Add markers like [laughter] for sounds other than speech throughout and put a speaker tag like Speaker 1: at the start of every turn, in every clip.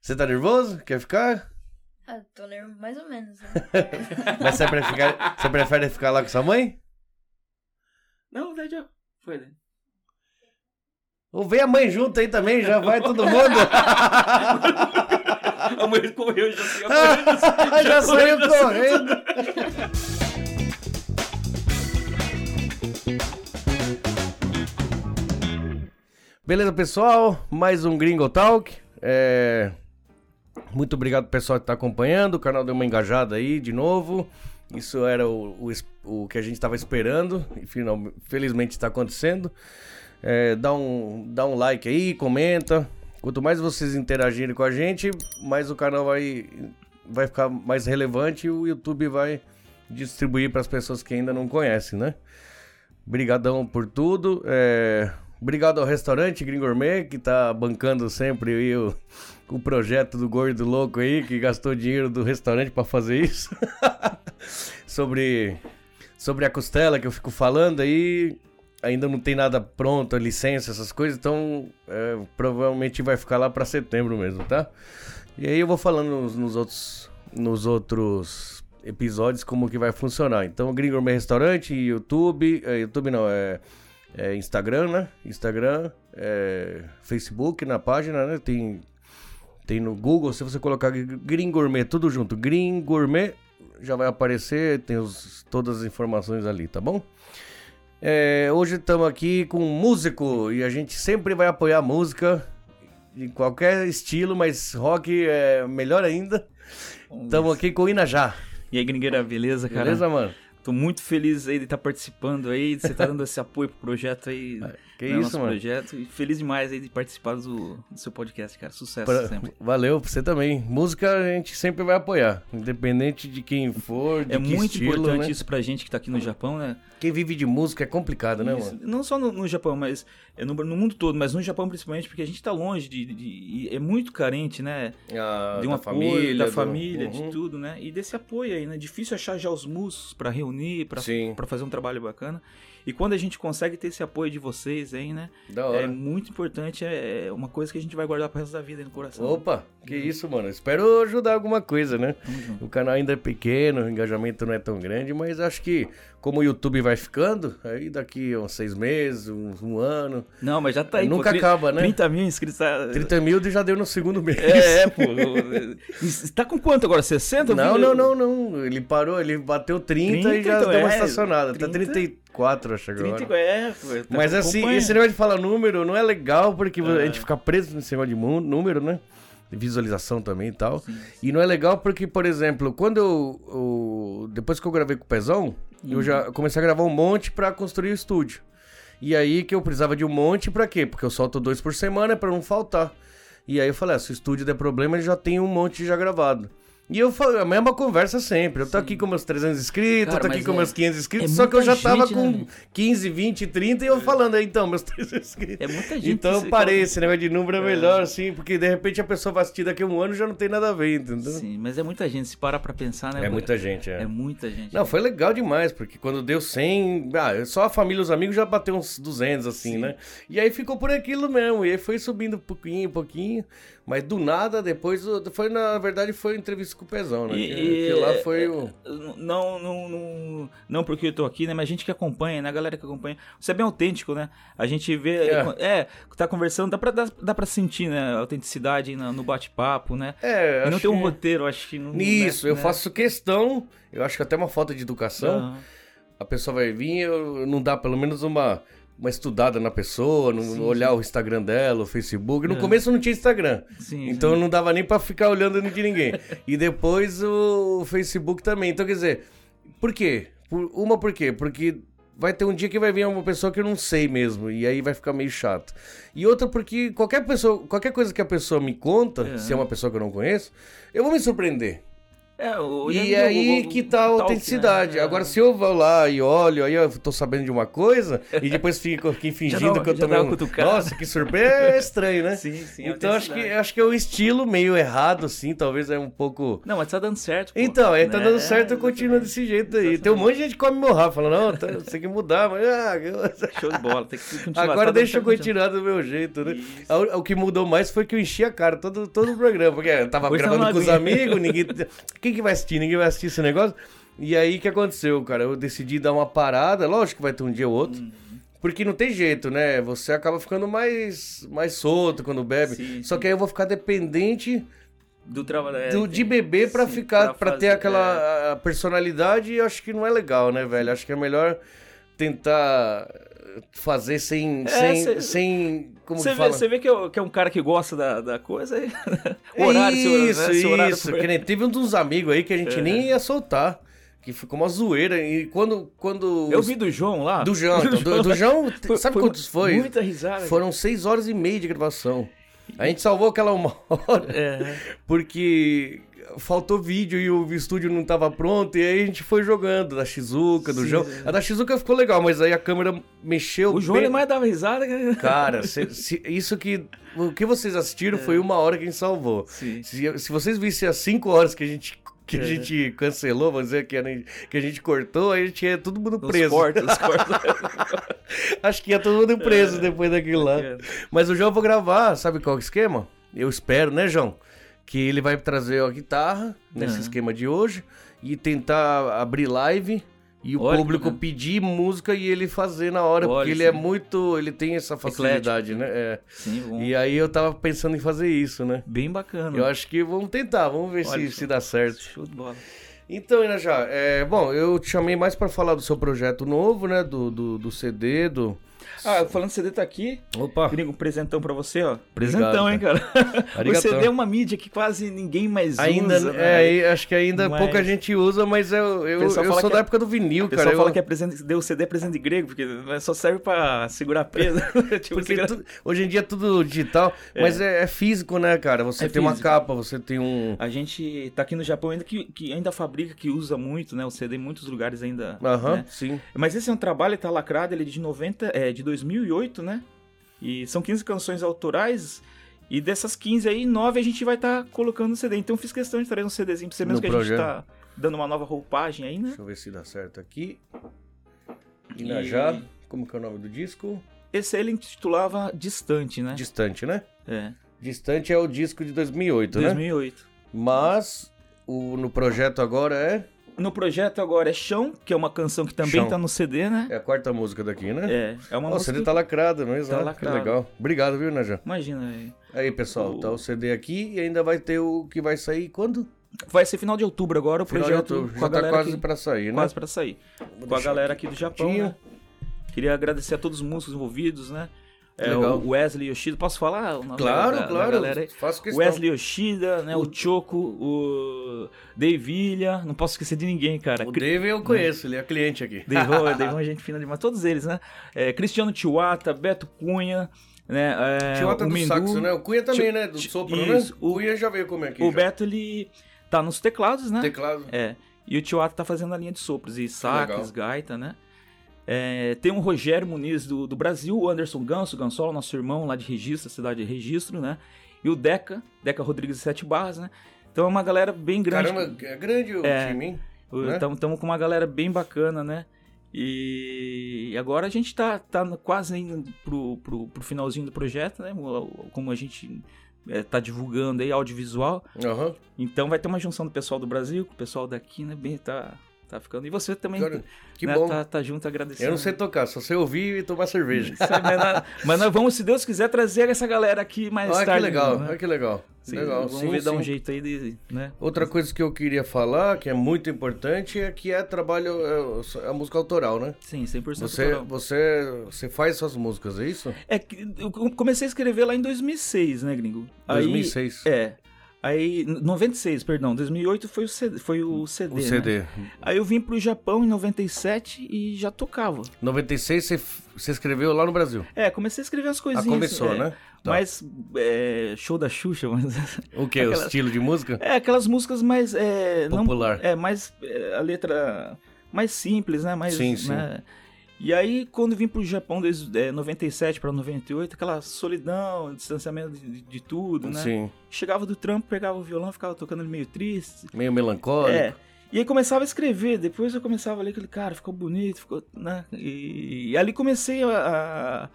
Speaker 1: Você tá nervoso? Quer ficar?
Speaker 2: Ah, tô nervoso, mais ou menos. Né?
Speaker 1: Mas você prefere ficar, você prefere ficar lá com sua mãe?
Speaker 3: Não, o Dad
Speaker 1: [laughs]
Speaker 3: foi, né?
Speaker 1: Ou vem a mãe junto aí também, já vai todo mundo.
Speaker 3: A mãe correu,
Speaker 1: [laughs]
Speaker 3: já saiu
Speaker 1: Ah,
Speaker 3: correndo.
Speaker 1: já saiu
Speaker 3: correndo.
Speaker 1: correndo. Beleza, pessoal? Mais um Gringo Talk. É, Muito obrigado, pessoal, que tá acompanhando. O canal deu uma engajada aí de novo. Isso era o, o es- o que a gente estava esperando e final- felizmente está acontecendo. É, dá, um, dá um like aí, comenta. Quanto mais vocês interagirem com a gente, mais o canal vai, vai ficar mais relevante e o YouTube vai distribuir para as pessoas que ainda não conhecem, né? Obrigadão por tudo. É, Obrigado ao restaurante Green Gourmet, que tá bancando sempre aí o, o projeto do Gordo Louco aí, que gastou dinheiro do restaurante para fazer isso. [laughs] sobre, sobre a costela que eu fico falando aí. Ainda não tem nada pronto, a licença, essas coisas, então é, provavelmente vai ficar lá para setembro mesmo, tá? E aí eu vou falando nos, nos outros, nos outros episódios como que vai funcionar. Então, Green Gourmet Restaurante, YouTube, é, YouTube não, é, é Instagram, né? Instagram, é, Facebook na página, né? Tem, tem no Google, se você colocar Green Gourmet, tudo junto, Green Gourmet, já vai aparecer, tem os, todas as informações ali, tá bom? É, hoje estamos aqui com um músico e a gente sempre vai apoiar a música em qualquer estilo, mas rock é melhor ainda. Estamos aqui com o Inajá,
Speaker 3: E aí, gringueira, beleza, cara?
Speaker 1: beleza, mano?
Speaker 3: Tô muito feliz aí de estar participando aí, de você estar dando esse apoio pro projeto aí.
Speaker 1: Ah, Que
Speaker 3: né,
Speaker 1: isso,
Speaker 3: nosso
Speaker 1: mano?
Speaker 3: projeto. E feliz demais aí de participar do, do seu podcast, cara. Sucesso
Speaker 1: Pra-
Speaker 3: sempre.
Speaker 1: Valeu, pra você também. Música a gente sempre vai apoiar, independente de quem for, de
Speaker 3: É
Speaker 1: que
Speaker 3: muito
Speaker 1: estilo,
Speaker 3: importante
Speaker 1: né?
Speaker 3: isso pra gente que tá aqui no Japão, né?
Speaker 1: Quem vive de música é complicado, né,
Speaker 3: Isso.
Speaker 1: mano?
Speaker 3: Não só no, no Japão, mas é no, no mundo todo, mas no Japão principalmente, porque a gente tá longe de. de- e é muito carente, né?
Speaker 1: Ah,
Speaker 3: de um apoio, da
Speaker 1: do-
Speaker 3: família, de
Speaker 1: Uhum.
Speaker 3: tudo, né? E desse apoio aí, né? Difícil achar já os músicos pra reunir, pra,
Speaker 1: Sim,
Speaker 3: pra fazer um trabalho bacana. E quando a gente consegue ter esse apoio de vocês aí, né?
Speaker 1: da
Speaker 3: É
Speaker 1: hora.
Speaker 3: muito importante, é uma coisa que a gente vai guardar pro resto da vida aí no coração.
Speaker 1: Opa,
Speaker 3: Uhum.
Speaker 1: que isso, mano. Espero ajudar alguma coisa, né?
Speaker 3: Tamo junto.
Speaker 1: O canal ainda é pequeno, o engajamento não é tão grande, mas acho que como o YouTube vai ficando, aí daqui a uns seis meses, um, um ano,
Speaker 3: Não, mas já tá aí.
Speaker 1: nunca
Speaker 3: pô, tri-
Speaker 1: acaba, né?
Speaker 3: 30 mil inscritos. Tá...
Speaker 1: 30 mil já deu no segundo mês.
Speaker 3: É, [laughs] é, pô. tá com quanto agora? 60? Eu vi-
Speaker 1: [laughs] Não, não, não, não. Ele parou, ele bateu 30, e
Speaker 3: 30,
Speaker 1: já
Speaker 3: então,
Speaker 1: deu uma
Speaker 3: é,
Speaker 1: estacionada.
Speaker 3: 30.
Speaker 1: Tá 34, acho agora.
Speaker 3: 30, é, pô, tá
Speaker 1: Mas assim,
Speaker 3: acompanhando.
Speaker 1: esse negócio de falar número não é legal, porque a
Speaker 3: É.
Speaker 1: gente fica preso nesse negócio de mu- número, né? De Visualização também e tal. E não é legal porque, por exemplo, quando eu. eu- depois que eu gravei com o Pezão, eu
Speaker 3: Uhum.
Speaker 1: já comecei a gravar um monte pra construir o estúdio. E aí que eu precisava de um monte pra quê? Porque eu solto dois por semana pra não faltar. E aí eu falei, ah, se o estúdio der problema, ele já tem um monte já gravado. E eu falo, a mesma conversa sempre. Eu tô aqui com meus 300 inscritos,
Speaker 3: Cara,
Speaker 1: eu tô aqui
Speaker 3: mas
Speaker 1: com
Speaker 3: é-
Speaker 1: meus 500 inscritos,
Speaker 3: é
Speaker 1: só que eu já
Speaker 3: muita
Speaker 1: tava
Speaker 3: gente, né,
Speaker 1: com
Speaker 3: velho?
Speaker 1: 15, 20, 30 e eu falando aí, então, meus [laughs] 300 inscritos.
Speaker 3: É muita gente.
Speaker 1: Então
Speaker 3: que
Speaker 1: eu
Speaker 3: se-
Speaker 1: parei, esse negócio de número é melhor, assim, porque de repente a pessoa vai assistir daqui a um ano e já não tem nada a ver, entendeu?
Speaker 3: Sim, mas é muita gente. Se parar pra pensar, né?
Speaker 1: É muita gente,
Speaker 3: É
Speaker 1: é.
Speaker 3: muita gente.
Speaker 1: Não, foi legal demais, porque quando deu 100, ah, só a família e os amigos já bateu uns 200, assim,
Speaker 3: Sim.
Speaker 1: né? E aí ficou por aquilo mesmo, e aí foi subindo pouquinho, pouquinho, mas do nada, depois, o- foi na verdade, foi entrevista com o Pezão, né?
Speaker 3: E-
Speaker 1: que,
Speaker 3: e-
Speaker 1: que lá foi o...
Speaker 3: Não, não, não, não porque eu tô aqui, né? Mas a gente que acompanha, né? A galera que acompanha. Você é bem autêntico, né? A gente vê. É, tá conversando, dá pra, dá, dá pra sentir, né? A autenticidade na- no bate-papo, né?
Speaker 1: É,
Speaker 3: E não
Speaker 1: acho
Speaker 3: tem um
Speaker 1: que-
Speaker 3: roteiro, acho que não. né?
Speaker 1: Nisso, eu
Speaker 3: Né?
Speaker 1: faço questão, eu acho que até uma falta de educação,
Speaker 3: Aham.
Speaker 1: a pessoa vai vir, eu eu não dá pelo menos uma, uma estudada na pessoa, não
Speaker 3: Sim,
Speaker 1: olhar o Instagram dela, o Facebook. No
Speaker 3: É.
Speaker 1: começo não tinha Instagram.
Speaker 3: Sim,
Speaker 1: Então não dava nem pra ficar olhando de ninguém.
Speaker 3: [laughs]
Speaker 1: e depois o Facebook também. Então, quer dizer, por quê? Por- uma por quê? Porque vai ter um dia que vai vir uma pessoa que eu não sei mesmo, e aí vai ficar meio chato. E outra porque qualquer pessoa, qualquer coisa que a pessoa me conta,
Speaker 3: É.
Speaker 1: se é uma pessoa que eu não conheço, eu vou me surpreender.
Speaker 3: É, o-
Speaker 1: E aí
Speaker 3: o- o-
Speaker 1: que tá a
Speaker 3: o talk,
Speaker 1: autenticidade.
Speaker 3: né?
Speaker 1: Agora, se eu vou lá e olho, aí eu tô sabendo de uma coisa, e depois fico aqui
Speaker 3: [laughs] Já
Speaker 1: fingindo
Speaker 3: dá-
Speaker 1: que eu
Speaker 3: já
Speaker 1: tô
Speaker 3: dá uma
Speaker 1: mesmo-
Speaker 3: cutucada.
Speaker 1: Nossa, que surpresa, é estranho, né?
Speaker 3: [laughs] Sim, sim.
Speaker 1: então, acho que,
Speaker 3: autenticidade.
Speaker 1: acho que é um estilo meio errado, assim, talvez é um pouco...
Speaker 3: Não, mas tá dando certo. pô.
Speaker 1: Então, aí tá
Speaker 3: Né?
Speaker 1: dando certo, eu
Speaker 3: É,
Speaker 1: continuo desse jeito aí. Tem um monte de gente que come meu rabo, fala, não, tá, você tem que mudar, mas... ah, eu-
Speaker 3: Show de bola, tem que continuar.
Speaker 1: Agora
Speaker 3: tá dando
Speaker 1: deixa eu
Speaker 3: certo,
Speaker 1: continuar do meu jeito, né? A u- O que mudou mais foi que eu enchi a cara todo, todo o programa, porque eu tava
Speaker 3: Hoje tá
Speaker 1: gravando com os
Speaker 3: magrinho.
Speaker 1: amigos, ninguém. Quem que vai assistir? Ninguém vai assistir esse negócio. E aí o que aconteceu, cara? Eu decidi dar uma parada, lógico que vai ter um dia ou outro.
Speaker 3: Uhum.
Speaker 1: Porque não tem jeito, né? Você acaba ficando mais, mais solto quando bebe.
Speaker 3: Sim,
Speaker 1: Só que aí eu vou ficar dependente
Speaker 3: Do trabalho. é,
Speaker 1: do, de beber pra
Speaker 3: sim,
Speaker 1: ficar, pra ter
Speaker 3: fazer-
Speaker 1: aquela
Speaker 3: é.
Speaker 1: a, personalidade, eu acho que não é legal, né, velho? Acho que é melhor tentar fazer sem,
Speaker 3: É,
Speaker 1: sem,
Speaker 3: cê-
Speaker 1: sem, como
Speaker 3: Você
Speaker 1: que
Speaker 3: vê,
Speaker 1: fala?
Speaker 3: você vê que, é, que é um cara que gosta da, da coisa e... [laughs] o horário, seu horário, né?
Speaker 1: isso,
Speaker 3: Seu horário
Speaker 1: isso.
Speaker 3: foi-
Speaker 1: Que nem teve um dos amigos aí que a gente
Speaker 3: É.
Speaker 1: nem ia soltar, que ficou uma zoeira e quando, quando
Speaker 3: Eu vi [laughs] do João lá.
Speaker 1: do João, então, do, do João, te-
Speaker 3: Foi-
Speaker 1: sabe
Speaker 3: foi
Speaker 1: quantos foi?
Speaker 3: Muita risada.
Speaker 1: Foram seis horas e meia de gravação. A gente salvou aquela uma hora.
Speaker 3: É,
Speaker 1: porque faltou vídeo e o estúdio não tava pronto, e aí a gente foi jogando da Shizuka, do
Speaker 3: Sim,
Speaker 1: João.
Speaker 3: sim.
Speaker 1: A da Shizuka ficou legal, mas aí a câmera mexeu.
Speaker 3: o João
Speaker 1: bem-
Speaker 3: ele é mais dava risada. que-
Speaker 1: Cara, se- se- isso que. O que vocês
Speaker 3: É.
Speaker 1: assistiram foi uma hora que a gente salvou.
Speaker 3: Sim.
Speaker 1: Se, se vocês vissem as cinco horas que a gente. Que
Speaker 3: É.
Speaker 1: a gente cancelou, vamos dizer, que a, que a gente cortou, aí a gente ia todo mundo
Speaker 3: Os
Speaker 1: preso.
Speaker 3: cortes,
Speaker 1: [laughs]
Speaker 3: os cortes.
Speaker 1: Acho que ia todo mundo preso depois daquilo lá.
Speaker 3: É.
Speaker 1: Mas o João eu vou gravar, sabe qual é o esquema? Eu espero, né, João? Que ele vai trazer a guitarra nesse
Speaker 3: Ah.
Speaker 1: esquema de hoje e tentar abrir live e o
Speaker 3: Olha que
Speaker 1: público
Speaker 3: bacana.
Speaker 1: pedir música e ele fazer na hora,
Speaker 3: Olha,
Speaker 1: porque ele
Speaker 3: sim.
Speaker 1: é muito, ele tem essa facilidade, né? É.
Speaker 3: Sim, bom.
Speaker 1: E aí eu tava pensando em fazer isso, né?
Speaker 3: Bem bacana.
Speaker 1: Eu acho que vamos tentar, vamos ver
Speaker 3: Olha
Speaker 1: se,
Speaker 3: só.
Speaker 1: se dá certo.
Speaker 3: Show de bola.
Speaker 1: Então, Inajá, é, bom, eu te chamei mais pra falar do seu projeto novo, né? Do, do, do CD, do.
Speaker 3: Ah, falando que CD tá aqui,
Speaker 1: Opa!
Speaker 3: gringo, um presentão pra você, ó. Presentão, hein, cara? [laughs] o
Speaker 1: Arigatão.
Speaker 3: CD é uma mídia que quase ninguém mais
Speaker 1: Ainda,
Speaker 3: usa.
Speaker 1: é,
Speaker 3: né?
Speaker 1: aí, acho que ainda
Speaker 3: Mas-
Speaker 1: pouca gente usa, mas eu, eu,
Speaker 3: O pessoal
Speaker 1: eu
Speaker 3: fala
Speaker 1: sou
Speaker 3: que
Speaker 1: da
Speaker 3: é-
Speaker 1: época do vinil,
Speaker 3: O pessoal
Speaker 1: cara. eu-
Speaker 3: fala que é presente, deu CD é presente de grego, porque né, só serve pra
Speaker 1: [laughs]
Speaker 3: segurar peso. tipo,
Speaker 1: Porque
Speaker 3: segurar-
Speaker 1: tu- hoje em dia é tudo digital, mas é, é físico, né, cara? Você
Speaker 3: É
Speaker 1: tem uma
Speaker 3: físico.
Speaker 1: capa, você tem um.
Speaker 3: A gente tá aqui no Japão ainda que, que ainda fabrica, que usa muito, né? O CD em muitos lugares ainda.
Speaker 1: Aham,
Speaker 3: né?
Speaker 1: sim.
Speaker 3: Mas esse é um trabalho, ele tá lacrado, ele é de 90, é de 2008, né? E são 15 canções autorais. E dessas 15 aí, 9 a gente vai estar colocando no CD. Então eu fiz questão de trazer um CDzinho pra você mesmo
Speaker 1: No
Speaker 3: que a
Speaker 1: programa.
Speaker 3: gente tá dando uma nova roupagem aí, né?
Speaker 1: Deixa eu ver se dá certo aqui. Inajá, como que é o nome do disco?
Speaker 3: Esse aí ele intitulava Distante, né?
Speaker 1: Distante, né?
Speaker 3: É,
Speaker 1: Distante é o disco de 2008, né?
Speaker 3: 2008.
Speaker 1: Mas o, no projeto agora é,
Speaker 3: No projeto agora é Chão, que é uma canção que também
Speaker 1: Chão.
Speaker 3: tá no CD, né?
Speaker 1: é a quarta música daqui, né?
Speaker 3: É, é uma
Speaker 1: Ó, o
Speaker 3: música...
Speaker 1: CD tá lacrado, não é? Exato, que
Speaker 3: lacrado.
Speaker 1: legal. Obrigado, viu, Inajá?
Speaker 3: Imagina, é. velho.
Speaker 1: Aí, pessoal,
Speaker 3: O-
Speaker 1: tá o CD aqui e ainda vai ter o que vai sair quando?
Speaker 3: Vai ser final de outubro agora o
Speaker 1: Final de
Speaker 3: projeto
Speaker 1: outubro.
Speaker 3: com
Speaker 1: Já
Speaker 3: a
Speaker 1: tá
Speaker 3: galera
Speaker 1: quase
Speaker 3: aqui-
Speaker 1: pra sair, né?
Speaker 3: quase pra sair. com a
Speaker 1: deixar
Speaker 3: galera aqui do Japão,
Speaker 1: quietinho.
Speaker 3: né? Queria agradecer a todos os músicos envolvidos, né? É,
Speaker 1: Legal.
Speaker 3: o Wesley Yoshida, posso falar? o nome
Speaker 1: Claro,
Speaker 3: da- da
Speaker 1: claro.
Speaker 3: galera aí?
Speaker 1: Faço questão.
Speaker 3: Wesley Yoshida, né? O Choco, o Devilha, não posso esquecer de ninguém, cara. Hum.
Speaker 1: O
Speaker 3: Cri-
Speaker 1: Dave eu conheço, ele é cliente aqui. [laughs]
Speaker 3: Deivão, é Deivão é gente fina demais, todos eles, né? É, Cristiano Tiwata, Beto Cunha, né? É,
Speaker 1: Tinha outra
Speaker 3: o
Speaker 1: do
Speaker 3: Mindu.
Speaker 1: saxo, né? O Cunha também,
Speaker 3: Ti-
Speaker 1: né? Do
Speaker 3: ti-
Speaker 1: sopro, né?
Speaker 3: isso.
Speaker 1: O Cunha já veio comer aqui.
Speaker 3: O
Speaker 1: já.
Speaker 3: Beto, ele tá nos teclados, né?
Speaker 1: Teclado.
Speaker 3: É. E o Tiwato tá fazendo a linha de sopros e
Speaker 1: legal.
Speaker 3: saques, gaita, né? É, tem o Rogério Muniz do, do Brasil, o Anderson Ganso, Gansola, nosso irmão lá de Registro, cidade de Registro, né? E o Deca, Deca Rodrigues de Sete Barras, né? Então é uma galera bem grande.
Speaker 1: Caramba, é grande o
Speaker 3: É.
Speaker 1: time, hein? né?
Speaker 3: Estamos com uma galera bem bacana, né? E e agora a gente tá, tá no- quase indo pro, pro, pro finalzinho do projeto, né? O- Como a gente é, tá divulgando aí audiovisual.
Speaker 1: Aham.
Speaker 3: Então vai ter uma junção do pessoal do Brasil com o pessoal daqui, né? Bem, tá, tá ficando. E você também
Speaker 1: Cara, que
Speaker 3: né,
Speaker 1: bom.
Speaker 3: Tá, tá junto agradecendo.
Speaker 1: Eu não sei tocar, só sei ouvir e tomar cerveja.
Speaker 3: [laughs] Isso aí, mas, nós, mas nós vamos, se Deus quiser, trazer essa galera aqui mais
Speaker 1: Olha Ah, que
Speaker 3: tarde.
Speaker 1: legal,
Speaker 3: né?
Speaker 1: olha que legal.
Speaker 3: Sim,
Speaker 1: legal.
Speaker 3: Vamos
Speaker 1: sim,
Speaker 3: ver dar um
Speaker 1: sim.
Speaker 3: jeito aí de. Né?
Speaker 1: Outra coisa que eu queria falar, que é muito importante, é que é trabalho, é, é música autoral, né?
Speaker 3: Sim, 100%
Speaker 1: Você,
Speaker 3: autoral.
Speaker 1: você, você faz suas músicas, é isso?
Speaker 3: É que eu comecei a escrever lá em 2006, né, gringo? Aí-
Speaker 1: 2006.
Speaker 3: É. Aí, 96, perdão, 2008 foi o CD. Foi o CD,
Speaker 1: O
Speaker 3: né?
Speaker 1: CD.
Speaker 3: Aí eu vim pro Japão em 97 e já tocava.
Speaker 1: 96 você f- você escreveu lá no Brasil.
Speaker 3: É, comecei a escrever as
Speaker 1: Ah,
Speaker 3: coisinhas.
Speaker 1: começou,
Speaker 3: é,
Speaker 1: né? Tá.
Speaker 3: Mas, é, show da Xuxa, mas... [laughs]
Speaker 1: O que? O
Speaker 3: Aquela-
Speaker 1: estilo de música?
Speaker 3: É, aquelas músicas mais... É, não-
Speaker 1: Popular.
Speaker 3: é, mais... é, a letra mais simples, né? Mais,
Speaker 1: Sim, sim.
Speaker 3: né? E aí, quando vim pro Japão, desde é, 97 pra 98, aquela solidão, distanciamento de, de- de tudo, né?
Speaker 1: Sim.
Speaker 3: Chegava do trampo, pegava o violão, ficava tocando ele meio triste.
Speaker 1: Meio melancólico.
Speaker 3: É. E aí começava a escrever, depois eu começava a ler aquele cara, ficou bonito, ficou. Né? E, e ali comecei a, a-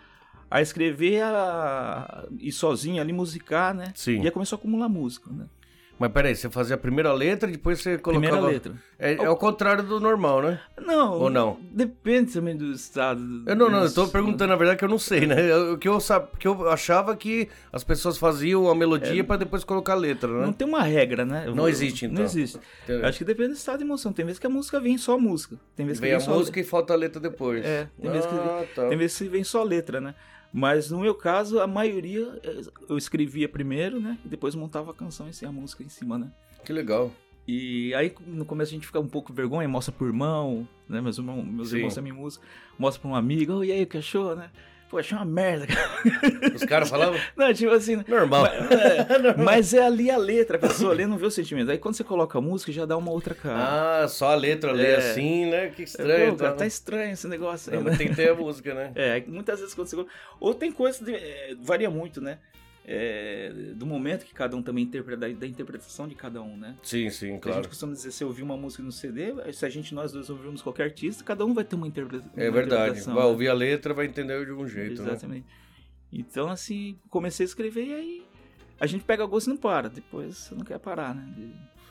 Speaker 3: a escrever a, e sozinho ali musicar, né?
Speaker 1: Sim.
Speaker 3: E aí começou a acumular música, né?
Speaker 1: Mas peraí, você fazia a primeira letra e depois você colocava.
Speaker 3: Primeira letra.
Speaker 1: É, é o contrário do normal, né?
Speaker 3: Não.
Speaker 1: Ou não?
Speaker 3: Depende também do estado. do- né?
Speaker 1: Eu não, não, eu
Speaker 3: dos-
Speaker 1: tô perguntando, na verdade, que eu não sei, né? Eu- O que eu, sa- que eu achava que as pessoas faziam a melodia pra depois colocar a letra,
Speaker 3: É. Não
Speaker 1: né?
Speaker 3: tem uma regra, né? Eu
Speaker 1: Não
Speaker 3: vou-
Speaker 1: existe, então.
Speaker 3: Não existe.
Speaker 1: Entendeu?
Speaker 3: Acho que depende do estado de emoção. Tem vezes que a música vem só a música. Tem vezes
Speaker 1: Vem
Speaker 3: que
Speaker 1: a
Speaker 3: vem só
Speaker 1: música e falta a letra depois.
Speaker 3: É, tem vezes que-
Speaker 1: ah, tá.
Speaker 3: Tem vezes que vem só letra, né? Mas no meu caso, a maioria eh, eu escrevia primeiro, né? E depois montava a canção e a música em cima, né?
Speaker 1: Que legal.
Speaker 3: E aí no começo a gente fica um pouco com vergonha, mostra pro irmão, né? Meus, irmão, meus
Speaker 1: Sim.
Speaker 3: irmãos também música, mostra pra um amigo, oh, e aí, o que achou, né? Pô, achei uma merda, cara. [laughs]
Speaker 1: Os caras falavam
Speaker 3: Não, tipo assim, né?
Speaker 1: normal.
Speaker 3: [laughs] mas é ali a letra, a pessoa lê, não vê o sentimento. Aí quando você coloca a música, já dá uma outra cara.
Speaker 1: Ah, só a letra ali
Speaker 3: É.
Speaker 1: assim, né? Que
Speaker 3: Pô,
Speaker 1: estranho.
Speaker 3: cara,
Speaker 1: tá?
Speaker 3: tá estranho esse negócio aí,
Speaker 1: Não,
Speaker 3: né?
Speaker 1: mas tem que ter a música, né?
Speaker 3: É, muitas vezes quando você. Ou tem coisas. de- é, varia muito, né? É, do momento que cada um também interpreta, da, da interpretação de cada um, né?
Speaker 1: Sim, sim,
Speaker 3: A gente
Speaker 1: claro.
Speaker 3: costuma dizer, se eu ouvir uma música no CD, se a gente, nós dois, ouvirmos qualquer artista, cada um vai ter uma, interpre- uma
Speaker 1: É verdade.
Speaker 3: interpretação. né?
Speaker 1: Vai ouvir a letra, vai entender de um jeito, né?
Speaker 3: Exatamente. Então, assim, comecei a escrever e aí a gente pega gosto e não para. Depois você não quer parar, né?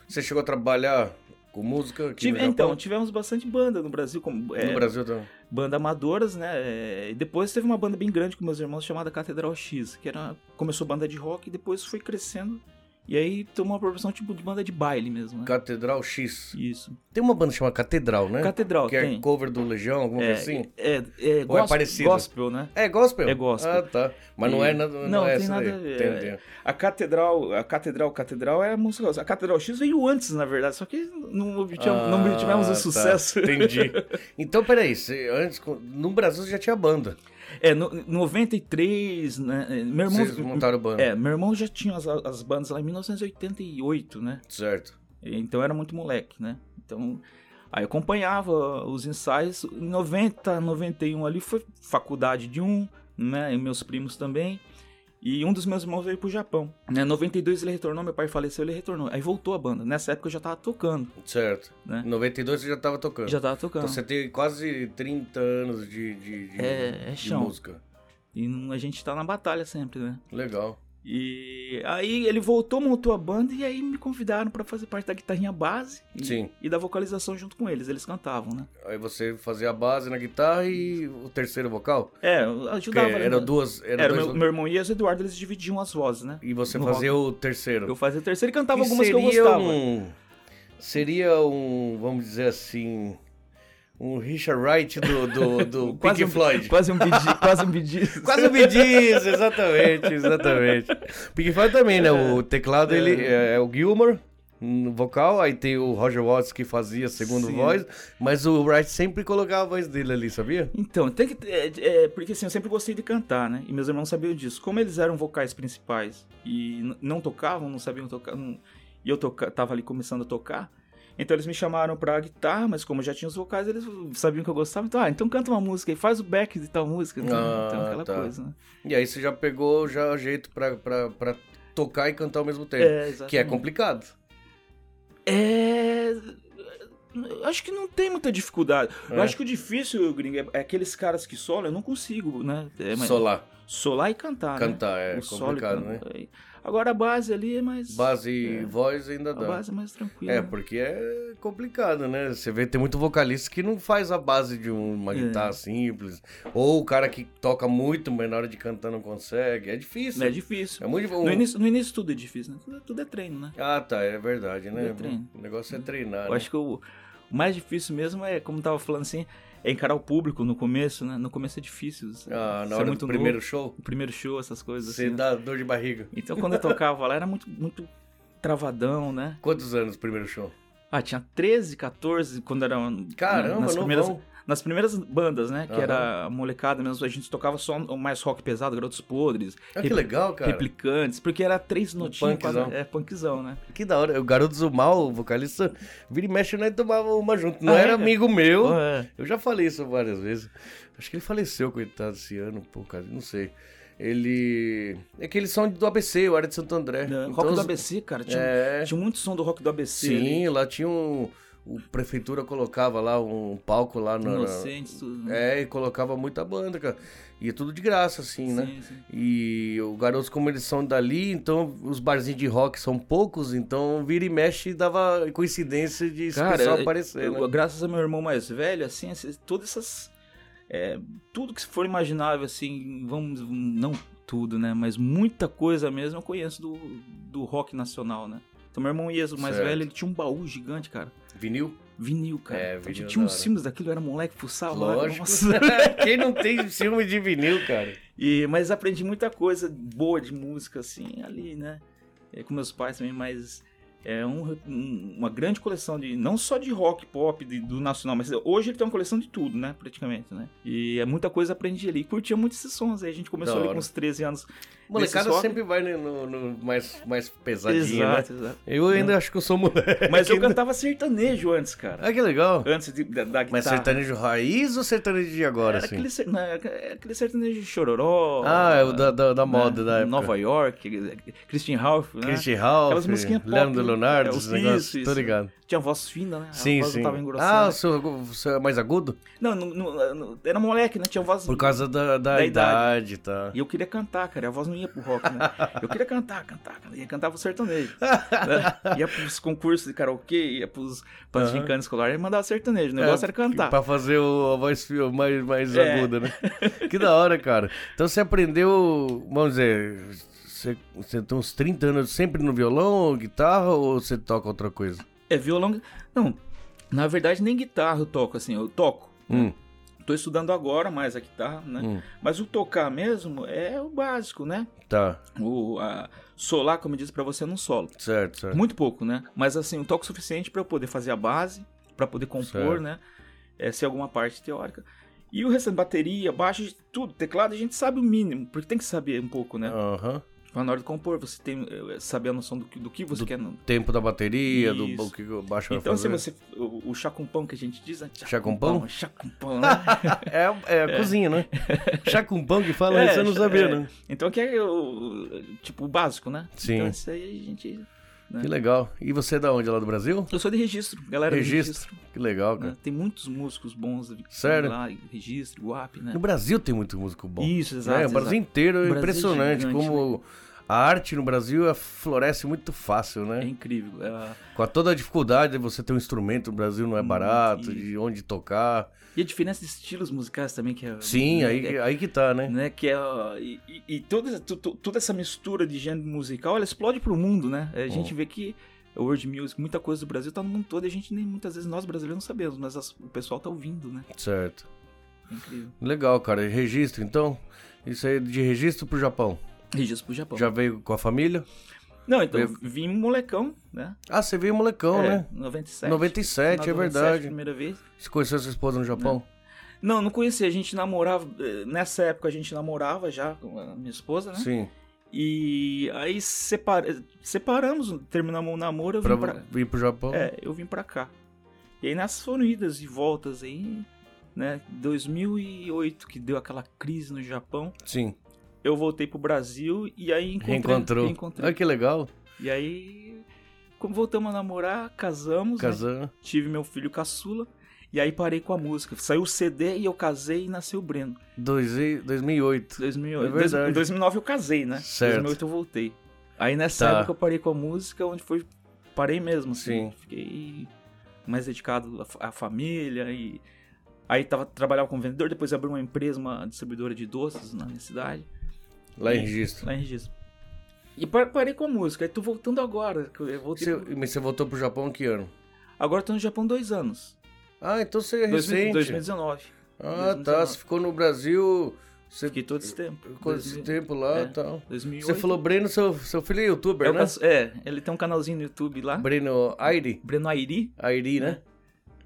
Speaker 1: Você chegou a trabalhar com música aqui
Speaker 3: Tive-
Speaker 1: no
Speaker 3: então,
Speaker 1: Japão?
Speaker 3: tivemos bastante banda no Brasil, como, é,
Speaker 1: No Brasil tá? também.
Speaker 3: banda amadoras, né? É, E depois teve uma banda bem grande com meus irmãos chamada Catedral X, que era começou banda de rock e depois foi crescendo. E aí tomou uma proporção tipo de banda de baile mesmo, né?
Speaker 1: Catedral X.
Speaker 3: Isso.
Speaker 1: Tem uma banda chamada Catedral, né?
Speaker 3: Catedral
Speaker 1: que é
Speaker 3: tem.
Speaker 1: cover do Legião, alguma
Speaker 3: é,
Speaker 1: coisa assim?
Speaker 3: é, é,
Speaker 1: Ou é
Speaker 3: gospel,
Speaker 1: parecido?
Speaker 3: gospel, né?
Speaker 1: É gospel?
Speaker 3: É gospel.
Speaker 1: Ah, tá. Mas não
Speaker 3: E-
Speaker 1: é nada. Não,
Speaker 3: não,
Speaker 1: é
Speaker 3: tem
Speaker 1: essa
Speaker 3: nada
Speaker 1: daí.
Speaker 3: a ver, é.
Speaker 1: Entendi.
Speaker 3: A Catedral, a Catedral, Catedral é a música. A Catedral X veio antes, na verdade, só que não, obtivemos- não
Speaker 1: Ah,
Speaker 3: tivemos o
Speaker 1: tá.
Speaker 3: sucesso. [laughs]
Speaker 1: Entendi. Então, peraí, você- antes, no Brasil você já tinha banda.
Speaker 3: É, no, 93, né? Meu irmão,
Speaker 1: Vocês montaram banda.
Speaker 3: é, meu irmão já tinha as, as bandas lá em 1988, né?
Speaker 1: Certo.
Speaker 3: Então eu era muito moleque, né? Então aí eu acompanhava os ensaios. Em 90, 91 ali foi faculdade de um, né? E meus primos também. E um dos meus irmãos veio pro Japão. Né? Em 92 ele retornou, meu pai faleceu, ele retornou. Aí voltou a banda. Nessa época eu já tava tocando,
Speaker 1: Certo.
Speaker 3: Né?
Speaker 1: Em 92 você já tava tocando.
Speaker 3: já tava tocando.
Speaker 1: Então você tem quase 30 anos de, de, de-
Speaker 3: É, é
Speaker 1: de
Speaker 3: chão.
Speaker 1: música.
Speaker 3: E não- a gente tá na batalha sempre, né?
Speaker 1: Legal.
Speaker 3: E aí ele voltou, montou a banda e aí me convidaram pra fazer parte da guitarrinha base e,
Speaker 1: Sim.
Speaker 3: e da vocalização junto com eles. Eles cantavam, né?
Speaker 1: Aí você fazia a base na guitarra e o terceiro vocal?
Speaker 3: É, eu
Speaker 1: Porque
Speaker 3: ajudava. né?
Speaker 1: era duas. Era
Speaker 3: Era
Speaker 1: dois
Speaker 3: meu, meu irmão e o Eduardo, eles dividiam as vozes, né?
Speaker 1: E você
Speaker 3: no
Speaker 1: fazia o terceiro.
Speaker 3: Eu fazia o terceiro e cantava
Speaker 1: Que
Speaker 3: algumas que eu
Speaker 1: seria
Speaker 3: gostava.
Speaker 1: Um, seria um, vamos dizer assim, um Richard Wright do, do, [laughs] do Pink
Speaker 3: um,
Speaker 1: Floyd.
Speaker 3: Quase um bidi, quase um bidi.
Speaker 1: [laughs] Quase o Bidiz, exatamente, exatamente. Pink Floyd também, né? [laughs] O teclado ele é, é o Gilmore no vocal, aí tem o Roger Watts que fazia a segunda
Speaker 3: Sim.
Speaker 1: voz, mas o Wright sempre colocava a voz dele ali, sabia?
Speaker 3: Então, tem que. ter- É, é, porque assim, eu sempre gostei de cantar, né? E meus irmãos sabiam disso. Como eles eram vocais principais e n- não tocavam, não sabiam tocar, não- e eu toca, tava ali começando a tocar, então eles me chamaram pra guitarra, mas como eu já tinha os vocais, eles sabiam que eu gostava. Então, ah, então canta uma música e faz o back de tal música. Então,
Speaker 1: Ah,
Speaker 3: então aquela
Speaker 1: tá.
Speaker 3: coisa, né?
Speaker 1: E aí você já pegou já o jeito pra, pra, pra tocar e cantar ao mesmo tempo,
Speaker 3: É,
Speaker 1: que é
Speaker 3: exatamente.
Speaker 1: complicado.
Speaker 3: É. eu Acho que não tem muita dificuldade. Eu
Speaker 1: É.
Speaker 3: acho que o difícil, gringo, é- é aqueles caras que solam, eu não consigo, né? É, mas-
Speaker 1: Solar,
Speaker 3: Solar e cantar. né?
Speaker 1: cantar, é
Speaker 3: O solo e
Speaker 1: complicado,
Speaker 3: can-
Speaker 1: né?
Speaker 3: aí. Agora a base ali é mais.
Speaker 1: Base e
Speaker 3: É.
Speaker 1: voz ainda
Speaker 3: A
Speaker 1: dá.
Speaker 3: base é mais tranquila.
Speaker 1: É,
Speaker 3: né?
Speaker 1: porque é complicado, né? Você vê, tem muito vocalista que não faz a base de uma
Speaker 3: É.
Speaker 1: guitarra simples. Ou o cara que toca muito, mas na hora de cantar não consegue. É difícil.
Speaker 3: É
Speaker 1: É,
Speaker 3: difícil.
Speaker 1: muito difícil.
Speaker 3: No, início, no início tudo é difícil, né? Tudo, tudo é treino, né?
Speaker 1: Ah, tá, é verdade, né?
Speaker 3: É treino.
Speaker 1: O negócio é treinar.
Speaker 3: Eu
Speaker 1: né?
Speaker 3: acho que o, o mais difícil mesmo é, como eu tava falando assim, é encarar o público no começo, né? No começo é difícil. Você-
Speaker 1: Ah,
Speaker 3: você
Speaker 1: na
Speaker 3: é
Speaker 1: hora
Speaker 3: muito
Speaker 1: do primeiro
Speaker 3: novo,
Speaker 1: show,
Speaker 3: o primeiro show, essas coisas
Speaker 1: você
Speaker 3: assim. né?
Speaker 1: dá dor de barriga.
Speaker 3: Então quando eu tocava lá era muito, muito travadão, né?
Speaker 1: Quantos anos o primeiro show?
Speaker 3: Ah, tinha 13, 14, quando era. um,
Speaker 1: Caramba, novão.
Speaker 3: nas primeiras, nas primeiras bandas, né? Que
Speaker 1: Aham.
Speaker 3: era a molecada mesmo, a gente tocava só o mais rock pesado, Garotos Podres,
Speaker 1: Ah, que
Speaker 3: Repli-
Speaker 1: legal, cara. Um
Speaker 3: Replicantes, porque era três notinhas.
Speaker 1: punkzão.
Speaker 3: quase- É, punkzão, né?
Speaker 1: Que da hora. O garoto Zumal, o vocalista, vira e mexe, nós tomava uma junto. Não
Speaker 3: Ah,
Speaker 1: era
Speaker 3: é?
Speaker 1: amigo meu.
Speaker 3: É.
Speaker 1: Eu já falei isso várias vezes. Acho que ele faleceu, coitado, esse ano, pô, cara, não sei. Ele. É que eles são do ABC, eu era de Santo André. Então,
Speaker 3: É, Né? rock
Speaker 1: os-
Speaker 3: do ABC, cara. Tinha, um
Speaker 1: É.
Speaker 3: tinha muito som do rock do ABC. ali.
Speaker 1: Sim, lá tinha um. O prefeitura colocava lá um palco lá na. na-
Speaker 3: Inocentes, tudo. né?
Speaker 1: É, e colocava muita banda, cara. E é tudo de graça, assim, né?
Speaker 3: Sim, sim.
Speaker 1: E o garotos, como eles são dali, então os barzinhos de rock são poucos, então vira e mexe e dava coincidência de esse pessoal
Speaker 3: eu-
Speaker 1: aparecer,
Speaker 3: eu-
Speaker 1: né?
Speaker 3: graças a meu irmão mais velho, assim, esses- todas essas. é, tudo que for imaginável, assim, vamos. Não tudo, né? Mas muita coisa mesmo eu conheço do, do rock nacional, né? Então, meu irmão Ieso, mais
Speaker 1: Certo.
Speaker 3: velho, ele tinha um baú gigante, cara.
Speaker 1: Vinil?
Speaker 3: Vinil, cara.
Speaker 1: É,
Speaker 3: Então,
Speaker 1: vinil da
Speaker 3: tinha uns
Speaker 1: hora.
Speaker 3: símbolos daquilo, eu era moleque,
Speaker 1: [laughs]
Speaker 3: fuçava. lá,
Speaker 1: Lógico.
Speaker 3: nossa. [laughs]
Speaker 1: Quem não tem ciúme de vinil, cara?
Speaker 3: E, mas aprendi muita coisa boa de música, assim, ali, né? É, com meus pais também, mas é um- um- uma grande coleção de. Não só de rock, pop, de- do nacional, mas hoje ele tem uma coleção de tudo, né? Praticamente, né? E é muita coisa aprendi ali. Curtia muito esses sons aí. A gente começou
Speaker 1: Da
Speaker 3: ali
Speaker 1: hora.
Speaker 3: com uns 13 anos.
Speaker 1: Molecada
Speaker 3: Desses rock?
Speaker 1: sempre vai né, no, no mais, mais pesadinho, né? É [laughs]
Speaker 3: exato, exato.
Speaker 1: Eu ainda acho que eu sou moleque.
Speaker 3: Mas
Speaker 1: [laughs]
Speaker 3: eu cantava sertanejo antes, cara.
Speaker 1: Ah, que legal.
Speaker 3: Antes de- da, da guitarra.
Speaker 1: Mas sertanejo raiz ou sertanejo de agora,
Speaker 3: Tá. Era
Speaker 1: assim?
Speaker 3: aquele, ser- não, era aquele sertanejo chororó.
Speaker 1: Ah, é o da, da, da
Speaker 3: né?
Speaker 1: moda da época.
Speaker 3: Nova York, Christian Ralph, né?
Speaker 1: Christian Ralph,
Speaker 3: Aquelas musiquinhas pop,
Speaker 1: Leandro
Speaker 3: né?
Speaker 1: Leonardo,
Speaker 3: É,
Speaker 1: esses
Speaker 3: isso,
Speaker 1: negócios. Tô
Speaker 3: isso.
Speaker 1: ligado.
Speaker 3: Tinha voz fina, né?
Speaker 1: Sim,
Speaker 3: a voz
Speaker 1: sim.
Speaker 3: não tava
Speaker 1: Ah, o
Speaker 3: engrossando.
Speaker 1: seu, o seu é mais agudo?
Speaker 3: Não, não, não, não, era moleque, né? Tinha voz.
Speaker 1: Por causa da, da,
Speaker 3: Da
Speaker 1: idade, tá?
Speaker 3: E eu queria cantar, cara. A voz não ia pro rock, né? Eu queria cantar, cantar, cantar. Ia cantar pro sertanejo.
Speaker 1: [laughs]
Speaker 3: né? Ia pros concursos de karaokê, ia pros pras
Speaker 1: Aham.
Speaker 3: gincanas escolares e mandava sertanejo. O negócio era cantar.
Speaker 1: Pra É, fazer o, a voz fi- mais, mais
Speaker 3: É.
Speaker 1: aguda, né? Que da hora, cara. Então você aprendeu, vamos dizer, você, você tem uns 30 anos sempre no violão ou guitarra ou você toca outra coisa?
Speaker 3: É violão. Não, na verdade nem guitarra eu toco assim. Eu toco.
Speaker 1: Hum,
Speaker 3: Tô estudando agora mais a guitarra, né?
Speaker 1: Hum.
Speaker 3: Mas o tocar mesmo é o básico, né?
Speaker 1: tá,
Speaker 3: O a, solar, como eu disse pra você, num solo.
Speaker 1: certo, certo.
Speaker 3: Muito pouco, né? Mas assim, um toque suficiente pra eu poder fazer a base, pra poder compor,
Speaker 1: Certo.
Speaker 3: né? É, ser alguma parte teórica. E o restante, bateria, baixo, tudo, teclado, a gente sabe o mínimo, porque tem que saber um pouco, né?
Speaker 1: Aham.
Speaker 3: Pra Na hora de compor, você tem eh, saber a noção do que, do que você
Speaker 1: Do-
Speaker 3: quer. no-
Speaker 1: Tempo da bateria, do
Speaker 3: Isso.
Speaker 1: o que o baixo
Speaker 3: Então,
Speaker 1: vai
Speaker 3: se
Speaker 1: fazer.
Speaker 3: você. O, o chá com pão que a gente diz, né?
Speaker 1: Chá com pão?
Speaker 3: Chá
Speaker 1: [laughs]
Speaker 3: com pão, né?
Speaker 1: É, é a cozinha,
Speaker 3: [laughs]
Speaker 1: né? Chacumpão que fala,
Speaker 3: É,
Speaker 1: isso eu não sabia,
Speaker 3: é.
Speaker 1: né?
Speaker 3: então, que é o. Tipo, o básico, né?
Speaker 1: Sim.
Speaker 3: Então, isso aí a gente.
Speaker 1: Que legal. E você é da onde? Lá do Brasil?
Speaker 3: Eu sou de registro, galera. do
Speaker 1: Registro.
Speaker 3: registro
Speaker 1: Que legal,
Speaker 3: né?
Speaker 1: cara.
Speaker 3: Tem muitos músicos bons
Speaker 1: Sério?
Speaker 3: lá, registro, guap, né?
Speaker 1: No Brasil tem muito músico bom.
Speaker 3: Isso,
Speaker 1: né?
Speaker 3: exato.
Speaker 1: O Brasil
Speaker 3: exato.
Speaker 1: inteiro é
Speaker 3: O Brasil é
Speaker 1: impressionante
Speaker 3: gigante, né?
Speaker 1: como a arte no Brasil é- floresce muito fácil,
Speaker 3: É
Speaker 1: né?
Speaker 3: incrível. é.
Speaker 1: Com a toda a dificuldade de você ter um instrumento no Brasil não é barato,
Speaker 3: Hum, e-
Speaker 1: de onde tocar.
Speaker 3: E a diferença de estilos musicais também que é.
Speaker 1: Sim,
Speaker 3: né,
Speaker 1: aí,
Speaker 3: que
Speaker 1: que-
Speaker 3: é-
Speaker 1: aí que tá, né?
Speaker 3: né, que é, ó, e e- e toda, tu- tu- toda essa mistura de gênero musical, ela explode pro mundo, né? A gente vê que o world music, muita coisa do Brasil tá no mundo todo e a gente nem muitas vezes nós brasileiros não sabemos, mas as- o pessoal tá ouvindo, né?
Speaker 1: Certo.
Speaker 3: É incrível.
Speaker 1: Legal, cara. E Registro, então. Isso aí de registro pro Japão.
Speaker 3: Registro pro Japão.
Speaker 1: Já veio com a família?
Speaker 3: Não, então,
Speaker 1: Eu-
Speaker 3: vim molecão, né?
Speaker 1: Ah, você veio molecão,
Speaker 3: É,
Speaker 1: né?
Speaker 3: 97.
Speaker 1: 97, é
Speaker 3: Final de 97,
Speaker 1: verdade.
Speaker 3: Primeira vez.
Speaker 1: Você conheceu sua esposa no Japão?
Speaker 3: Não, não conhecia. A gente namorava. eh, Nessa época a gente namorava já com a minha esposa, né?
Speaker 1: Sim.
Speaker 3: E aí separa- separamos, terminamos o namoro, eu
Speaker 1: Pra
Speaker 3: vim pra,
Speaker 1: vir pro Japão?
Speaker 3: é, eu vim pra cá. E aí nessas foram idas e voltas aí, né? 2008, que deu aquela crise no Japão,
Speaker 1: Sim.
Speaker 3: eu voltei pro Brasil e aí encontrei.
Speaker 1: Reencontrou.
Speaker 3: reencontrei.
Speaker 1: Ah, que legal.
Speaker 3: E aí como voltamos a namorar, casamos, né?
Speaker 1: Casando.
Speaker 3: tive meu filho caçula. E aí parei com a música. Saiu o CD e eu casei e nasceu o Breno.
Speaker 1: Dois e- 2008.
Speaker 3: 2008.
Speaker 1: É verdade.
Speaker 3: Em 2009 eu casei, né?
Speaker 1: Certo.
Speaker 3: Em 2008 eu voltei. Aí nessa
Speaker 1: Tá.
Speaker 3: época eu parei com a música, onde foi. Parei mesmo, assim.
Speaker 1: Sim.
Speaker 3: Fiquei mais dedicado à fa- à família e. Aí tava, trabalhava como vendedor, depois abri uma empresa, uma distribuidora de doces na minha cidade,
Speaker 1: Lá em
Speaker 3: E-
Speaker 1: registro.
Speaker 3: lá em Registro. E pa- parei com a música, aí tô voltando agora. que eu voltei
Speaker 1: Você,
Speaker 3: pro-
Speaker 1: mas você voltou pro Japão que ano?
Speaker 3: Agora tô no Japão dois anos.
Speaker 1: Ah, então você é
Speaker 3: 2000
Speaker 1: recente.
Speaker 3: 2019.
Speaker 1: ah,
Speaker 3: 2019.
Speaker 1: tá. Você ficou no Brasil Você
Speaker 3: Fiquei todo esse tempo.
Speaker 1: ficou esse tempo lá
Speaker 3: é,
Speaker 1: e tal.
Speaker 3: 2008.
Speaker 1: Você falou, Breno, seu, seu filho é youtuber,
Speaker 3: é, o
Speaker 1: né?
Speaker 3: cas- é, ele tem um canalzinho no YouTube lá,
Speaker 1: Breno Airi.
Speaker 3: Breno Airi,
Speaker 1: Airi, né?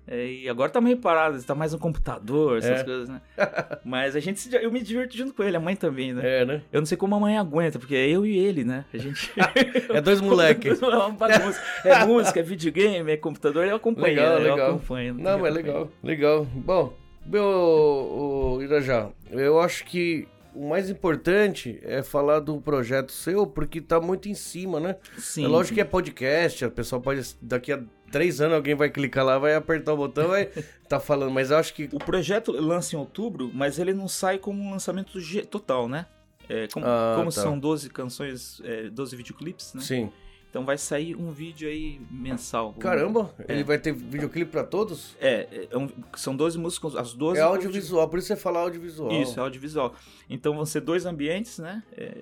Speaker 3: é, e agora tá meio parado, tá mais no computador, essas
Speaker 1: É.
Speaker 3: coisas, né?
Speaker 1: [laughs]
Speaker 3: Mas a gente, se- eu me divirto junto com ele, a mãe também, né?
Speaker 1: É, né?
Speaker 3: Eu não sei como a mãe aguenta, porque é eu e ele, né? A gente...
Speaker 1: [laughs] É
Speaker 3: [laughs]
Speaker 1: dois moleques.
Speaker 3: é uma bagunça. É música, é videogame, é computador, eu acompanho.
Speaker 1: Legal,
Speaker 3: né? eu
Speaker 1: legal.
Speaker 3: acompanho. tem
Speaker 1: Não, mas
Speaker 3: que acompanhar.
Speaker 1: legal, legal. Bom, meu o Irajá, eu acho que o mais importante é falar do projeto seu, porque tá muito em cima, né?
Speaker 3: Sim.
Speaker 1: é lógico que é podcast, o pessoal pode. Daqui a três anos alguém vai clicar lá, vai apertar o botão,
Speaker 3: [laughs]
Speaker 1: vai tá falando, mas eu acho que.
Speaker 3: O projeto lança em outubro, mas ele não sai como um lançamento ge- total, né? É, como
Speaker 1: Ah,
Speaker 3: como
Speaker 1: tá.
Speaker 3: são 12 canções, é, 12 videoclipes, né?
Speaker 1: Sim.
Speaker 3: Então vai sair um vídeo aí mensal. um
Speaker 1: Caramba, ele vai ter videoclipe pra todos?
Speaker 3: É, é um- são 12 músicas, as 12.
Speaker 1: É audiovisual, por isso você fala audiovisual.
Speaker 3: Isso, é audiovisual. Então vão ser dois ambientes, né? É,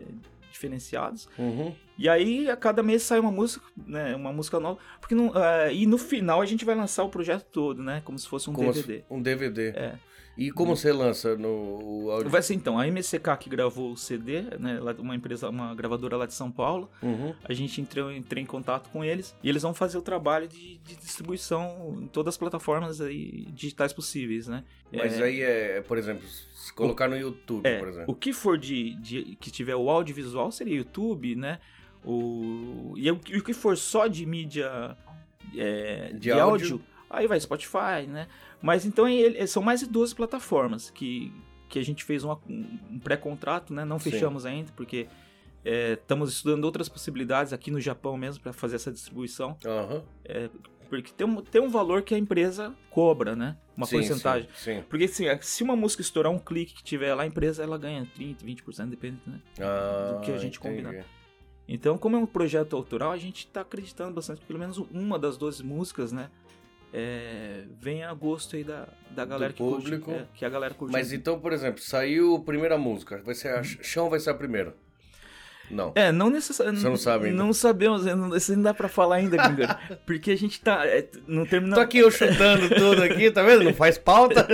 Speaker 3: diferenciados.
Speaker 1: Uhum.
Speaker 3: E aí a cada mês sai uma música, né? Uma música nova. Porque não, ah, e no final a gente vai lançar o projeto todo, né? Como se fosse um
Speaker 1: Como se-
Speaker 3: DVD.
Speaker 1: Um DVD.
Speaker 3: É.
Speaker 1: E como você lança no o áudio?
Speaker 3: Vai ser então, a MCK que gravou o CD, né? lá- Uma empresa, uma gravadora lá de São Paulo.
Speaker 1: Uhum.
Speaker 3: A gente entrou, entrei em contato com eles e eles vão fazer o trabalho de, de distribuição em todas as plataformas aí digitais possíveis, né?
Speaker 1: Mas
Speaker 3: É,
Speaker 1: aí é, por exemplo, se colocar no YouTube,
Speaker 3: é,
Speaker 1: por exemplo.
Speaker 3: o que for de, de- que tiver o audiovisual seria YouTube, né? O e o, que- o que for só de mídia é,
Speaker 1: De
Speaker 3: de,
Speaker 1: áudio.
Speaker 3: áudio, aí vai Spotify, né? Mas então ele- ele- são mais de 12 plataformas que que a gente fez uma- um, um pré-contrato, né? Não
Speaker 1: Sim.
Speaker 3: fechamos ainda porque é, estamos estudando outras possibilidades aqui no Japão mesmo para fazer essa distribuição.
Speaker 1: Aham.
Speaker 3: Porque tem um, tem um valor que a empresa cobra, né? Uma
Speaker 1: Sim,
Speaker 3: porcentagem.
Speaker 1: Sim. sim.
Speaker 3: Porque assim, se uma música estourar um clique que tiver lá, a empresa ela ganha 30%, 20%, depende, né?
Speaker 1: Ah,
Speaker 3: Do que a gente
Speaker 1: entendi.
Speaker 3: combinar. Então, como é um projeto autoral, a gente tá acreditando bastante que pelo menos uma das 12 músicas, né? É, vem a gosto aí da, da galera que curte,
Speaker 1: público.
Speaker 3: é, que a galera curte.
Speaker 1: Mas então, por exemplo, saiu a primeira música. Vai
Speaker 3: Uhum.
Speaker 1: ser a Chão vai ser a primeira. Não.
Speaker 3: É, não necessariamente.
Speaker 1: Você não sabe ainda.
Speaker 3: Não sabemos, é, não- isso não dá pra falar ainda,
Speaker 1: [laughs]
Speaker 3: Gringano. porque a gente tá. é, não termina.
Speaker 1: Tô aqui eu chutando tudo aqui, tá vendo? Não faz pauta.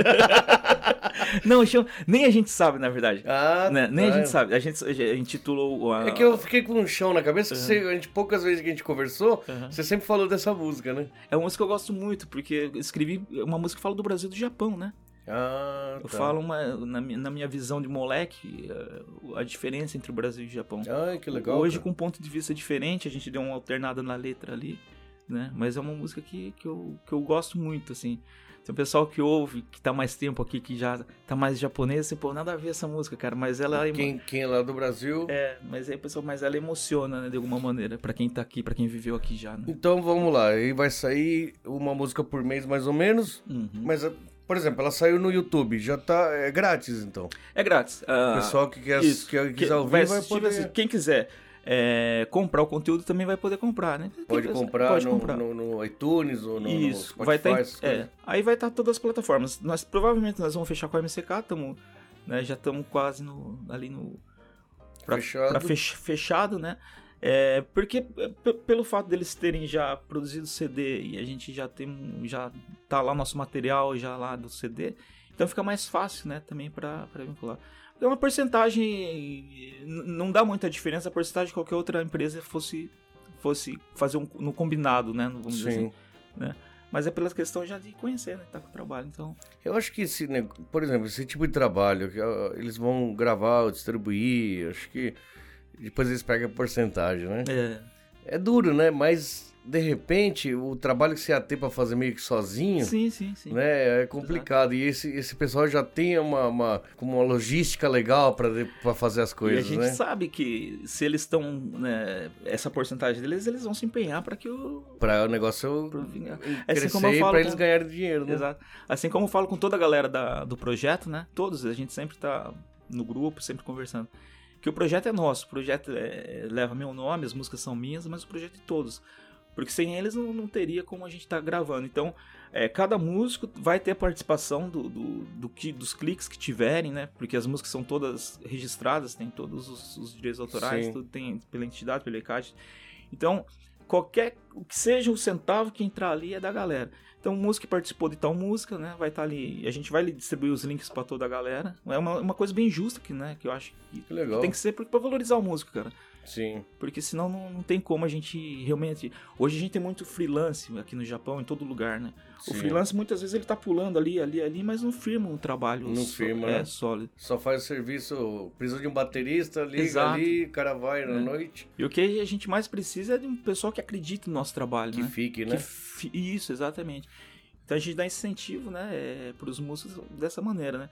Speaker 3: Não, chama- nem a gente sabe, na verdade.
Speaker 1: Ah,
Speaker 3: Né, Nem a
Speaker 1: tá.
Speaker 3: gente sabe. A gente, a gente intitulou a.
Speaker 1: É que eu fiquei com um chão na cabeça, que você- a gente, poucas vezes que a gente conversou,
Speaker 3: Aham.
Speaker 1: você sempre falou dessa música, né?
Speaker 3: É uma música que eu gosto muito, porque eu escrevi é uma música que fala do Brasil e do Japão, né?
Speaker 1: Ah,
Speaker 3: Eu
Speaker 1: tá.
Speaker 3: falo uma, na, mi- na minha visão de moleque eh, a diferença entre o Brasil e o Japão.
Speaker 1: Ai, Ah, que legal.
Speaker 3: Hoje,
Speaker 1: cara.
Speaker 3: com um ponto de vista diferente, a gente deu uma alternada na letra ali, né? Mas é uma música que, que, eu, que eu gosto muito, assim. Tem o pessoal que ouve, que tá mais tempo aqui, que já tá mais japonês, assim, pô, nada a ver essa música, cara, mas ela... emo-
Speaker 1: Quem, quem é lá do Brasil.
Speaker 3: É, mas aí o pessoal, mas ela emociona, né, de alguma maneira, pra quem tá aqui, pra quem viveu aqui já, né?
Speaker 1: Então vamos lá, aí vai sair uma música por mês mais ou menos.
Speaker 3: Uhum.
Speaker 1: Mas, eh, por exemplo, ela saiu no YouTube, já tá. É grátis, então.
Speaker 3: É grátis.
Speaker 1: O
Speaker 3: Ah,
Speaker 1: pessoal que, quer,
Speaker 3: Isso.
Speaker 1: que
Speaker 3: Que-
Speaker 1: quiser ouvir
Speaker 3: vai
Speaker 1: vai,
Speaker 3: assistir,
Speaker 1: poder,
Speaker 3: vai assistir. quem quiser é, comprar o conteúdo também vai poder comprar, né? Quem
Speaker 1: pode
Speaker 3: quiser,
Speaker 1: comprar,
Speaker 3: pode
Speaker 1: no,
Speaker 3: comprar.
Speaker 1: no- no iTunes ou no, no
Speaker 3: Isso,
Speaker 1: Spotify.
Speaker 3: vai tá em-
Speaker 1: essas
Speaker 3: é,
Speaker 1: coisas.
Speaker 3: aí vai estar todas as plataformas. Nós provavelmente nós vamos fechar com a MCK, tamo, né, já estamos quase no, ali no pra-
Speaker 1: Fechado.
Speaker 3: pra fech- fechado, né? É, porque é, pe- pelo fato deles terem já produzido CD e a gente já tem um- já tá lá o nosso material já lá do CD, então fica mais fácil, né, também pra pra vincular. É uma porcentagem n- não dá muita diferença a porcentagem de qualquer outra empresa fosse fosse fazer um no combinado, né, vamos dizer assim.
Speaker 1: Sim.
Speaker 3: Mas é pela questão já de conhecer, né? Tá com o trabalho, então.
Speaker 1: Eu acho que esse, nego- por exemplo, esse tipo de trabalho, que, ah, eles vão gravar, distribuir, acho que depois eles pegam a porcentagem, né?
Speaker 3: É.
Speaker 1: É duro, né? Mas de repente o trabalho que você ia ter pra fazer meio que sozinho,
Speaker 3: Sim, sim, sim.
Speaker 1: né? É complicado. E esse, esse pessoal já tem uma, uma, como uma logística legal pra de- pra fazer as
Speaker 3: E a
Speaker 1: coisas,
Speaker 3: gente
Speaker 1: né?
Speaker 3: sabe que se eles estão, né, essa porcentagem deles, eles vão se empenhar para que o
Speaker 1: Pra o negócio
Speaker 3: pro vingar.
Speaker 1: crescer
Speaker 3: Assim como eu
Speaker 1: e
Speaker 3: falo
Speaker 1: pra
Speaker 3: com-
Speaker 1: eles ganharem dinheiro, né?
Speaker 3: Exato. Assim como eu falo com toda a galera da- do projeto, né? Todos, a gente sempre tá no grupo, sempre conversando. Que o projeto é nosso, o projeto é- leva meu nome, as músicas são minhas, mas o projeto é de todos. Porque sem eles não, não teria como a gente tá gravando. Então, é, cada músico vai ter participação do, do, do que, dos cliques que tiverem, né? Porque as músicas são todas registradas, tem todos os, os direitos autorais,
Speaker 1: Sim.
Speaker 3: tudo tem pela entidade, pela ECAD. Então, qualquer o que seja o centavo que entrar ali é da galera. Então, o músico que participou de tal música, né, vai estar tá ali, a gente vai distribuir os links para toda a galera. É uma, uma coisa bem justa que, né, que eu acho que,
Speaker 1: Que legal.
Speaker 3: tem que ser para valorizar o músico, cara.
Speaker 1: Sim.
Speaker 3: Porque senão não, não tem como a gente realmente. Hoje a gente tem muito freelance aqui no Japão, em todo lugar, né?
Speaker 1: sim.
Speaker 3: O freelance muitas vezes ele tá pulando ali, ali, ali, mas não firma um trabalho
Speaker 1: Não
Speaker 3: só-
Speaker 1: firma,
Speaker 3: é,
Speaker 1: né?
Speaker 3: sólido.
Speaker 1: Só faz o serviço, precisa de um baterista, liga
Speaker 3: Exato.
Speaker 1: ali, o cara vai na
Speaker 3: É.
Speaker 1: noite,
Speaker 3: E o que a gente mais precisa é de um pessoal que acredita no nosso trabalho,
Speaker 1: que
Speaker 3: né?
Speaker 1: fique, né?
Speaker 3: Que fi- Isso, exatamente. Então a gente dá incentivo, né, para os músicos dessa maneira, né?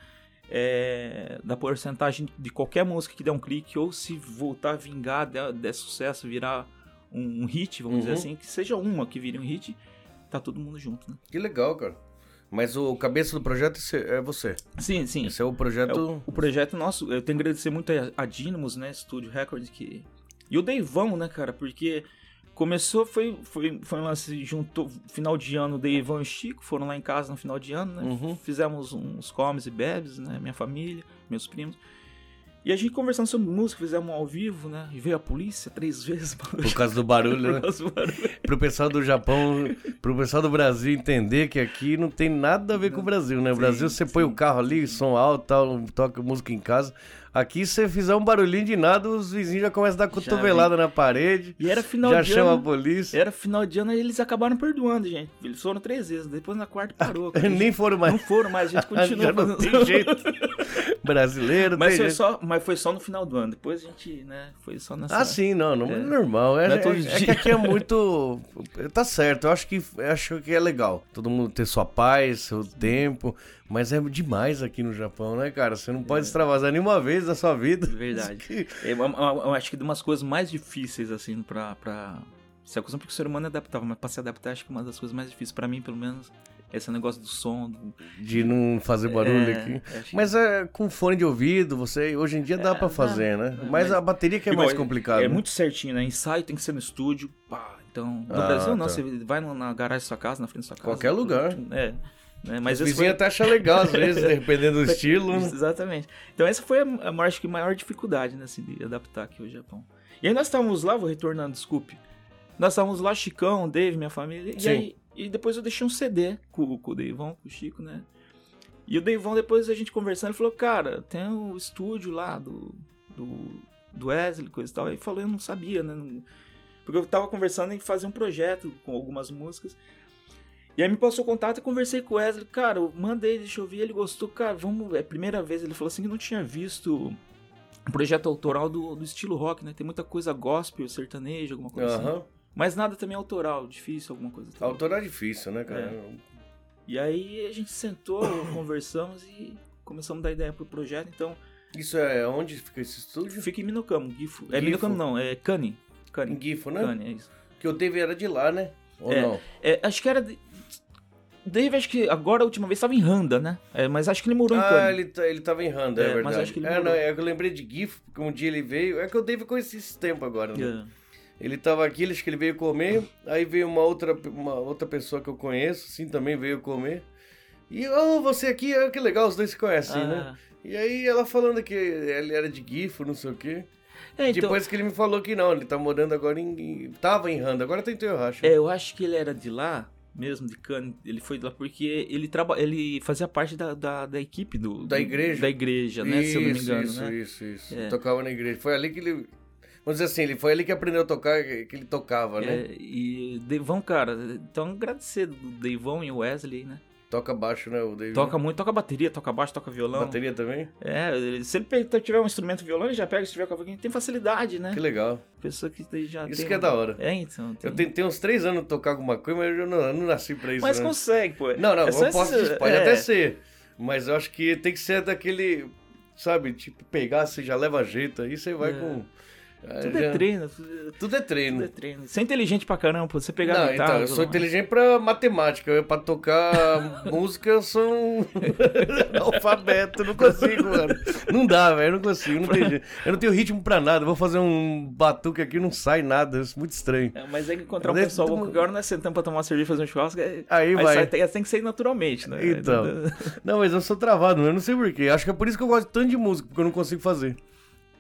Speaker 3: É, da porcentagem de qualquer música que der um clique, ou se voltar a vingar, der, der sucesso, virar um, um hit, vamos dizer
Speaker 1: Uhum.
Speaker 3: assim, que seja uma que vire um hit, tá todo mundo junto, né?
Speaker 1: Que legal, cara. Mas o cabeça do projeto esse- é você.
Speaker 3: Sim, sim.
Speaker 1: Esse é o projeto.
Speaker 3: O projeto nosso, eu tenho que agradecer muito a, a Dynamos, né, Studio Records, que... E o Deivão, né, cara, porque começou, foi, foi, foi um lance, juntou, final de ano, o Deivão e o Chico foram lá em casa no final de ano, né,
Speaker 1: Uhum.
Speaker 3: fizemos uns comes e bebes, né, minha família, meus primos, e a gente conversando sobre música, fizemos um ao vivo, né, e veio a polícia três [laughs] vezes pra...
Speaker 1: Por causa do barulho,
Speaker 3: [laughs]
Speaker 1: né?
Speaker 3: causa do barulho.
Speaker 1: Pro pessoal do Japão, pro pessoal do Brasil entender que aqui não tem nada a ver com o Brasil, né? O
Speaker 3: Sim,
Speaker 1: Brasil você põe
Speaker 3: sim.
Speaker 1: o carro ali, som alto, tal, toca música em casa. Aqui se você fizer um barulhinho de nada, os vizinhos já começam a dar cotovelada na parede.
Speaker 3: E era final
Speaker 1: já
Speaker 3: de
Speaker 1: chama
Speaker 3: ano.
Speaker 1: a polícia.
Speaker 3: Era final de ano e eles acabaram perdoando, gente. Eles foram três vezes, depois na quarta parou.
Speaker 1: [laughs]
Speaker 3: cara.
Speaker 1: Nem foram
Speaker 3: Não
Speaker 1: mais.
Speaker 3: foram, mas a gente
Speaker 1: [laughs] Já
Speaker 3: continua
Speaker 1: não
Speaker 3: fazendo.
Speaker 1: tem
Speaker 3: [laughs]
Speaker 1: jeito. Brasileiro,
Speaker 3: Mas
Speaker 1: tem
Speaker 3: foi,
Speaker 1: jeito.
Speaker 3: só, mas foi só no final do ano. Depois a gente, né? Foi só nessa.
Speaker 1: Ah, sim, não, não é,
Speaker 3: É.
Speaker 1: normal. É,
Speaker 3: Não é todo
Speaker 1: é- é que
Speaker 3: dia.
Speaker 1: aqui é muito. Tá certo, eu acho que eu acho que é legal. Todo mundo ter sua paz, seu tempo. Mas é demais aqui no Japão, né, cara? Você não pode extravasar nenhuma vez da sua vida.
Speaker 3: [laughs] É. Verdade.
Speaker 1: Isso que-
Speaker 3: Eu, eu- eu acho que de umas coisas mais difíceis, assim, pra. pra... Se acusam porque o ser humano é adaptável, mas pra se adaptar, acho que uma das coisas mais difíceis, pra mim, pelo menos, é esse negócio do som. Do...
Speaker 1: [laughs] De não fazer barulho
Speaker 3: É,
Speaker 1: aqui.
Speaker 3: acho que-
Speaker 1: Mas é, com fone de ouvido, você hoje em dia dá pra fazer, né? Mas,
Speaker 3: É, mas-
Speaker 1: a bateria que é
Speaker 3: Igual,
Speaker 1: mais complicada.
Speaker 3: É muito certinho, né? Ensaio tem que ser no estúdio. Pá. Então, no
Speaker 1: Ah,
Speaker 3: Brasil não,
Speaker 1: tá.
Speaker 3: você vai no- na garagem da sua casa, na frente da sua casa.
Speaker 1: Qualquer lugar.
Speaker 3: É. né, Mas
Speaker 1: O
Speaker 3: esse
Speaker 1: vizinho
Speaker 3: foi-
Speaker 1: até acha legal, às
Speaker 3: [laughs]
Speaker 1: vezes, dependendo do estilo. né?
Speaker 3: Isso, Exatamente. Então essa foi a, a maior, acho que maior dificuldade, né, assim, de adaptar aqui ao Japão. E aí nós estávamos lá, vou retornando, desculpe. Nós estávamos lá, Chicão, Dave, minha família.
Speaker 1: Sim.
Speaker 3: E aí e depois eu deixei um CD com, com o Deivão, com o Chico, né? E o Deivão, depois a gente conversando, ele falou, cara, tem o estúdio lá do, do, do Wesley, coisa e tal. Ele falou, eu não sabia, né? não- Porque eu tava conversando em fazer um projeto com algumas músicas. E aí me passou o contato e conversei com o Wesley. Cara, eu mandei, deixa eu ver. Ele gostou, cara, vamos. É a primeira vez. Ele falou assim que não tinha visto o projeto autoral do, do estilo rock, né? Tem muita coisa gospel, sertanejo, alguma coisa assim.
Speaker 1: Aham.
Speaker 3: Mas nada também autoral, difícil, alguma coisa. também.
Speaker 1: Autor é difícil, né, cara?
Speaker 3: É. E aí a gente sentou, [coughs] conversamos e começamos a dar ideia pro projeto. Então,
Speaker 1: Isso é onde fica esse estúdio?
Speaker 3: fica em Minocamo, Gifo. É
Speaker 1: Gifu.
Speaker 3: Minocamo não, é Kani.
Speaker 1: Em
Speaker 3: Kani.
Speaker 1: Gifo, né?
Speaker 3: Kani, é isso.
Speaker 1: Que eu teve era de lá, né? Ou
Speaker 3: É.
Speaker 1: não?
Speaker 3: É, acho que era. de- Dave, acho que agora a última vez estava em Randa, né? É, mas acho que ele morou em
Speaker 1: Ah,
Speaker 3: Cane.
Speaker 1: ele, tá- ele tava em Randa, é,
Speaker 3: É, mas
Speaker 1: verdade.
Speaker 3: acho que ele
Speaker 1: é,
Speaker 3: mudou.
Speaker 1: não, é que eu lembrei de GIF, porque um dia ele veio. É que eu David conheci esse tempo agora, né?
Speaker 3: É.
Speaker 1: Ele tava aqui, ele- acho que ele veio comer. Aí veio uma outra, uma outra pessoa que eu conheço, assim, também veio comer. E, oh, você aqui, ah, que legal, os dois se conhecem, né?
Speaker 3: Ah,
Speaker 1: E aí ela falando que ele era de GIF, não sei o quê.
Speaker 3: é, então,
Speaker 1: Depois que ele me falou que não, ele tá morando agora em. em- Tava em Randa, agora tá em Teoracha.
Speaker 3: é, eu acho que ele era de lá, mesmo, de Cane. Ele foi de lá porque ele, traba... ele fazia parte da, da, da equipe do,
Speaker 1: Da
Speaker 3: do-
Speaker 1: igreja.
Speaker 3: Da igreja, né? Se eu não me engano,
Speaker 1: isso,
Speaker 3: né?
Speaker 1: Isso, isso,
Speaker 3: É.
Speaker 1: Tocava na igreja. Foi ali que ele. Vamos dizer assim, ele foi ali que aprendeu a tocar, que ele tocava, né?
Speaker 3: É, e Deivão, cara, então agradecer do Deivão e o Wesley, né?
Speaker 1: Toca baixo, né? O David.
Speaker 3: Toca muito, toca bateria, toca baixo, toca violão.
Speaker 1: bateria também?
Speaker 3: É, ele- se ele pe- tiver um instrumento violão, ele já pega, se tiver cavaquinho, tem facilidade, né?
Speaker 1: Que legal.
Speaker 3: Pessoa que tem- já
Speaker 1: Isso
Speaker 3: tem
Speaker 1: que é
Speaker 3: um-
Speaker 1: da hora.
Speaker 3: É, então. tem-
Speaker 1: Eu tentei uns três anos tocar alguma coisa, mas eu não, eu não nasci pra isso.
Speaker 3: Mas
Speaker 1: né?
Speaker 3: consegue, pô.
Speaker 1: Não, não,
Speaker 3: É só
Speaker 1: eu posso,
Speaker 3: esse-
Speaker 1: pode
Speaker 3: é.
Speaker 1: até ser. Mas eu acho que tem que ser daquele. Sabe, tipo, pegar, você já leva jeito, aí você vai
Speaker 3: É.
Speaker 1: com.
Speaker 3: Tudo
Speaker 1: já-
Speaker 3: é treino, tudo
Speaker 1: Tudo é treino.
Speaker 3: tudo é treino. Você é inteligente pra caramba, pô. Você pegar a
Speaker 1: Não,
Speaker 3: guitarra...
Speaker 1: então, eu sou
Speaker 3: violão.
Speaker 1: inteligente pra matemática, eu, pra tocar [laughs] música eu sou um [laughs] alfabeto, não consigo, mano. Não dá, velho, eu não consigo, não tem jeito. Eu não tenho ritmo pra nada, eu vou fazer um batuque aqui, não sai nada, isso é muito estranho.
Speaker 3: É, mas é que encontrar um
Speaker 1: Mas é
Speaker 3: pessoal
Speaker 1: tudo-
Speaker 3: bom, agora não é sentando pra tomar uma cerveja e fazer um churrasco. É...
Speaker 1: Aí vai.
Speaker 3: sai- tem, tem que sair naturalmente, né?
Speaker 1: Então.
Speaker 3: [laughs]
Speaker 1: Não, mas eu sou travado, mano, eu não sei porquê, acho que é por isso que eu gosto tanto de música, porque eu não consigo fazer.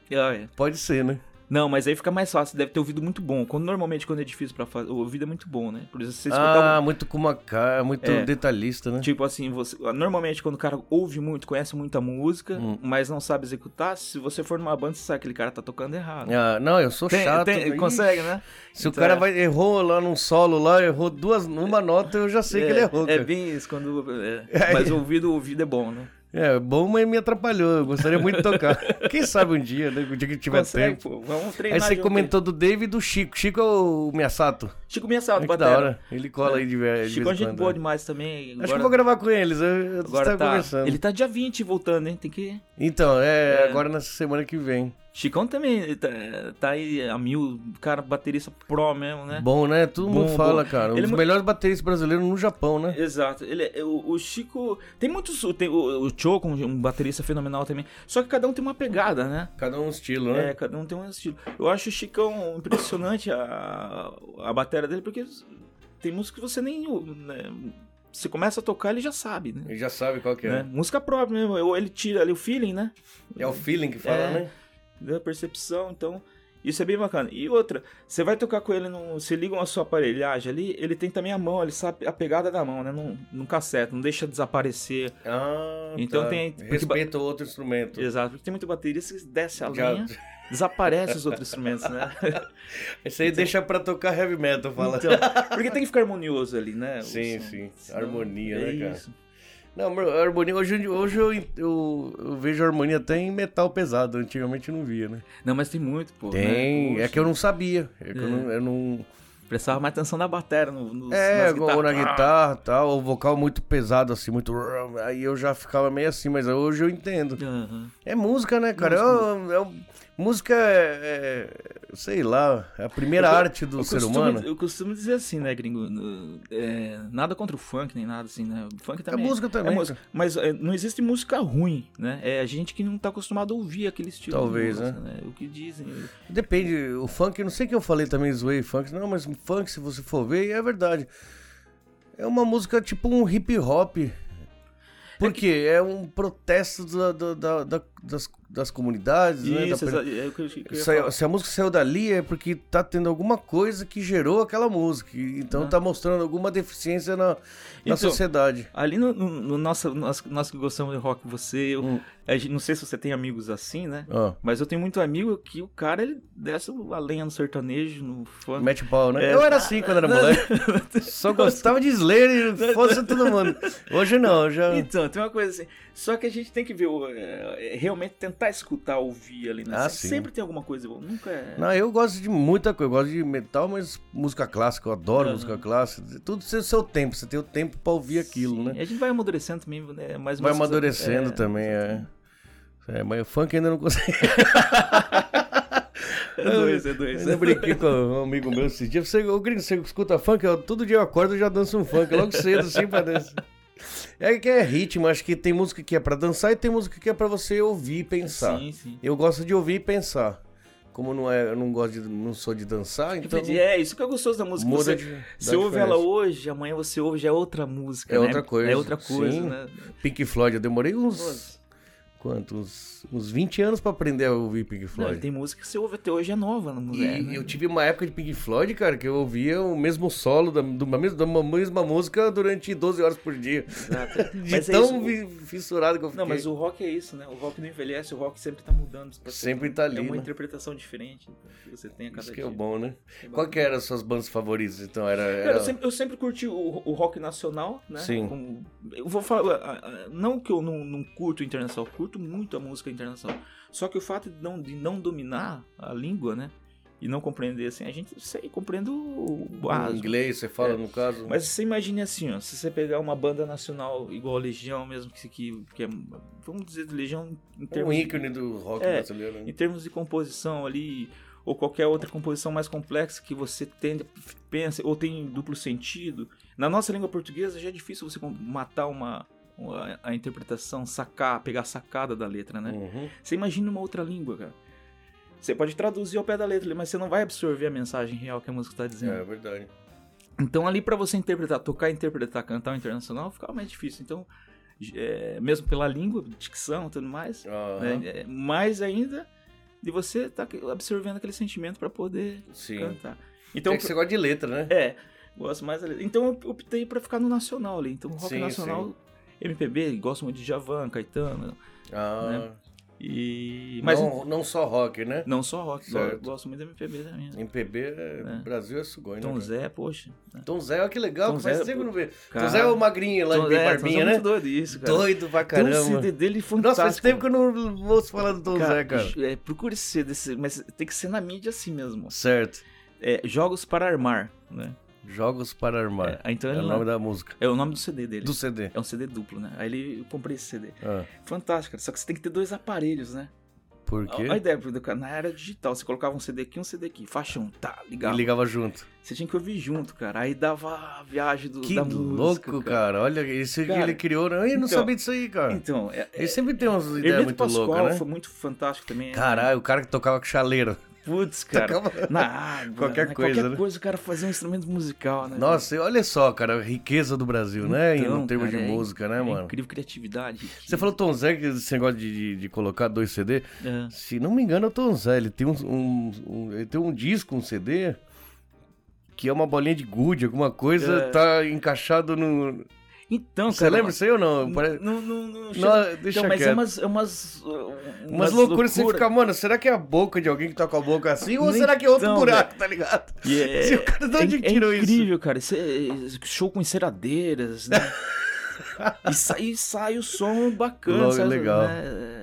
Speaker 3: É, é.
Speaker 1: Pode ser, né?
Speaker 3: Não, mas aí fica mais fácil, deve ter ouvido muito bom. Quando, normalmente, quando é difícil pra fazer, o ouvido é muito bom, né? Por isso você
Speaker 1: Ah,
Speaker 3: escutar um-
Speaker 1: muito com uma cara, muito
Speaker 3: É.
Speaker 1: detalhista, né?
Speaker 3: Tipo assim, você, normalmente quando o cara ouve muito, conhece muita música,
Speaker 1: Hum.
Speaker 3: mas não sabe executar, se você for numa banda, você sabe que aquele cara tá tocando errado.
Speaker 1: Ah, não, eu sou
Speaker 3: Tem-
Speaker 1: chato.
Speaker 3: tem-
Speaker 1: Ih,
Speaker 3: consegue, né?
Speaker 1: Se o
Speaker 3: Então,
Speaker 1: cara
Speaker 3: é.
Speaker 1: vai, errou lá num solo lá, errou duas, uma nota, eu já sei que ele errou.
Speaker 3: É
Speaker 1: cara.
Speaker 3: bem isso, quando.
Speaker 1: [laughs]
Speaker 3: é. mas o ouvido, o ouvido é bom, né?
Speaker 1: É, bom, mas me atrapalhou. Eu gostaria muito de
Speaker 3: [laughs]
Speaker 1: tocar. Quem sabe um dia, né? O dia que tiver
Speaker 3: Consegue,
Speaker 1: tempo.
Speaker 3: pô. Vamos
Speaker 1: Aí
Speaker 3: treinar.
Speaker 1: você
Speaker 3: junto
Speaker 1: comentou do David e do Chico. Chico é o Miyasato.
Speaker 3: Chico Miassato,
Speaker 1: É que
Speaker 3: batera.
Speaker 1: da hora. Ele cola aí de vez de
Speaker 3: Chico é
Speaker 1: vez em
Speaker 3: gente
Speaker 1: quando.
Speaker 3: boa
Speaker 1: né?
Speaker 3: demais também. Agora,
Speaker 1: Acho que eu vou gravar com eles. Eu, eu
Speaker 3: agora
Speaker 1: tava
Speaker 3: tá.
Speaker 1: conversando.
Speaker 3: Ele tá dia 20 voltando, hein? Tem que.
Speaker 1: Então, é,
Speaker 3: É.
Speaker 1: agora nessa semana que vem.
Speaker 3: Chicão também ele tá, tá aí a mil, cara, baterista pro mesmo, né?
Speaker 1: Bom, né? Todo mundo
Speaker 3: Bom,
Speaker 1: fala,
Speaker 3: bom.
Speaker 1: cara. Um
Speaker 3: Ele
Speaker 1: dos
Speaker 3: mu-
Speaker 1: melhores bateristas brasileiros no Japão, né?
Speaker 3: Exato, ele é- o, o Chico tem muitos, tem o, o Choco, um, um baterista fenomenal também. Só que cada um tem uma pegada, né?
Speaker 1: Cada um um estilo, né?
Speaker 3: É, cada um tem um estilo. Eu acho o Chicão impressionante a, a bateria dele, porque tem música que você nem. ouve, Né? Você começa a tocar, ele já sabe, né?
Speaker 1: Ele já sabe qual que é.
Speaker 3: Né? Música própria mesmo, ou ele tira ali o feeling, né?
Speaker 1: É o feeling que fala,
Speaker 3: É.
Speaker 1: né?
Speaker 3: da percepção, então isso é bem bacana. E outra, você vai tocar com ele, no, você liga a sua aparelhagem ali, ele tem também a mão, ele sabe a pegada da mão, né? Não, não caceta, não deixa desaparecer.
Speaker 1: Ah,
Speaker 3: Então
Speaker 1: tá.
Speaker 3: tem- porque
Speaker 1: Respeita o outro instrumento.
Speaker 3: Exato, porque tem muito baterista que desce a
Speaker 1: Já-
Speaker 3: linha, desaparece os outros instrumentos, né?
Speaker 1: Isso aí deixa pra tocar heavy metal, fala.
Speaker 3: Então, porque tem que ficar harmonioso ali, né? o
Speaker 1: Sim,
Speaker 3: som.
Speaker 1: sim.
Speaker 3: Senão-
Speaker 1: Harmonia,
Speaker 3: é
Speaker 1: né, cara?
Speaker 3: isso.
Speaker 1: Não, mas a harmonia. Hoje, em- hoje eu, eu- eu vejo a harmonia até em metal pesado. Antigamente eu não via, né?
Speaker 3: Não, mas tem muito, pô.
Speaker 1: Tem.
Speaker 3: né?
Speaker 1: É que eu não sabia. É que
Speaker 3: É.
Speaker 1: eu não. eu não-
Speaker 3: Prestava mais atenção na bateria, no, no,
Speaker 1: É,
Speaker 3: nas
Speaker 1: ou na
Speaker 3: guitarras.
Speaker 1: guitarra tal. O vocal muito pesado, assim, muito. Aí eu já ficava meio assim, mas hoje eu entendo.
Speaker 3: Aham.
Speaker 1: É música, né, cara?
Speaker 3: Música,
Speaker 1: É um- é um- música é, é, Sei lá. É a primeira
Speaker 3: Eu-
Speaker 1: arte do
Speaker 3: eu
Speaker 1: ser
Speaker 3: costumo-
Speaker 1: humano.
Speaker 3: Eu costumo dizer assim, né, gringo? no- é, nada contra o funk, nem nada assim, né? O funk
Speaker 1: É
Speaker 3: também.
Speaker 1: música também.
Speaker 3: música. Mas é, não existe música ruim, né? É a gente que não tá acostumado a ouvir aquele estilo. de
Speaker 1: Talvez, é
Speaker 3: música, né? O que dizem.
Speaker 1: Depende, o funk, não sei o que eu falei também, zoei funk. Não, mas funk, se você for ver, é verdade. É uma música tipo um hip hop. Por quê? É um protesto da- da- da- da- das, das comunidades, né? da
Speaker 3: Isso,
Speaker 1: per-
Speaker 3: exa- é o que eu, que eu ia
Speaker 1: Saiu-
Speaker 3: falar.
Speaker 1: se a música saiu dali é porque tá tendo alguma coisa que gerou aquela música. e- Então
Speaker 3: Ah.
Speaker 1: tá mostrando alguma deficiência na, na
Speaker 3: Então,
Speaker 1: sociedade.
Speaker 3: Ali no, no- no nosso, nós, nós que gostamos de rock, você, eu,
Speaker 1: Hum.
Speaker 3: a gente- não sei se você tem amigos assim, né?
Speaker 1: Ó,
Speaker 3: Mas eu tenho muito amigo que o cara ele desce a lenha no sertanejo, no funk.
Speaker 1: mete o pau, né?
Speaker 3: É.
Speaker 1: Eu era assim quando
Speaker 3: [laughs]
Speaker 1: era moleque. Só gostava de Slayer e fosse todo mundo. Hoje não, já.
Speaker 3: Então, tem uma coisa assim. Só que a gente tem que ver, o- é, é, realmente tentar escutar, ouvir ali, né?
Speaker 1: Ah,
Speaker 3: Sempre-
Speaker 1: sim.
Speaker 3: Sempre tem alguma coisa boa. Nunca é.
Speaker 1: Não, eu gosto de muita coisa. Eu gosto de metal, mas música clássica, eu adoro
Speaker 3: Aham.
Speaker 1: música clássica. Tudo tem o seu tempo, você tem o tempo pra ouvir aquilo,
Speaker 3: Sim,
Speaker 1: né?
Speaker 3: A gente vai amadurecendo também, né? Mais
Speaker 1: Vai
Speaker 3: músicas-
Speaker 1: amadurecendo
Speaker 3: é,
Speaker 1: também, é. É, mas o funk ainda não consegui.
Speaker 3: É dois, é dois.
Speaker 1: Eu brinquei com um amigo meu esse dia. Você, ô gringo, você escuta funk? Eu, todo dia eu acordo e já danço um funk, logo cedo, assim, pra dançar. É que é ritmo, acho que tem música que é pra dançar e tem música que é pra você ouvir e
Speaker 3: [laughs]
Speaker 1: pensar.
Speaker 3: Sim, sim.
Speaker 1: Eu gosto de ouvir e pensar. Como não é, eu não gosto de, não sou de dançar, então
Speaker 3: É, isso que é gostoso da música.
Speaker 1: muda
Speaker 3: Você,
Speaker 1: de, dá
Speaker 3: você ouve ela
Speaker 1: diferença.
Speaker 3: hoje, amanhã você ouve, já é outra música.
Speaker 1: É
Speaker 3: né?
Speaker 1: outra coisa,
Speaker 3: É outra
Speaker 1: sim.
Speaker 3: coisa, né?
Speaker 1: Pink Floyd, eu demorei uns.
Speaker 3: Nossa.
Speaker 1: Quantos? Uns 20 anos pra aprender a ouvir Pink
Speaker 3: Não,
Speaker 1: Floyd.
Speaker 3: tem música que você ouve até hoje, é nova na
Speaker 1: E
Speaker 3: mulher. né?
Speaker 1: eu tive uma época de Pink Floyd, cara, que eu ouvia o mesmo solo da, do- da mesma, da mesma música durante 12 horas por dia. [laughs]
Speaker 3: Exato.
Speaker 1: De
Speaker 3: Mas é
Speaker 1: tão
Speaker 3: isso.
Speaker 1: vi- fissurado que eu fiquei.
Speaker 3: Não, mas o rock é isso, né? O rock não envelhece, o rock sempre tá mudando. pra você-
Speaker 1: Sempre tá ali,
Speaker 3: É uma
Speaker 1: né?
Speaker 3: interpretação diferente então, que você tem a cada
Speaker 1: Isso que
Speaker 3: dia.
Speaker 1: é o bom, né?
Speaker 3: É
Speaker 1: Qual
Speaker 3: bacana.
Speaker 1: que eram as suas bandas favoritas, então? Era,
Speaker 3: Cara,
Speaker 1: era...
Speaker 3: eu, sempre, eu sempre curti o, o rock nacional, né?
Speaker 1: Sim.
Speaker 3: Como- eu vou falar, ah, ah, não que eu não, não curto o internacional, eu curto muito a música internacional. Só que o fato de não, de não dominar a língua, né? E não compreender assim, a gente sei, compreende o
Speaker 1: Em
Speaker 3: básico.
Speaker 1: um inglês, você fala,
Speaker 3: É.
Speaker 1: no caso.
Speaker 3: Mas você imagine assim, ó, se você pegar uma banda nacional igual a Legião mesmo, que, que, que é, vamos dizer, Legião em
Speaker 1: Um
Speaker 3: termos de-
Speaker 1: ícone do rock
Speaker 3: É.
Speaker 1: brasileiro.
Speaker 3: em
Speaker 1: Né?
Speaker 3: termos de composição ali, ou qualquer outra composição mais complexa que você tende, pensa, ou tem duplo sentido. Na nossa língua portuguesa já é difícil você com- matar uma, uma- a interpretação, sacar, pegar a sacada da letra, né?
Speaker 1: Uhum.
Speaker 3: Você imagina uma outra língua, cara. Você pode traduzir ao pé da letra, mas você não vai absorver a mensagem real que a música está dizendo.
Speaker 1: É verdade.
Speaker 3: Então ali pra você interpretar, tocar, interpretar, cantar o internacional ficava mais difícil. Então, é, mesmo pela língua, dicção, e tudo mais,
Speaker 1: Aham.
Speaker 3: né? É, Mais ainda de você estar absorvendo aquele sentimento para poder
Speaker 1: Sim.
Speaker 3: cantar.
Speaker 1: Então,
Speaker 3: Então,
Speaker 1: é que você gosta de letra, né?
Speaker 3: é, gosto mais da letra. Então eu optei pra ficar no nacional ali. Então rock
Speaker 1: Sim,
Speaker 3: nacional, MPB, gosto muito de Javan, Caetano.
Speaker 1: Ah,
Speaker 3: E É, né? mas não,
Speaker 1: não, não só rock, né?
Speaker 3: só rock,
Speaker 1: Certo.
Speaker 3: go- gosto muito de MPB também. né?
Speaker 1: MPB, é-
Speaker 3: É.
Speaker 1: Brasil é sugoi, né?
Speaker 3: Tom
Speaker 1: cara?
Speaker 3: Zé, poxa. né?
Speaker 1: Tom Zé, olha que legal, é
Speaker 3: Tom
Speaker 1: que faz
Speaker 3: Zé,
Speaker 1: tempo que
Speaker 3: pô,
Speaker 1: eu não vê. Tom
Speaker 3: cara.
Speaker 1: Zé é o magrinho lá
Speaker 3: Tom
Speaker 1: de
Speaker 3: Zé,
Speaker 1: Bem
Speaker 3: Tom Zé
Speaker 1: Barbinha,
Speaker 3: é
Speaker 1: né?
Speaker 3: muito doido isso, cara.
Speaker 1: Doido pra
Speaker 3: Tem um
Speaker 1: caramba.
Speaker 3: CD dele fantástico.
Speaker 1: Nossa, faz tempo que eu não ouço falar do Tom Zé, cara.
Speaker 3: É, procure esse CD, esse- mas tem que ser na mídia assim mesmo.
Speaker 1: Certo.
Speaker 3: É, Jogos para Armar, né?
Speaker 1: Jogos para Armar.
Speaker 3: É, então
Speaker 1: É,
Speaker 3: ele
Speaker 1: o
Speaker 3: não-
Speaker 1: nome da música.
Speaker 3: é o nome do CD dele.
Speaker 1: Do CD.
Speaker 3: É um CD duplo, né? Aí ele, eu comprei esse CD.
Speaker 1: Ah,
Speaker 3: Fantástico, cara. Só que você tem que ter dois aparelhos, né?
Speaker 1: por quê?
Speaker 3: A, a ideia do cara, na era digital, você colocava um CD aqui e um CD aqui. Faixão, tá,
Speaker 1: E
Speaker 3: ligava.
Speaker 1: ligava junto.
Speaker 3: Você tinha que ouvir junto, cara. Aí dava a viagem do,
Speaker 1: Que
Speaker 3: da música.
Speaker 1: louco, cara. Olha, isso que
Speaker 3: Cara,
Speaker 1: ele criou. né? Eu não
Speaker 3: então-
Speaker 1: sabia disso aí, cara.
Speaker 3: Então, é, é,
Speaker 1: Ele sempre tem umas ideias
Speaker 3: Hermeto
Speaker 1: muito
Speaker 3: Pascoal
Speaker 1: loucas, né?
Speaker 3: foi muito fantástico também.
Speaker 1: Caralho, o cara que tocava com chaleiro.
Speaker 3: Putz,
Speaker 1: [laughs]
Speaker 3: cara.
Speaker 1: Tocava-
Speaker 3: Na água,
Speaker 1: Qualquer
Speaker 3: né?
Speaker 1: coisa,
Speaker 3: Qualquer
Speaker 1: né?
Speaker 3: coisa o cara fazia um instrumento musical, né?
Speaker 1: Nossa, olha só, cara, a riqueza do Brasil, né? Em
Speaker 3: Então,
Speaker 1: termos
Speaker 3: cara,
Speaker 1: de
Speaker 3: é
Speaker 1: música, né,
Speaker 3: É
Speaker 1: mano?
Speaker 3: Incrível criatividade.
Speaker 1: Você falou Tom Zé, que esse negócio de, de- de colocar dois CD.
Speaker 3: É.
Speaker 1: Se não me engano, é o Tom Zé. Ele tem um, um- um- ele tem um disco, um CD, que é uma bolinha de gude, alguma coisa,
Speaker 3: É.
Speaker 1: tá encaixado no.
Speaker 3: Então,
Speaker 1: Você
Speaker 3: cara.
Speaker 1: lembra isso aí ou não? Parece-
Speaker 3: Não, não, não.
Speaker 1: Não, deixa
Speaker 3: então, mas
Speaker 1: quieto.
Speaker 3: é umas. É umas, uh, umas,
Speaker 1: Umas loucuras que você fica, mano, será que é a boca de alguém que tá com a boca assim? Ou
Speaker 3: Nem
Speaker 1: será que é outro
Speaker 3: tão,
Speaker 1: buraco, tá ligado?
Speaker 3: E
Speaker 1: [laughs]
Speaker 3: é-
Speaker 1: Se o cara de
Speaker 3: é,
Speaker 1: onde
Speaker 3: é
Speaker 1: tirou isso?
Speaker 3: incrível, cara. Isso é- show com
Speaker 1: [laughs]
Speaker 3: enceradeiras, né? e, sai, e sai o som bacana.
Speaker 1: Logo, é
Speaker 3: sai-
Speaker 1: legal.
Speaker 3: né?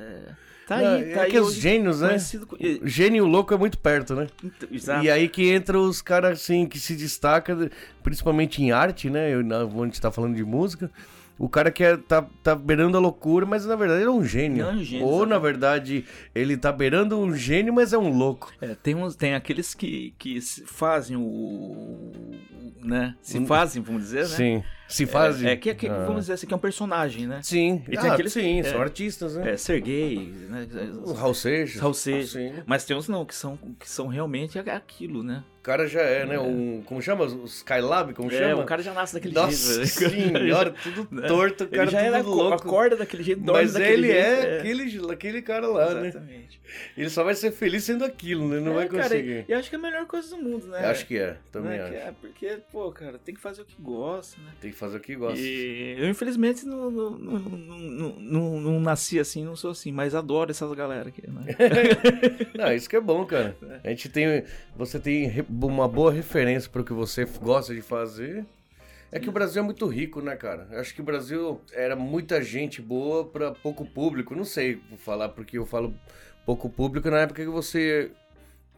Speaker 3: Tá
Speaker 1: Não,
Speaker 3: aí,
Speaker 1: é
Speaker 3: tá aí.
Speaker 1: que os
Speaker 3: hoje
Speaker 1: gênios, né?
Speaker 3: conhecido co- e-
Speaker 1: O Gênio louco é muito perto, né?
Speaker 3: então, exato.
Speaker 1: E aí que entra os caras assim que se destaca, principalmente em arte, né? Eu, na- onde está falando de música. O cara que é, tá, tá beirando a loucura, mas na verdade ele é um gênio.
Speaker 3: Não, é um gênio,
Speaker 1: Ou na
Speaker 3: exatamente.
Speaker 1: verdade ele tá beirando um gênio, mas é um louco.
Speaker 3: É, tem, uns, tem aqueles que, que se fazem o- o. né? Se
Speaker 1: Hum.
Speaker 3: fazem, vamos dizer, né?
Speaker 1: Sim. Se faz.
Speaker 3: É, é que, é que-
Speaker 1: Ah.
Speaker 3: vamos dizer assim, que é um personagem, né?
Speaker 1: Sim.
Speaker 3: E tem
Speaker 1: ah,
Speaker 3: aqueles-
Speaker 1: sim,
Speaker 3: é.
Speaker 1: são artistas, né?
Speaker 3: É, Sergei, né?
Speaker 1: O Raul Seixas. Ah,
Speaker 3: Raul Seixas.
Speaker 1: Sim.
Speaker 3: Mas tem uns não, que são, que são realmente aquilo, né?
Speaker 1: O cara já é, né? Um, como chama? O Skylab, como
Speaker 3: É,
Speaker 1: chama?
Speaker 3: o cara já nasce daquele
Speaker 1: Nossa
Speaker 3: jeito. [laughs] né?
Speaker 1: senhora, tudo
Speaker 3: É.
Speaker 1: torto, o cara
Speaker 3: [laughs] ele já
Speaker 1: tudo
Speaker 3: era
Speaker 1: louco.
Speaker 3: acorda daquele jeito, dorme
Speaker 1: Mas
Speaker 3: daquele
Speaker 1: ele
Speaker 3: jeito. é.
Speaker 1: é aquele, aquele cara lá, né?
Speaker 3: Exatamente.
Speaker 1: Ele só vai ser feliz sendo aquilo, né? Ele Não
Speaker 3: É,
Speaker 1: vai
Speaker 3: cara,
Speaker 1: conseguir.
Speaker 3: e acho que é a melhor coisa do mundo, né?
Speaker 1: Eu Acho que é, também
Speaker 3: né?
Speaker 1: acho.
Speaker 3: Que é, porque, pô, cara, tem que fazer o que gosta, né?
Speaker 1: Tem que fazer o que gosta.
Speaker 3: E eu, infelizmente, não, não, não, não, não- não- não nasci assim, não sou assim, mas adoro essas galera aqui,
Speaker 1: [laughs]
Speaker 3: né?
Speaker 1: [laughs] É Não, isso que é bom, cara. A gente tem. Você tem re- uma boa referência para o que você f- gosta de fazer. É que o Brasil é muito rico, né, cara? Eu acho que o Brasil era muita gente boa para pouco público. Não sei falar porque eu falo pouco público na época que você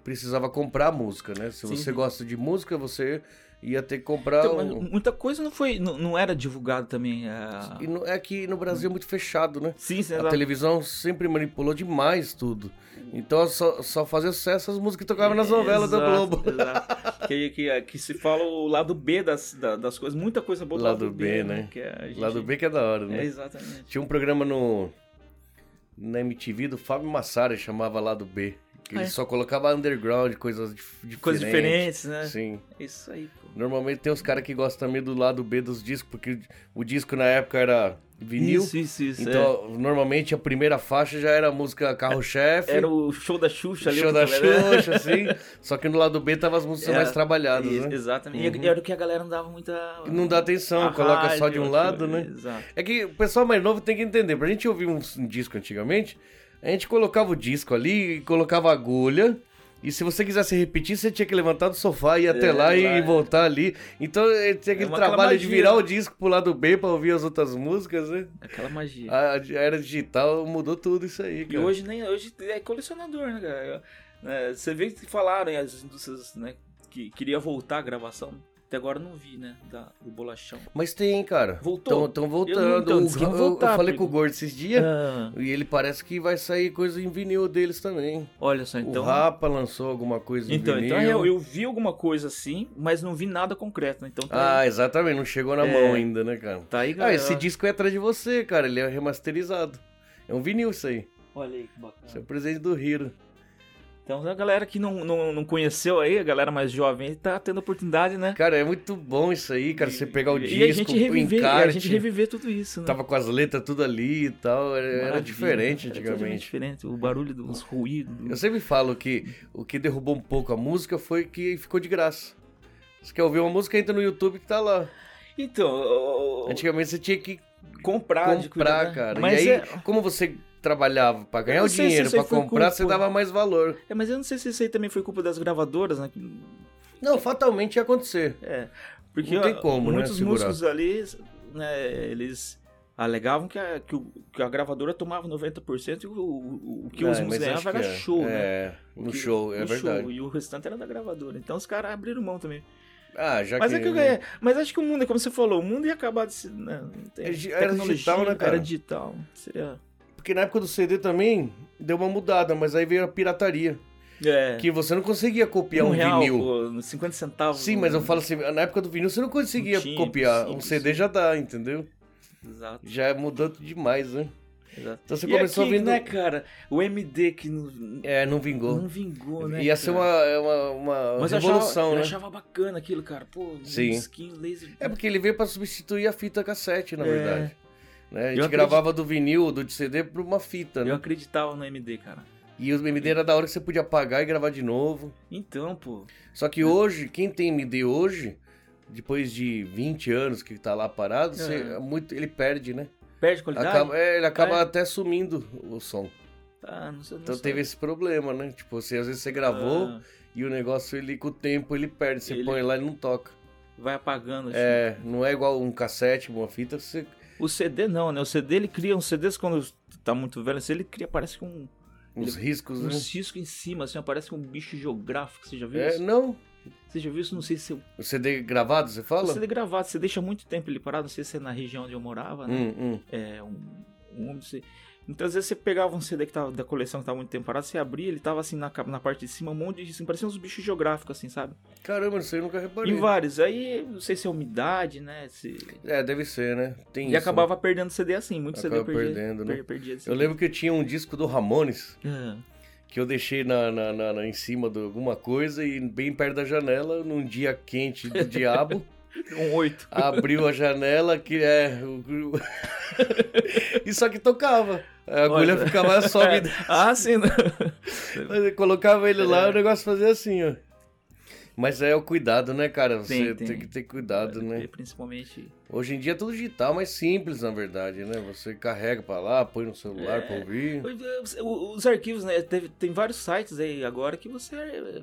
Speaker 1: precisava comprar música, né? Se
Speaker 3: Sim,
Speaker 1: você
Speaker 3: sim.
Speaker 1: gosta de música, você ia ter que comprar. um
Speaker 3: Então, mas
Speaker 1: o...
Speaker 3: muita coisa não foi, não, não era divulgada também. A...
Speaker 1: E no- é que no Brasil é muito fechado, né?
Speaker 3: Sim, sim,
Speaker 1: A
Speaker 3: exato.
Speaker 1: televisão sempre manipulou demais tudo. Então só, só fazia sucesso as músicas que tocavam nas novelas da
Speaker 3: Exato,
Speaker 1: Globo.
Speaker 3: [laughs] exato. que, que, que se fala o lado B das, da- das coisas, muita coisa boa do
Speaker 1: Lado B, né?
Speaker 3: Que a gente-
Speaker 1: Lado B que é da hora,
Speaker 3: É,
Speaker 1: né?
Speaker 3: exatamente.
Speaker 1: Tinha um programa no na MTV do Fábio Massara, chamava Lado B. Que
Speaker 3: Ah,
Speaker 1: ele
Speaker 3: é?
Speaker 1: só colocava underground, coisas dif
Speaker 3: Coisas
Speaker 1: diferentes.
Speaker 3: diferentes, né?
Speaker 1: um Sim.
Speaker 3: É Isso aí, pô.
Speaker 1: Normalmente tem os caras que gostam também do lado B dos discos, porque o disco na época era vinil.
Speaker 3: Isso, isso, isso. é.
Speaker 1: então, normalmente a primeira faixa já era a música carro-chefe.
Speaker 3: é. Era o show da Xuxa ali. um
Speaker 1: show
Speaker 3: o
Speaker 1: da
Speaker 3: que era- [laughs]
Speaker 1: Xuxa, assim. Só que no lado B tava as músicas
Speaker 3: É,
Speaker 1: mais trabalhadas,
Speaker 3: Isso,
Speaker 1: né?
Speaker 3: Exatamente. E era o que a galera não dava muita.
Speaker 1: Que Não dá atenção,
Speaker 3: a
Speaker 1: coloca só de
Speaker 3: rádio, Tipo,
Speaker 1: um lado, né?
Speaker 3: Exato.
Speaker 1: É que o pessoal mais novo tem que entender. Pra gente ouvir um, s- um disco antigamente, a gente colocava o disco ali, colocava a agulha. E se você quisesse repetir, você tinha que levantar do sofá, ir até
Speaker 3: É,
Speaker 1: lá e,
Speaker 3: lá,
Speaker 1: e
Speaker 3: é.
Speaker 1: voltar ali. Então é, tinha aquele
Speaker 3: uma
Speaker 1: trabalho de
Speaker 3: aclamadinha,
Speaker 1: virar
Speaker 3: né?
Speaker 1: o disco pro lado B pra ouvir as outras músicas, né?
Speaker 3: Aquela magia.
Speaker 1: A, a era digital mudou tudo isso aí,
Speaker 3: e
Speaker 1: cara.
Speaker 3: hoje nem hoje é colecionador, né, cara? Eu- né, Você vê que falaram aí as indústrias, né? Que queria voltar a gravação. Até agora eu não vi, né? Da, do bolachão.
Speaker 1: Mas tem, cara.
Speaker 3: Voltou?
Speaker 1: Estão
Speaker 3: Eu não-
Speaker 1: voltando.
Speaker 3: então,
Speaker 1: O
Speaker 3: diz que
Speaker 1: Gui- eu,
Speaker 3: vão voltar,
Speaker 1: eu falei
Speaker 3: porque-
Speaker 1: com o Gordo esses dias.
Speaker 3: Ah,
Speaker 1: E ele parece que vai sair coisa em vinil deles também.
Speaker 3: olha só, então.
Speaker 1: o Rapa lançou alguma coisa em
Speaker 3: Então,
Speaker 1: vinil.
Speaker 3: então eu, eu vi alguma coisa assim, mas não vi nada concreto. né? Então tá,
Speaker 1: Ah, exatamente, não chegou na
Speaker 3: É.
Speaker 1: mão ainda, né, cara?
Speaker 3: tá aí,
Speaker 1: Ah,
Speaker 3: galera.
Speaker 1: esse disco é atrás de você, cara, ele é remasterizado. É um vinil isso aí.
Speaker 3: Olha aí que
Speaker 1: Isso é
Speaker 3: bacana.
Speaker 1: o presente do Hiro.
Speaker 3: Então a galera que não, não, não conheceu aí, a galera mais jovem, tá tendo oportunidade, né?
Speaker 1: Cara, é muito bom isso aí, cara. Você pegar o disco,
Speaker 3: e a gente reviver,
Speaker 1: o encarte.
Speaker 3: a gente reviver tudo isso, né?
Speaker 1: Tava com as letras tudo ali e tal. Era, era
Speaker 3: Maravilha,
Speaker 1: diferente
Speaker 3: era
Speaker 1: antigamente.
Speaker 3: totalmente diferente, o barulho dos ruídos.
Speaker 1: Eu sempre falo que o que derrubou um pouco a música foi que ficou de graça. Você quer ouvir uma música, entra no YouTube que tá lá.
Speaker 3: Então, o- o-
Speaker 1: Antigamente você tinha que
Speaker 3: comprar, de cuidar,
Speaker 1: comprar,
Speaker 3: né?
Speaker 1: cara.
Speaker 3: Mas
Speaker 1: e aí,
Speaker 3: é-
Speaker 1: como você trabalhava pra ganhar
Speaker 3: não
Speaker 1: o
Speaker 3: sei se
Speaker 1: dinheiro,
Speaker 3: isso aí
Speaker 1: pra
Speaker 3: foi
Speaker 1: comprar,
Speaker 3: culpa.
Speaker 1: você dava mais valor.
Speaker 3: É, mas eu não sei se isso aí também foi culpa das gravadoras, né? Que-
Speaker 1: Não, fatalmente ia acontecer.
Speaker 3: É. Porque
Speaker 1: Não tem como, né,
Speaker 3: muitos
Speaker 1: segurar.
Speaker 3: músicos ali, né, eles alegavam que a, que, o- que a gravadora tomava 90% e o, o, o que os
Speaker 1: É,
Speaker 3: músicos
Speaker 1: mas acho
Speaker 3: ganhavam era
Speaker 1: que é.
Speaker 3: show, né?
Speaker 1: É, no
Speaker 3: Que-
Speaker 1: show, é
Speaker 3: no
Speaker 1: verdade.
Speaker 3: Show, e o restante era da gravadora. Então os caras abriram mão também.
Speaker 1: Ah, já
Speaker 3: Mas
Speaker 1: que...
Speaker 3: é que eu ganhei. Mas acho que o mundo, é como você falou, o mundo ia acabar de se. né, não tem
Speaker 1: É, gi- era
Speaker 3: tecnologia,
Speaker 1: digital, né, cara?
Speaker 3: Era digital. Seria.
Speaker 1: Porque na época do CD também deu uma mudada, mas aí veio a pirataria.
Speaker 3: É.
Speaker 1: Que você não conseguia copiar um,
Speaker 3: um real,
Speaker 1: vinil.
Speaker 3: pô, 50 centavos.
Speaker 1: Sim, mas eu falo assim, na época do vinil você não conseguia
Speaker 3: Não tinha,
Speaker 1: copiar. Um
Speaker 3: impossível,
Speaker 1: CD já dá, entendeu?
Speaker 3: Exato,
Speaker 1: Já mudou demais, né?
Speaker 3: exato.
Speaker 1: Então você
Speaker 3: e
Speaker 1: começou
Speaker 3: aqui,
Speaker 1: ouvindo-
Speaker 3: né, cara? O MD que não,
Speaker 1: É, não vingou.
Speaker 3: não vingou, né?
Speaker 1: Ia ser
Speaker 3: cara?
Speaker 1: uma, é uma, uma
Speaker 3: Mas eu achava-
Speaker 1: revolução,
Speaker 3: eu
Speaker 1: né?
Speaker 3: achava bacana aquilo, cara. Pô, um
Speaker 1: Sim.
Speaker 3: skin, laser.
Speaker 1: É porque ele veio pra substituir a fita cassete, na
Speaker 3: É.
Speaker 1: verdade. Né? A gente
Speaker 3: acredito-
Speaker 1: gravava do vinil, do CD, pra uma fita, né?
Speaker 3: Eu acreditava no MD, cara.
Speaker 1: E os MD era da hora que você podia apagar e gravar de novo.
Speaker 3: Então, pô.
Speaker 1: Só que hoje, quem tem MD hoje, depois de 20 anos que tá lá parado, você-
Speaker 3: É.
Speaker 1: muito, ele perde, né?
Speaker 3: Perde qualidade?
Speaker 1: Acaba- é, ele acaba
Speaker 3: Ah, é?
Speaker 1: até sumindo o som.
Speaker 3: Ah, não sei, não
Speaker 1: Então
Speaker 3: sei.
Speaker 1: teve esse problema, né? Tipo, você, às vezes você gravou
Speaker 3: Ah,
Speaker 1: e o negócio, ele com o tempo, ele perde. Você
Speaker 3: Ele-
Speaker 1: põe lá e não toca.
Speaker 3: vai apagando. assim.
Speaker 1: É, não é igual um cassete, uma fita, você...
Speaker 3: O CD não, né? O CD ele cria uns CDs quando tá muito velho, assim, ele cria, parece que um,
Speaker 1: os riscos,
Speaker 3: um
Speaker 1: né?
Speaker 3: cisco em cima, assim, ó, parece um bicho geográfico. Você já viu
Speaker 1: É,
Speaker 3: isso?
Speaker 1: não.
Speaker 3: Você já viu isso? Não sei se é
Speaker 1: O CD gravado, você
Speaker 3: o
Speaker 1: fala?
Speaker 3: CD gravado, você deixa muito tempo ele parado, não sei se é na região onde eu morava, né?
Speaker 1: Hum, hum.
Speaker 3: é, um, um não sei. Então, às vezes você pegava um CD que tava, da coleção que tava muito tempo parado, você abria, ele tava assim na, capa- na parte de cima, um monte de. Assim, parecia uns bichos geográficos, assim, sabe?
Speaker 1: Caramba, isso aí eu nunca
Speaker 3: E
Speaker 1: reparei.
Speaker 3: vários. Aí, não sei se é umidade, né? Se...
Speaker 1: É, deve ser, né? Tem
Speaker 3: E
Speaker 1: isso, né?
Speaker 3: acabava perdendo CD assim, muito CD
Speaker 1: Acaba
Speaker 3: perdia.
Speaker 1: perdendo, né?
Speaker 3: per- perdia
Speaker 1: Eu
Speaker 3: CD.
Speaker 1: lembro que eu tinha um disco do Ramones
Speaker 3: Ah,
Speaker 1: que eu deixei na, na- na- na- em cima de alguma coisa e bem perto da janela, num dia quente do
Speaker 3: [laughs]
Speaker 1: diabo,
Speaker 3: um 8.
Speaker 1: abriu a janela que é. o- o- [laughs] e só que tocava. A agulha
Speaker 3: Olha.
Speaker 1: ficava só
Speaker 3: [laughs]
Speaker 1: me
Speaker 3: ah, sim. né?
Speaker 1: Mas eu colocava ele lá,
Speaker 3: É.
Speaker 1: o negócio fazia assim, ó. Mas é o cuidado, né, cara? Você
Speaker 3: Tem, tem.
Speaker 1: tem que ter
Speaker 3: É,
Speaker 1: cuidado, né?
Speaker 3: Principalmente.
Speaker 1: Hoje em dia é tudo digital, mas simples, na verdade, né? Você carrega pra lá, põe no celular
Speaker 3: É.
Speaker 1: pra ouvir.
Speaker 3: O- Os arquivos, né? teve- Tem vários sites aí agora que você eh,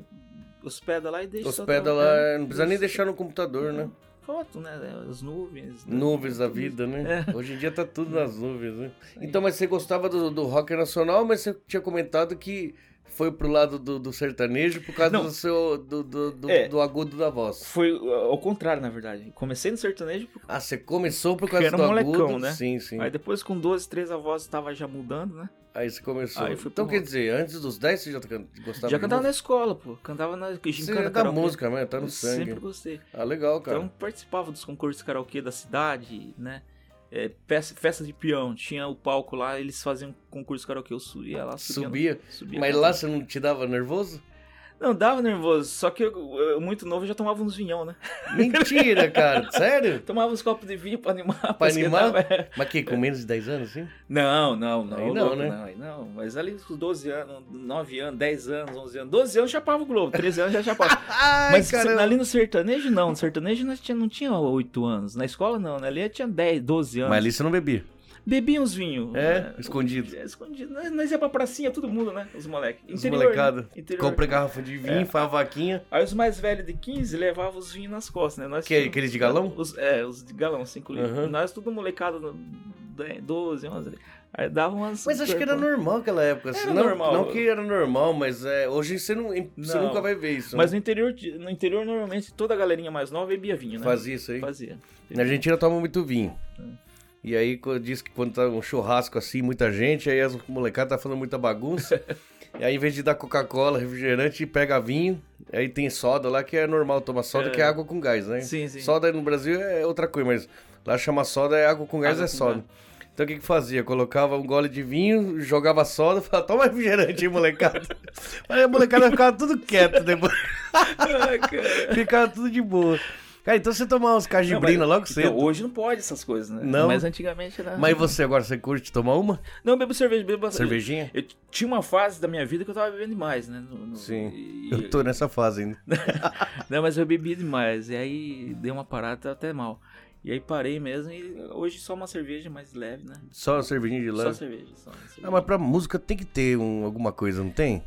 Speaker 3: hospeda lá e deixa. só
Speaker 1: Hospeda
Speaker 3: tá-
Speaker 1: lá,
Speaker 3: é,
Speaker 1: não precisa nem deixar no computador, né?
Speaker 3: Foto, né? As nuvens. né?
Speaker 1: Nuvens da vida, né?
Speaker 3: É.
Speaker 1: Hoje em dia tá tudo nas nuvens, né? Então, mas você gostava do, do rock nacional, mas você tinha comentado que foi pro lado do, do sertanejo por causa
Speaker 3: Não.
Speaker 1: do seu. Do, do, do-
Speaker 3: É.
Speaker 1: do agudo da voz.
Speaker 3: Foi uh, ao contrário, na verdade. Comecei no sertanejo,
Speaker 1: Ah, você começou por
Speaker 3: Porque
Speaker 1: causa
Speaker 3: era
Speaker 1: do
Speaker 3: molecão,
Speaker 1: agudo.
Speaker 3: né?
Speaker 1: Sim, sim.
Speaker 3: aí depois com 12, 13 a voz tava já mudando, né?
Speaker 1: Aí você começou.
Speaker 3: Aí eu fui
Speaker 1: então
Speaker 3: pro
Speaker 1: quer
Speaker 3: rock.
Speaker 1: dizer, antes dos 10 você já tá can- gostava
Speaker 3: já
Speaker 1: de
Speaker 3: cantava na
Speaker 1: música?
Speaker 3: escola, pô. Cantava na
Speaker 1: Você
Speaker 3: gincana
Speaker 1: é da
Speaker 3: karaokê.
Speaker 1: música, né? Tá no
Speaker 3: Eu
Speaker 1: sangue.
Speaker 3: Sempre gostei.
Speaker 1: Ah, legal, cara.
Speaker 3: Então participava dos concursos de karaokê da cidade, né? É, peça, festa de peão, tinha o palco lá, eles faziam concurso de karaokê, eu subia lá, subia.
Speaker 1: Subia.
Speaker 3: subia
Speaker 1: Mas
Speaker 3: cantando.
Speaker 1: lá você não te dava nervoso?
Speaker 3: Não, dava nervoso, só que eu, eu, muito novo, eu já tomava uns vinhão, né?
Speaker 1: Mentira, cara. [laughs] Sério?
Speaker 3: Tomava uns copos de vinho pra animar. [laughs]
Speaker 1: Pra animar?
Speaker 3: esquentar, é.
Speaker 1: Mas que, com menos de 10 anos, assim? sim?
Speaker 3: Não, não, não.
Speaker 1: Aí
Speaker 3: ô
Speaker 1: não,
Speaker 3: louco,
Speaker 1: né?
Speaker 3: Não, aí não. Mas ali com 12 anos, 9 anos, 10 anos, 11 anos. 12 anos chapava o Globo, 13 anos já chapava.
Speaker 1: [laughs] Ai,
Speaker 3: Mas
Speaker 1: caramba.
Speaker 3: ali no sertanejo, não. No sertanejo nós tinha, não tinha 8 anos. Na escola, não. né? Ali eu tinha 10, 12 anos.
Speaker 1: Mas ali você não bebia.
Speaker 3: Bebia uns vinhos.
Speaker 1: É, escondido.
Speaker 3: É, escondido. Nós, nós ia pra pracinha, todo mundo, né? Os moleques.
Speaker 1: Os
Speaker 3: Interior,
Speaker 1: molecada.
Speaker 3: né? Interior.
Speaker 1: Comprei garrafa de vinho, faz a vaquinha.
Speaker 3: Aí os mais velhos de 15 levavam os vinhos nas costas, né? Nós
Speaker 1: Que- aqueles de galão?
Speaker 3: Os, é, os de galão, 5 litros.
Speaker 1: Aham.
Speaker 3: Nós tudo molecada, 12, 11 ali. Aí davam umas...
Speaker 1: Mas acho que era normal aquela época. assim,
Speaker 3: Era
Speaker 1: não,
Speaker 3: normal.
Speaker 1: Não que era normal, mas é, hoje você, não, você
Speaker 3: Não.
Speaker 1: nunca vai ver isso.
Speaker 3: Mas
Speaker 1: né?
Speaker 3: no interior, no interior, normalmente, toda a galerinha mais nova bebia vinho, né?
Speaker 1: Fazia isso aí.
Speaker 3: Fazia.
Speaker 1: Na Argentina toma muito vinho.
Speaker 3: É.
Speaker 1: E aí co- diz que quando tá um churrasco assim, muita gente, aí as molecadas tá fazendo muita
Speaker 3: [laughs]
Speaker 1: bagunça. e aí, em vez de dar Coca-Cola, refrigerante, pega vinho. Aí tem soda lá, que é normal tomar soda,
Speaker 3: É.
Speaker 1: que é água com gás, né?
Speaker 3: Sim, sim.
Speaker 1: Soda no Brasil é outra coisa, mas lá chama soda, é água com gás,
Speaker 3: Água
Speaker 1: é
Speaker 3: com
Speaker 1: soda.
Speaker 3: gás.
Speaker 1: Então Então o que que fazia? Colocava um gole de vinho, jogava soda, falava, toma refrigerante, hein,
Speaker 3: [laughs]
Speaker 1: molecada. Aí a molecada ficava tudo quieto depois. [laughs]
Speaker 3: Ah,
Speaker 1: ficava tudo de boa. Cara, então você tomar uns cajibrina logo cedo.
Speaker 3: Então, hoje não pode essas coisas, né?
Speaker 1: Não.
Speaker 3: Mas antigamente era.
Speaker 1: Mas você agora, você curte tomar uma?
Speaker 3: Não, eu bebo cerveja, bebo bastante.
Speaker 1: Cervejinha?
Speaker 3: Eu t- tinha uma fase da minha vida que eu tava bebendo demais, né? No- no-
Speaker 1: Sim.
Speaker 3: e-
Speaker 1: Eu tô nessa fase ainda.
Speaker 3: Não, mas eu bebia demais. E aí deu uma parada tava até mal. E aí parei mesmo e hoje só uma cerveja mais leve, né?
Speaker 1: Só cervejinha de
Speaker 3: Só
Speaker 1: lã.
Speaker 3: cerveja, só. uma cerveja.
Speaker 1: Ah, mas pra música tem que ter um, alguma coisa, não tem?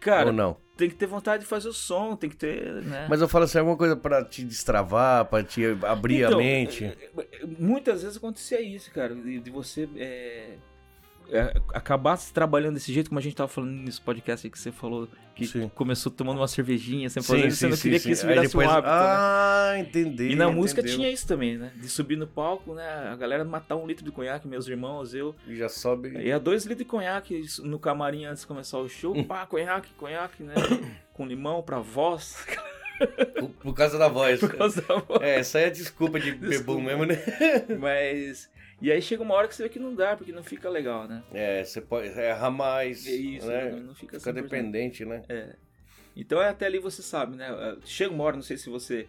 Speaker 3: Cara,
Speaker 1: Ou não?
Speaker 3: tem que ter vontade de fazer o som, tem que ter, né?
Speaker 1: Mas eu falo assim, alguma coisa pra te destravar, pra te abrir
Speaker 3: Então, é,
Speaker 1: a mente.
Speaker 3: Muitas vezes acontecia isso, cara, de, de você é, é, acabar se trabalhando desse jeito, como a gente tava falando nesse podcast aí que você falou, que
Speaker 1: Sim.
Speaker 3: começou tomando uma cervejinha, sempre fazendo, você não queria que isso
Speaker 1: Aí
Speaker 3: virasse
Speaker 1: depois,
Speaker 3: um hábito, né?
Speaker 1: Ah, entendi.
Speaker 3: E na música
Speaker 1: entendeu.
Speaker 3: tinha isso também, né? De subir no palco, né? A galera matar um litro de conhaque, meus irmãos, eu.
Speaker 1: E já sobe.
Speaker 3: E a dois litros de conhaque no camarim antes de começar o
Speaker 1: Hum.
Speaker 3: show. Pá, conhaque,
Speaker 1: [coughs]
Speaker 3: conhaque, né? Com limão
Speaker 1: [laughs]
Speaker 3: pra voz.
Speaker 1: [laughs] Por, por causa da
Speaker 3: [laughs]
Speaker 1: voz.
Speaker 3: Por causa da voz.
Speaker 1: É, essa é a desculpa de bebum
Speaker 3: Desculpa.
Speaker 1: mesmo, né?
Speaker 3: Mas. E aí chega uma hora que você vê que não dá, porque não fica legal, né?
Speaker 1: É, você pode errar mais.
Speaker 3: É isso,
Speaker 1: né?
Speaker 3: não, não fica,
Speaker 1: Fica
Speaker 3: 100%.
Speaker 1: dependente, né?
Speaker 3: É. Então é até ali você sabe, né? Chega uma hora, não sei se você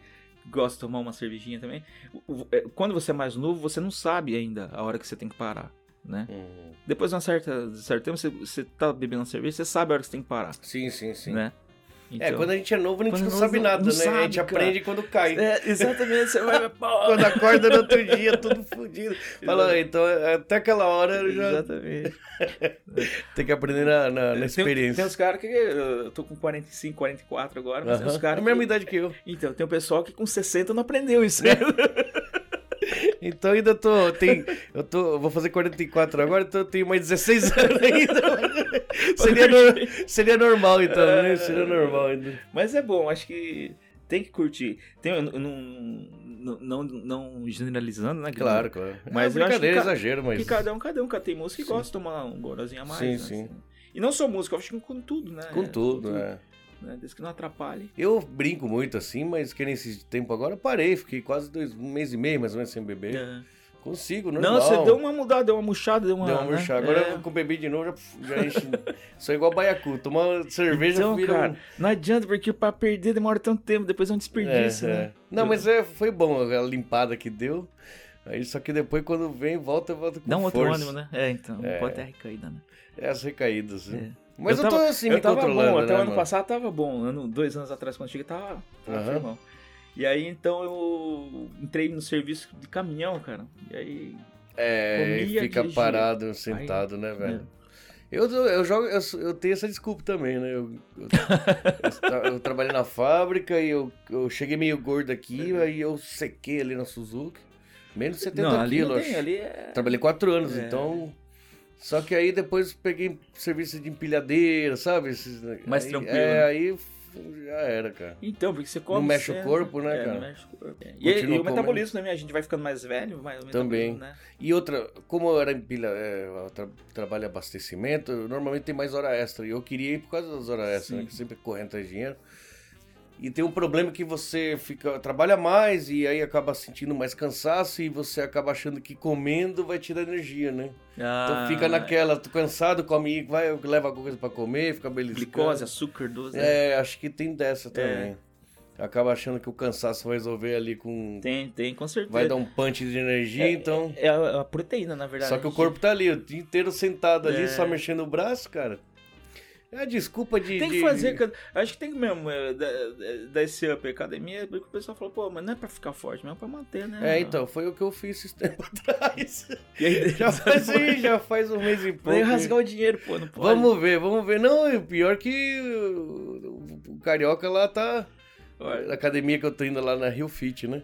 Speaker 3: gosta de tomar uma cervejinha também. O- o- é, Quando você é mais novo, você não sabe ainda a hora que você tem que parar, né?
Speaker 1: Hum.
Speaker 3: Depois de um certo, certo tempo, você, você tá bebendo uma cerveja, você sabe a hora que você tem que parar,
Speaker 1: Sim, sim, sim.
Speaker 3: né?
Speaker 1: é,
Speaker 3: Então-
Speaker 1: quando a gente é novo, a gente
Speaker 3: Quando
Speaker 1: não
Speaker 3: é novo,
Speaker 1: sabe
Speaker 3: não-
Speaker 1: nada,
Speaker 3: não
Speaker 1: né? a
Speaker 3: sabe,
Speaker 1: gente
Speaker 3: cara.
Speaker 1: aprende quando cai.
Speaker 3: É, exatamente, você vai...
Speaker 1: [laughs]
Speaker 3: Pô,
Speaker 1: Quando acorda no outro dia, tudo fodido. Fala, então, até aquela hora eu já
Speaker 3: Exatamente.
Speaker 1: tem que aprender na, na- na
Speaker 3: Tem- Tem,
Speaker 1: experiência.
Speaker 3: uns caras que. Eu tô com 45, 44 agora, mas tem
Speaker 1: Aham.
Speaker 3: uns caras.
Speaker 1: É a mesma
Speaker 3: que-
Speaker 1: idade que eu.
Speaker 3: Então, tem um pessoal que com 60 não aprendeu isso. né?
Speaker 1: Então ainda tô. Tem, eu tô. eu Vou fazer 44 agora, então eu tenho mais 16 anos
Speaker 3: [laughs]
Speaker 1: ainda. [laughs] seria, no- seria normal, então,
Speaker 3: É.
Speaker 1: né? Seria normal ainda.
Speaker 3: Mas é bom, acho que tem que curtir. Tem, eu não, não, não, não generalizando, né? que
Speaker 1: Claro, claro.
Speaker 3: Mas
Speaker 1: é
Speaker 3: eu acho
Speaker 1: brincadeira,
Speaker 3: que ca-
Speaker 1: exagero,
Speaker 3: não-
Speaker 1: mas.
Speaker 3: Que cada um, cada um, cada tem música que
Speaker 1: Sim.
Speaker 3: gosta de tomar um gorozinho a mais.
Speaker 1: Sim,
Speaker 3: né,
Speaker 1: sim.
Speaker 3: assim. E não só música, eu acho que com tudo, né?
Speaker 1: Com tudo, né?
Speaker 3: né, Desde que não atrapalhe.
Speaker 1: Eu brinco muito assim, mas que nesse tempo agora eu parei, fiquei quase dois, um mês e meio mais ou menos sem beber. Consigo, É. normal.
Speaker 3: É. Não, você deu uma mudada, deu uma murchada, deu uma.
Speaker 1: Deu uma
Speaker 3: né?
Speaker 1: murchada. Agora
Speaker 3: É.
Speaker 1: eu com bebi de novo, já, já enche. [laughs] Sou igual baiacu, tomar cerveja
Speaker 3: então,
Speaker 1: vira um-
Speaker 3: cara, não adianta, porque pra perder demora tanto tempo, depois é um desperdício,
Speaker 1: É,
Speaker 3: né?
Speaker 1: é. Não, mas é, foi bom a limpada que deu. Aí, só que depois quando vem, volta, volta com
Speaker 3: Dá um
Speaker 1: força.
Speaker 3: outro ânimo, né? É, então,
Speaker 1: É.
Speaker 3: pode ter recaída, né?
Speaker 1: É as recaídas. né?
Speaker 3: É.
Speaker 1: Mas eu,
Speaker 3: Eu tava-
Speaker 1: tô assim, me
Speaker 3: eu tava
Speaker 1: controlando,
Speaker 3: bom,
Speaker 1: né,
Speaker 3: até o ano
Speaker 1: mano?
Speaker 3: passado tava bom. Ano, dois anos atrás, quando eu cheguei, tava, tava
Speaker 1: Aham.
Speaker 3: firmão. E aí, então, eu entrei no serviço de caminhão, cara. E aí...
Speaker 1: É,
Speaker 3: Comia,
Speaker 1: fica
Speaker 3: dirigia.
Speaker 1: parado, sentado, né, velho? Eu, eu jogo, eu, eu tenho essa desculpa também, né? Eu, eu-
Speaker 3: [laughs]
Speaker 1: eu tra- eu trabalhei na fábrica e eu, eu cheguei meio gordo aqui, aí eu sequei ali na Suzuki. Menos 70
Speaker 3: É. não, ali
Speaker 1: quilos,
Speaker 3: não
Speaker 1: eu
Speaker 3: tem,
Speaker 1: acho.
Speaker 3: ali é...
Speaker 1: Trabalhei quatro anos,
Speaker 3: É.
Speaker 1: então. Só que aí depois peguei serviço de empilhadeira, sabe? Esses-
Speaker 3: Mais
Speaker 1: aí-
Speaker 3: tranquilo,
Speaker 1: É,
Speaker 3: né?
Speaker 1: aí f- já era, cara.
Speaker 3: Então, porque você come...
Speaker 1: mexe o
Speaker 3: senta,
Speaker 1: corpo, né,
Speaker 3: é,
Speaker 1: cara?
Speaker 3: não mexe o corpo. E, e
Speaker 1: comendo.
Speaker 3: o metabolismo também, a gente vai ficando mais velho, mas o
Speaker 1: Também.
Speaker 3: metabolismo, né?
Speaker 1: E outra, como eu era empilha, é, eu tra- trabalho em abastecimento, eu normalmente tem mais hora extra. E eu queria ir por causa das horas extras, né?
Speaker 3: Sim.
Speaker 1: Que sempre correndo atrás de dinheiro. E tem um problema que você fica trabalha mais e aí acaba sentindo mais cansaço e você acaba achando que comendo vai te dar energia, né? Então
Speaker 3: Ah,
Speaker 1: fica naquela, tô cansado, come, vai, leva alguma coisa pra comer, fica beliscando.
Speaker 3: Glicose, açúcar, doce. né?
Speaker 1: É, acho que tem dessa também. Acaba achando que o cansaço vai resolver ali com...
Speaker 3: Tem, tem, com certeza.
Speaker 1: Vai dar um punch de energia,
Speaker 3: É,
Speaker 1: então...
Speaker 3: É a, a proteína, na verdade.
Speaker 1: Só que o
Speaker 3: gente.
Speaker 1: corpo tá ali, o dia inteiro sentado ali,
Speaker 3: É.
Speaker 1: só mexendo o braço, cara. É a desculpa de.
Speaker 3: Tem
Speaker 1: de-
Speaker 3: que fazer, cara. acho que tem que mesmo é, dar dar esse up à academia, é porque o pessoal fala, pô, mas não é pra ficar forte, mas é pra manter, né?
Speaker 1: É, então, foi o que eu fiz esses [laughs] tempo
Speaker 3: [laughs]
Speaker 1: atrás. [laughs]
Speaker 3: E aí,
Speaker 1: Já faz, já faz um mês e pouco.
Speaker 3: Vai rasgar o dinheiro, pô, não pode.
Speaker 1: Vamos ver, vamos ver. Não, e o pior que o, o carioca lá tá.
Speaker 3: Olha,
Speaker 1: Na academia que eu tô indo lá na Rio Fit, né?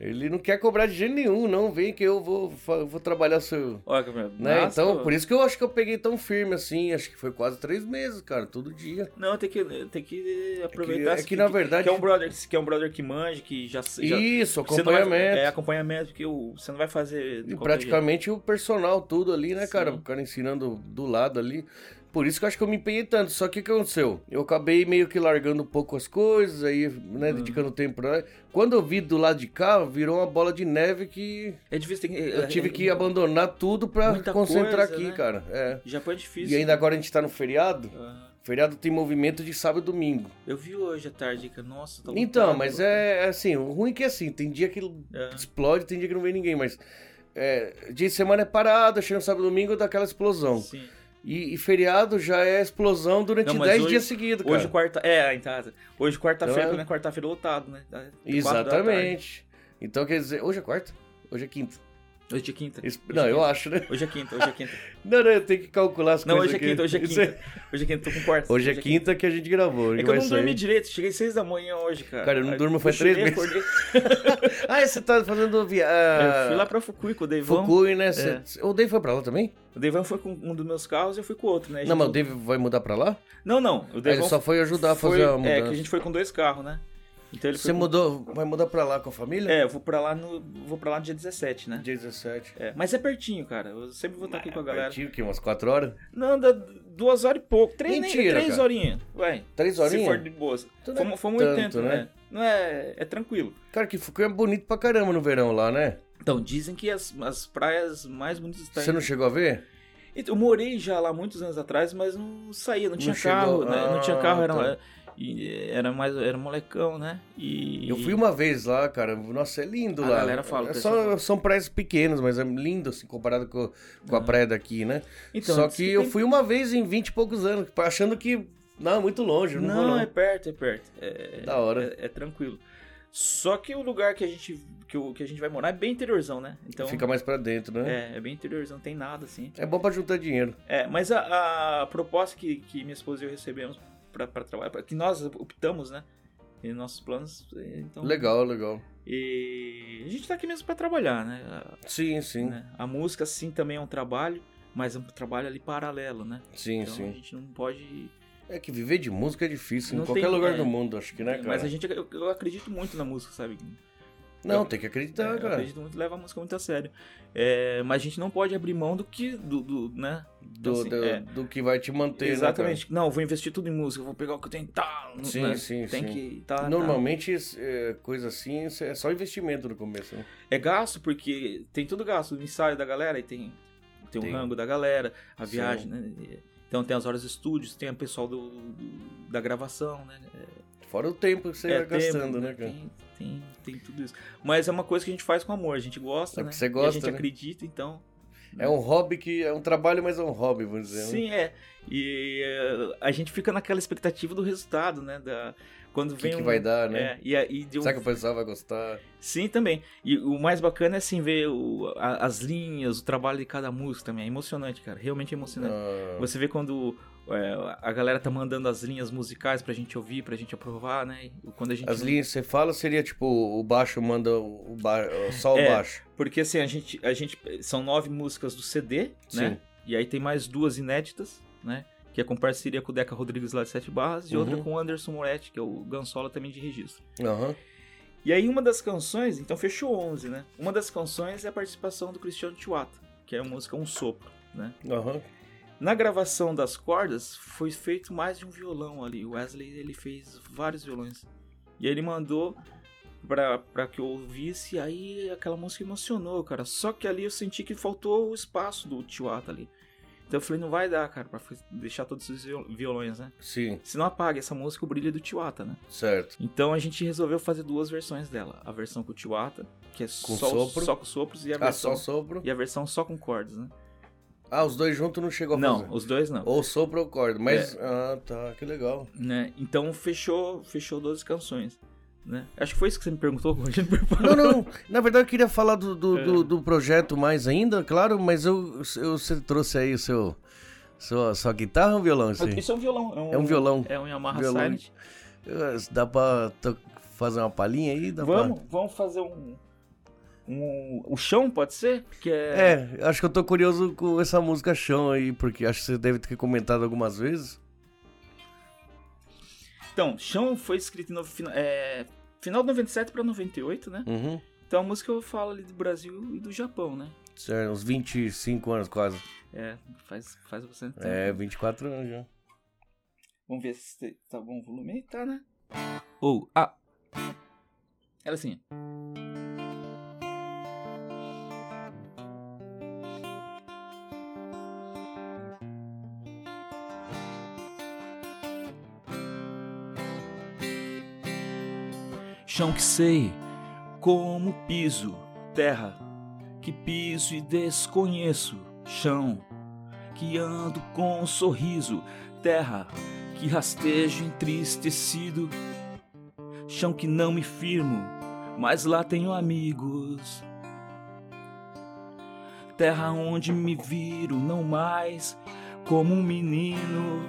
Speaker 1: Ele não quer cobrar de jeito nenhum, não. Vem que eu vou, fa- vou trabalhar seu.
Speaker 3: Olha, Gabriel,
Speaker 1: Né?
Speaker 3: nossa,
Speaker 1: então,
Speaker 3: pô.
Speaker 1: por isso que eu acho que eu peguei tão firme assim. Acho que foi quase três meses, cara, todo dia.
Speaker 3: Não, tem que, tem que aproveitar.
Speaker 1: é que,
Speaker 3: esse-
Speaker 1: na verdade.
Speaker 3: Que é um brother que, é um brother que manja, que já... já
Speaker 1: Isso,
Speaker 3: você não vai-
Speaker 1: acompanhamento.
Speaker 3: é, acompanhamento, porque o- você não vai fazer... de
Speaker 1: E
Speaker 3: qualquer jeito.
Speaker 1: praticamente o personal tudo ali, né, cara?
Speaker 3: Sim.
Speaker 1: O cara ensinando do lado ali. Por isso que eu acho que eu me empenhei tanto. Só que o que aconteceu? Eu acabei meio que largando um pouco as coisas, aí, né,
Speaker 3: Hum.
Speaker 1: dedicando tempo pra. Quando eu vi do lado de cá, virou uma bola de neve que
Speaker 3: É difícil ter...
Speaker 1: eu tive que abandonar tudo pra
Speaker 3: Muita
Speaker 1: concentrar
Speaker 3: coisa,
Speaker 1: aqui,
Speaker 3: né?
Speaker 1: cara. É.
Speaker 3: Japão é difícil.
Speaker 1: E ainda agora a gente tá no feriado.
Speaker 3: Ah,
Speaker 1: Feriado tem movimento de sábado e domingo.
Speaker 3: Eu vi hoje à tarde, cara. Nossa, tá
Speaker 1: Então,
Speaker 3: lotado.
Speaker 1: mas é, é assim, o ruim é que é assim, tem dia que
Speaker 3: É.
Speaker 1: explode, tem dia que não vem ninguém, mas é, dia de semana é parado, chega no sábado e domingo dá aquela explosão.
Speaker 3: Sim.
Speaker 1: E, e feriado já é explosão durante
Speaker 3: Não, mas
Speaker 1: 10
Speaker 3: hoje-
Speaker 1: dias seguidos, cara.
Speaker 3: Hoje quarta. É, então. Hoje
Speaker 1: Então
Speaker 3: quarta-feira,
Speaker 1: é-
Speaker 3: pelo menos quarta-feira lotado, né? Tá- quatro da tarde.
Speaker 1: Exatamente. Então quer dizer, hoje é quarta? Hoje é quinta.
Speaker 3: Hoje é quinta.
Speaker 1: Es- Não, eu acho, né? [laughs]
Speaker 3: Hoje é quinta, hoje é quinta.
Speaker 1: Não, não, eu tenho que calcular as
Speaker 3: Não,
Speaker 1: coisas
Speaker 3: hoje é
Speaker 1: aqui.
Speaker 3: quinta, hoje é
Speaker 1: Isso é-
Speaker 3: quinta. Hoje é quinta, tô com quarta.
Speaker 1: Hoje é quinta que a gente gravou.
Speaker 3: É
Speaker 1: que
Speaker 3: que eu
Speaker 1: vai
Speaker 3: não dormi
Speaker 1: sair.
Speaker 3: direito, cheguei seis da manhã hoje, cara.
Speaker 1: Cara, eu não
Speaker 3: Aí,
Speaker 1: durmo faz
Speaker 3: cochilei,
Speaker 1: três meses.
Speaker 3: acordei.
Speaker 1: Ah, você tá fazendo
Speaker 3: Eu
Speaker 1: viagem.
Speaker 3: fui lá pra é. Fukui com o Deivão.
Speaker 1: Fukui, né? Cê- O Dave foi pra lá também?
Speaker 3: O Deivão foi com um dos meus carros e eu fui com o outro, né? A
Speaker 1: Não,
Speaker 3: gente-
Speaker 1: mas o Dave vai mudar pra lá?
Speaker 3: Não, não. O
Speaker 1: Ele
Speaker 3: Deivão
Speaker 1: só foi ajudar a
Speaker 3: foi...
Speaker 1: fazer a
Speaker 3: É, que a
Speaker 1: mudança.
Speaker 3: gente foi com dois carros, né? Então ele foi
Speaker 1: Você
Speaker 3: com-
Speaker 1: mudou, vai mudar pra lá com a família?
Speaker 3: É, eu vou pra lá no. Vou pra lá no dia 17, né?
Speaker 1: Dia 17.
Speaker 3: É, mas é pertinho, cara. Eu sempre vou estar aqui com a galera.
Speaker 1: Pertinho, que umas 4 horas?
Speaker 3: Não, dá duas horas e pouco. Três,
Speaker 1: Mentira,
Speaker 3: três
Speaker 1: cara.
Speaker 3: horinhas. Vai.
Speaker 1: 3
Speaker 3: Se for
Speaker 1: horinhas?
Speaker 3: de boas.
Speaker 1: Então não é
Speaker 3: Fomos, fomos
Speaker 1: tanto,
Speaker 3: 80, né? Não é. É tranquilo.
Speaker 1: Cara, que Fukui é bonito pra caramba no verão lá, né?
Speaker 3: Então, dizem que as, as praias mais bonitas estão. Então,
Speaker 1: Você não chegou a ver?
Speaker 3: Eu morei já lá muitos anos atrás, mas não saía, não tinha carro.
Speaker 1: chegou.
Speaker 3: né? Não tinha
Speaker 1: Ah,
Speaker 3: carro, era, e era mais. Era molecão, né? E.
Speaker 1: Eu fui uma vez lá, cara. Nossa, é lindo
Speaker 3: A
Speaker 1: lá.
Speaker 3: galera fala,
Speaker 1: É
Speaker 3: o
Speaker 1: só-
Speaker 3: pessoal fala.
Speaker 1: são praias pequenas, mas é lindo assim, comparado com, com a praia daqui, né?
Speaker 3: Ah. Então,
Speaker 1: só
Speaker 3: diz
Speaker 1: que, eu
Speaker 3: tem-
Speaker 1: fui uma vez em 20 e poucos anos, achando que. Não, é muito longe, eu não, vou
Speaker 3: Não,
Speaker 1: não.
Speaker 3: é perto, é perto. É,
Speaker 1: Da hora.
Speaker 3: É, é tranquilo. Só que o lugar que a gente que, o, que a gente vai morar é bem interiorzão, né? Então
Speaker 1: Fica mais pra dentro, né?
Speaker 3: é, é bem interiorzão, não tem nada assim.
Speaker 1: É. bom pra juntar dinheiro.
Speaker 3: É, mas a, a proposta que, que minha esposa e eu recebemos pra pra trabalhar, pra- que nós optamos, né? Em nossos planos, então.
Speaker 1: Legal, legal.
Speaker 3: E a gente tá aqui mesmo pra trabalhar, né? A,
Speaker 1: Sim, sim.
Speaker 3: né? A música sim também é um trabalho, mas é um trabalho ali paralelo, né?
Speaker 1: Sim,
Speaker 3: Então a
Speaker 1: sim.
Speaker 3: gente não pode
Speaker 1: É que viver de música é difícil em
Speaker 3: Não
Speaker 1: qualquer
Speaker 3: tem-
Speaker 1: lugar
Speaker 3: é.
Speaker 1: do mundo, acho que, né, cara?
Speaker 3: Mas a gente eu, eu acredito muito na música, sabe?
Speaker 1: Não, tem que acreditar,
Speaker 3: É, eu
Speaker 1: Tá, cara.
Speaker 3: acredito muito, leva a música muito a sério. É, mas a gente não pode abrir mão do que. Do, do, né?
Speaker 1: Do,
Speaker 3: Assim,
Speaker 1: do,
Speaker 3: é.
Speaker 1: do que vai te manter,
Speaker 3: Exatamente. não, vou investir tudo em música, vou pegar o que eu tenho. Tá,
Speaker 1: né, cara? Sim,
Speaker 3: né?
Speaker 1: sim,
Speaker 3: Tem
Speaker 1: sim.
Speaker 3: que. Tá,
Speaker 1: Normalmente, es- é, coisa assim, isso é só investimento no começo. né?
Speaker 3: tá. É gasto, porque tem tudo gasto. O ensaio da galera, e tem, tem,
Speaker 1: Tem.
Speaker 3: o rango da galera, a
Speaker 1: Sim.
Speaker 3: viagem, né? Então tem as horas de estúdios, tem o pessoal do, do- da gravação, né?
Speaker 1: Fora o tempo que você
Speaker 3: É
Speaker 1: vai
Speaker 3: tempo,
Speaker 1: gastando, né, cara?
Speaker 3: Tem, tem, tem tudo isso. Mas é uma coisa que a gente faz com amor, a gente gosta,
Speaker 1: É o
Speaker 3: né?
Speaker 1: que você
Speaker 3: E
Speaker 1: gosta,
Speaker 3: a gente
Speaker 1: né?
Speaker 3: acredita, então.
Speaker 1: É um hobby que. É um trabalho, mas é um hobby, vamos dizer. né?
Speaker 3: Sim, é. E eh, a gente fica naquela expectativa do resultado, né? Da, quando
Speaker 1: O que,
Speaker 3: vem
Speaker 1: que
Speaker 3: um-
Speaker 1: vai dar, né?
Speaker 3: É, e, a- e de um-
Speaker 1: Será que o pessoal vai gostar?
Speaker 3: Sim, também. E o mais bacana é assim ver o- a- as linhas, o trabalho de cada música também. É emocionante, cara. Realmente é emocionante.
Speaker 1: Ah,
Speaker 3: Você vê quando eh, a galera tá mandando as linhas musicais pra gente ouvir, pra gente aprovar, né? E Quando a gente
Speaker 1: As linhas que você fala seria tipo, o baixo manda o ba... só o
Speaker 3: É,
Speaker 1: baixo.
Speaker 3: Porque assim, a gente, a gente. São nove músicas do CD,
Speaker 1: Sim.
Speaker 3: né? E aí tem mais duas inéditas, né? Que é com parceria com o Deca Rodrigues lá de Sete Barras e outra
Speaker 1: Uhum.
Speaker 3: com o Anderson Moretti, que é o Gansola também de registro.
Speaker 1: Aham.
Speaker 3: E aí uma das canções, então fechou 11, né? Uma das canções é a participação do Cristiano Tiwata, que é a música Um Sopro, né?
Speaker 1: Aham.
Speaker 3: Na gravação das cordas foi feito mais de um violão ali. O Wesley, ele fez vários violões. E aí ele mandou pra, pra que eu ouvisse, aí aquela música emocionou, cara. Só que ali eu senti que faltou o espaço do Tiwata ali. Então eu falei, não vai dar, cara, pra f- deixar todos os viol- violões, né?
Speaker 1: Sim,
Speaker 3: Se não apaga essa música, o brilho é do Tiwata, né?
Speaker 1: certo.
Speaker 3: Então a gente resolveu fazer duas versões dela. A versão com o Tiwata, que é
Speaker 1: Com
Speaker 3: só,
Speaker 1: sopro.
Speaker 3: só com sopros, e a,
Speaker 1: Ah,
Speaker 3: versão,
Speaker 1: só sopro.
Speaker 3: e a versão só com cordas, né?
Speaker 1: Ah, os dois juntos não chegou a fazer.
Speaker 3: Não, os dois não.
Speaker 1: Ou sopro ou corda. Mas. Ah, tá, que legal.
Speaker 3: né? Então fechou, fechou 12 canções, né? Acho que foi isso que você me perguntou quando a [laughs] gente
Speaker 1: [laughs]
Speaker 3: preparou.
Speaker 1: Não, não. Na verdade, eu queria falar do, do, do- do projeto mais ainda, claro, mas eu, eu, você trouxe aí o seu. Sua, sua guitarra ou violão? Isso aí?
Speaker 3: Isso é um violão, é um,
Speaker 1: É um violão.
Speaker 3: é um Yamaha
Speaker 1: Violão.
Speaker 3: Silent.
Speaker 1: Eu- Dá pra to- fazer uma palhinha aí? Dá pra-
Speaker 3: Vamos, vamos fazer um um o chão pode ser? Que é,
Speaker 1: É, acho que eu tô curioso com essa música chão aí, porque acho que você deve ter comentado algumas vezes.
Speaker 3: Então, chão foi escrito no final, é, final de 97 para 98, né?
Speaker 1: Uhum.
Speaker 4: Então a música eu falo ali do Brasil e do Japão, né?
Speaker 1: É, uns 25 anos quase.
Speaker 4: É, faz, faz bastante tempo.
Speaker 1: É, 24 anos já.
Speaker 4: Vamos ver se te- tá bom o volume aí, tá, né? Ou, ah. Ela assim. Chão que sei, como piso, terra, que piso e desconheço, chão, que ando com um sorriso, terra, que rastejo entristecido, chão que não me firmo, mas lá tenho amigos. Terra onde me viro não mais como um menino.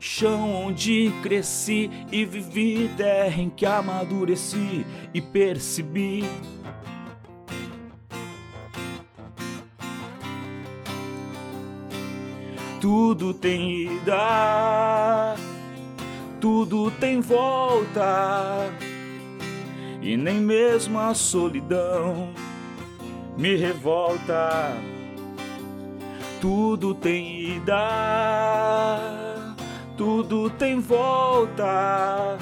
Speaker 4: Chão onde cresci e vivi, terra em que amadureci e percebi. Tudo tem ida, tudo tem volta, e nem mesmo a solidão me revolta. Tudo tem ida, tudo tem volta,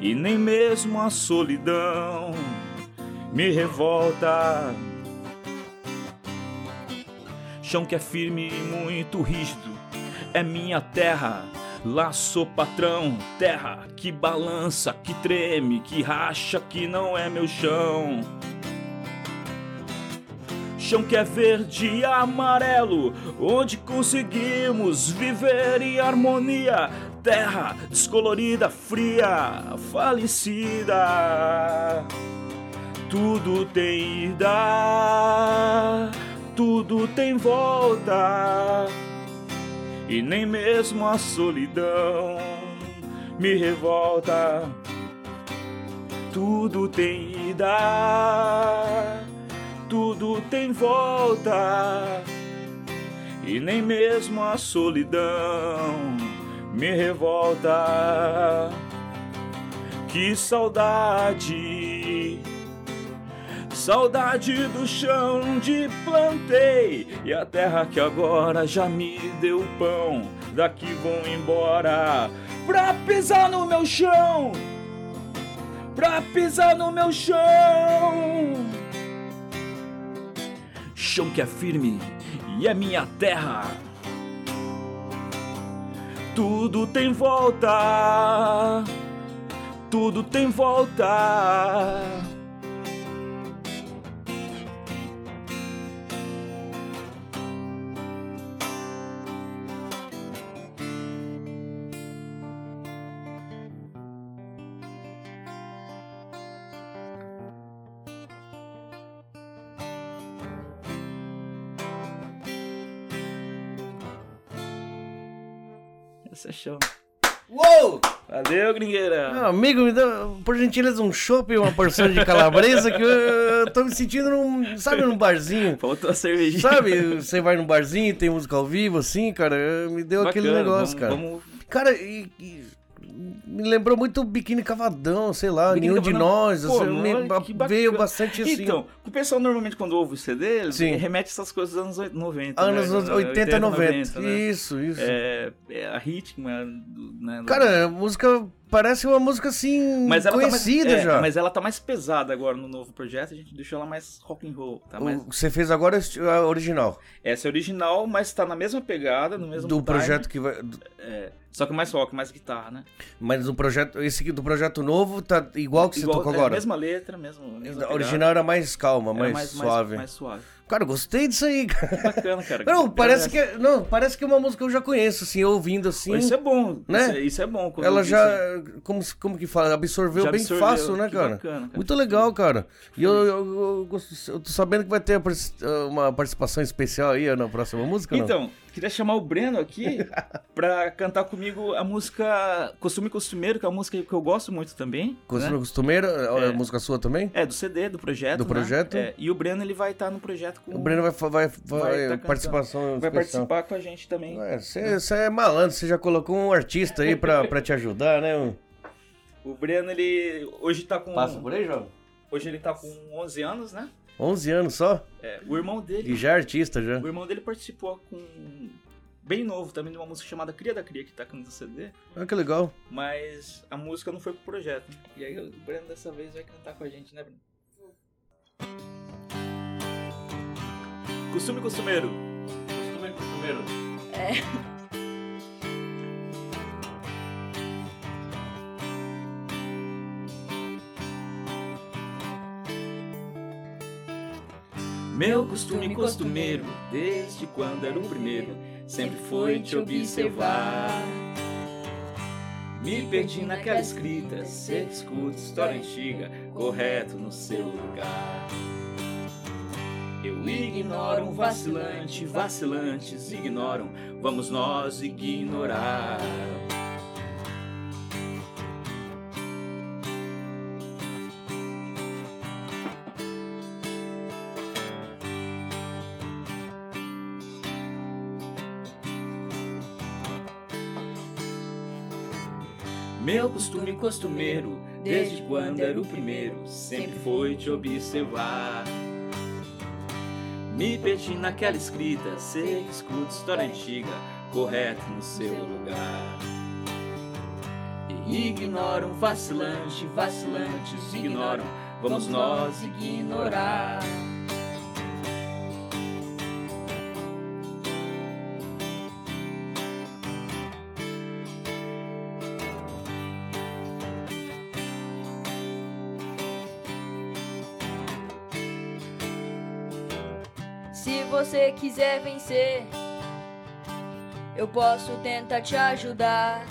Speaker 4: e nem mesmo a solidão me revolta chão que é firme e muito rígido. É minha terra, lá sou patrão, terra que balança, que treme, que racha, que não é meu chão. Chão que é verde e amarelo, onde conseguimos viver em harmonia. Terra descolorida, fria, falecida. Tudo tem ida, tudo tem volta, e nem mesmo a solidão me revolta. Tudo tem ida, tudo tem volta, e nem mesmo a solidão me revolta. Que saudade! Saudade do chão onde plantei e a terra que agora já me deu pão. Daqui vão embora pra pisar no meu chão, pra pisar no meu chão. Chão que é firme e é minha terra. Tudo tem volta, tudo tem volta. Essa é chão.
Speaker 1: Uou!
Speaker 4: Valeu,
Speaker 1: Meu
Speaker 4: gringueira.
Speaker 1: amigo, me dá, por gentileza, um chopp e uma porção de calabresa que eu, eu tô me sentindo num, sabe, num barzinho.
Speaker 4: Faltou a cervejinha.
Speaker 1: Sabe, você vai num barzinho, tem música ao vivo, assim, cara, eu- me deu aquele
Speaker 4: [laughs] Bacana,
Speaker 1: negócio,
Speaker 4: vamos-
Speaker 1: cara.
Speaker 4: vamos-
Speaker 1: Cara, e, e me lembrou muito o Biquíni Cavadão, sei lá,
Speaker 4: Biquíni
Speaker 1: nenhum de
Speaker 4: Cavadão.
Speaker 1: nós,
Speaker 4: Pô,
Speaker 1: assim, me-
Speaker 4: olha que bacana.
Speaker 1: veio bastante assim.
Speaker 4: Então, o pessoal normalmente quando ouve o CD, eles
Speaker 1: Sim.
Speaker 4: remete essas coisas dos anos oit- 90.
Speaker 1: anos
Speaker 4: né?
Speaker 1: 80, 80 90.
Speaker 4: né?
Speaker 1: Isso, isso.
Speaker 4: É, é a ritmo, é, do- né? do-
Speaker 1: Cara, a música parece uma música assim
Speaker 4: mas ela
Speaker 1: conhecida
Speaker 4: tá mais, é,
Speaker 1: já.
Speaker 4: mas ela tá mais pesada agora no novo projeto, a gente deixou ela mais rock and roll, tá? Mas
Speaker 1: O que você fez agora é a original
Speaker 4: essa é original, mas tá na mesma pegada, no mesmo
Speaker 1: do
Speaker 4: time,
Speaker 1: projeto que vai,
Speaker 4: é, só que mais rock, mais guitarra, né?
Speaker 1: mas o projeto esse aqui do projeto novo tá igual que você
Speaker 4: Igual,
Speaker 1: tocou
Speaker 4: é,
Speaker 1: agora.
Speaker 4: mesma letra, mesmo. mesma
Speaker 1: A
Speaker 4: pegada.
Speaker 1: original era mais calma,
Speaker 4: Era
Speaker 1: mais, suave.
Speaker 4: Mais, mais suave.
Speaker 1: Cara, gostei disso aí, cara.
Speaker 4: Bacana,
Speaker 1: [laughs]
Speaker 4: cara.
Speaker 1: Não, parece que é- não, parece que é uma música que eu já conheço assim, ouvindo assim.
Speaker 4: Isso é bom,
Speaker 1: né?
Speaker 4: Isso, é, isso é bom. quando
Speaker 1: Ela
Speaker 4: eu vi
Speaker 1: já,
Speaker 4: isso aí.
Speaker 1: como, se- como que fala, absorveu
Speaker 4: Já
Speaker 1: bem
Speaker 4: absorveu,
Speaker 1: fácil, né,
Speaker 4: que
Speaker 1: cara?
Speaker 4: bacana, cara.
Speaker 1: Muito legal, cara. E eu, eu, eu gosto- eu tô sabendo que vai ter a partic- uma participação especial aí na próxima música, não?
Speaker 4: Então, queria chamar o Breno
Speaker 1: [laughs]
Speaker 4: aqui pra cantar comigo a música Costume Costumeiro, que é uma música que eu gosto muito também.
Speaker 1: Costume
Speaker 4: né?
Speaker 1: Costumeira, é.
Speaker 4: É.
Speaker 1: música sua também?
Speaker 4: É, do CD, do projeto.
Speaker 1: Do
Speaker 4: né?
Speaker 1: projeto.
Speaker 4: É, e o Breno, ele vai estar no projeto com.
Speaker 1: O Breno vai, fa- vai, vai,
Speaker 4: Vai tá cantando.
Speaker 1: participação
Speaker 4: vai
Speaker 1: especial.
Speaker 4: participar com a gente também.
Speaker 1: Você é, malandro, você já colocou um artista aí pra, pra te ajudar, né?
Speaker 3: O Breno, ele hoje tá com.
Speaker 1: Passa por aí, João?
Speaker 3: Hoje ele tá com 11 anos, né?
Speaker 1: 11 anos só?
Speaker 3: É, o irmão dele.
Speaker 1: E já é artista, já.
Speaker 3: O irmão dele participou com. Bem novo também de uma música chamada Cria da Cria, que tá aqui no CD,
Speaker 1: Ah, que legal.
Speaker 3: mas a música não foi pro projeto. né? E aí o Breno dessa vez vai cantar com a gente, né, Breno? Costume costumeiro. É. Meu costume costumeiro, desde quando era o primeiro, sempre foi te observar. Me perdi naquela escrita, cê escuta história antiga, correto no seu lugar. Eu ignoro um vacilante, vacilantes ignoram, vamos nós ignorar. Meu costume costumeiro, desde quando era o primeiro, sempre foi te observar. Me perdi naquela escrita, sei que escuta história antiga, correto no seu lugar. E ignoram vacilante, vacilantes ignoram, vamos nós ignorar.
Speaker 5: Se você quiser vencer, eu posso tentar te ajudar.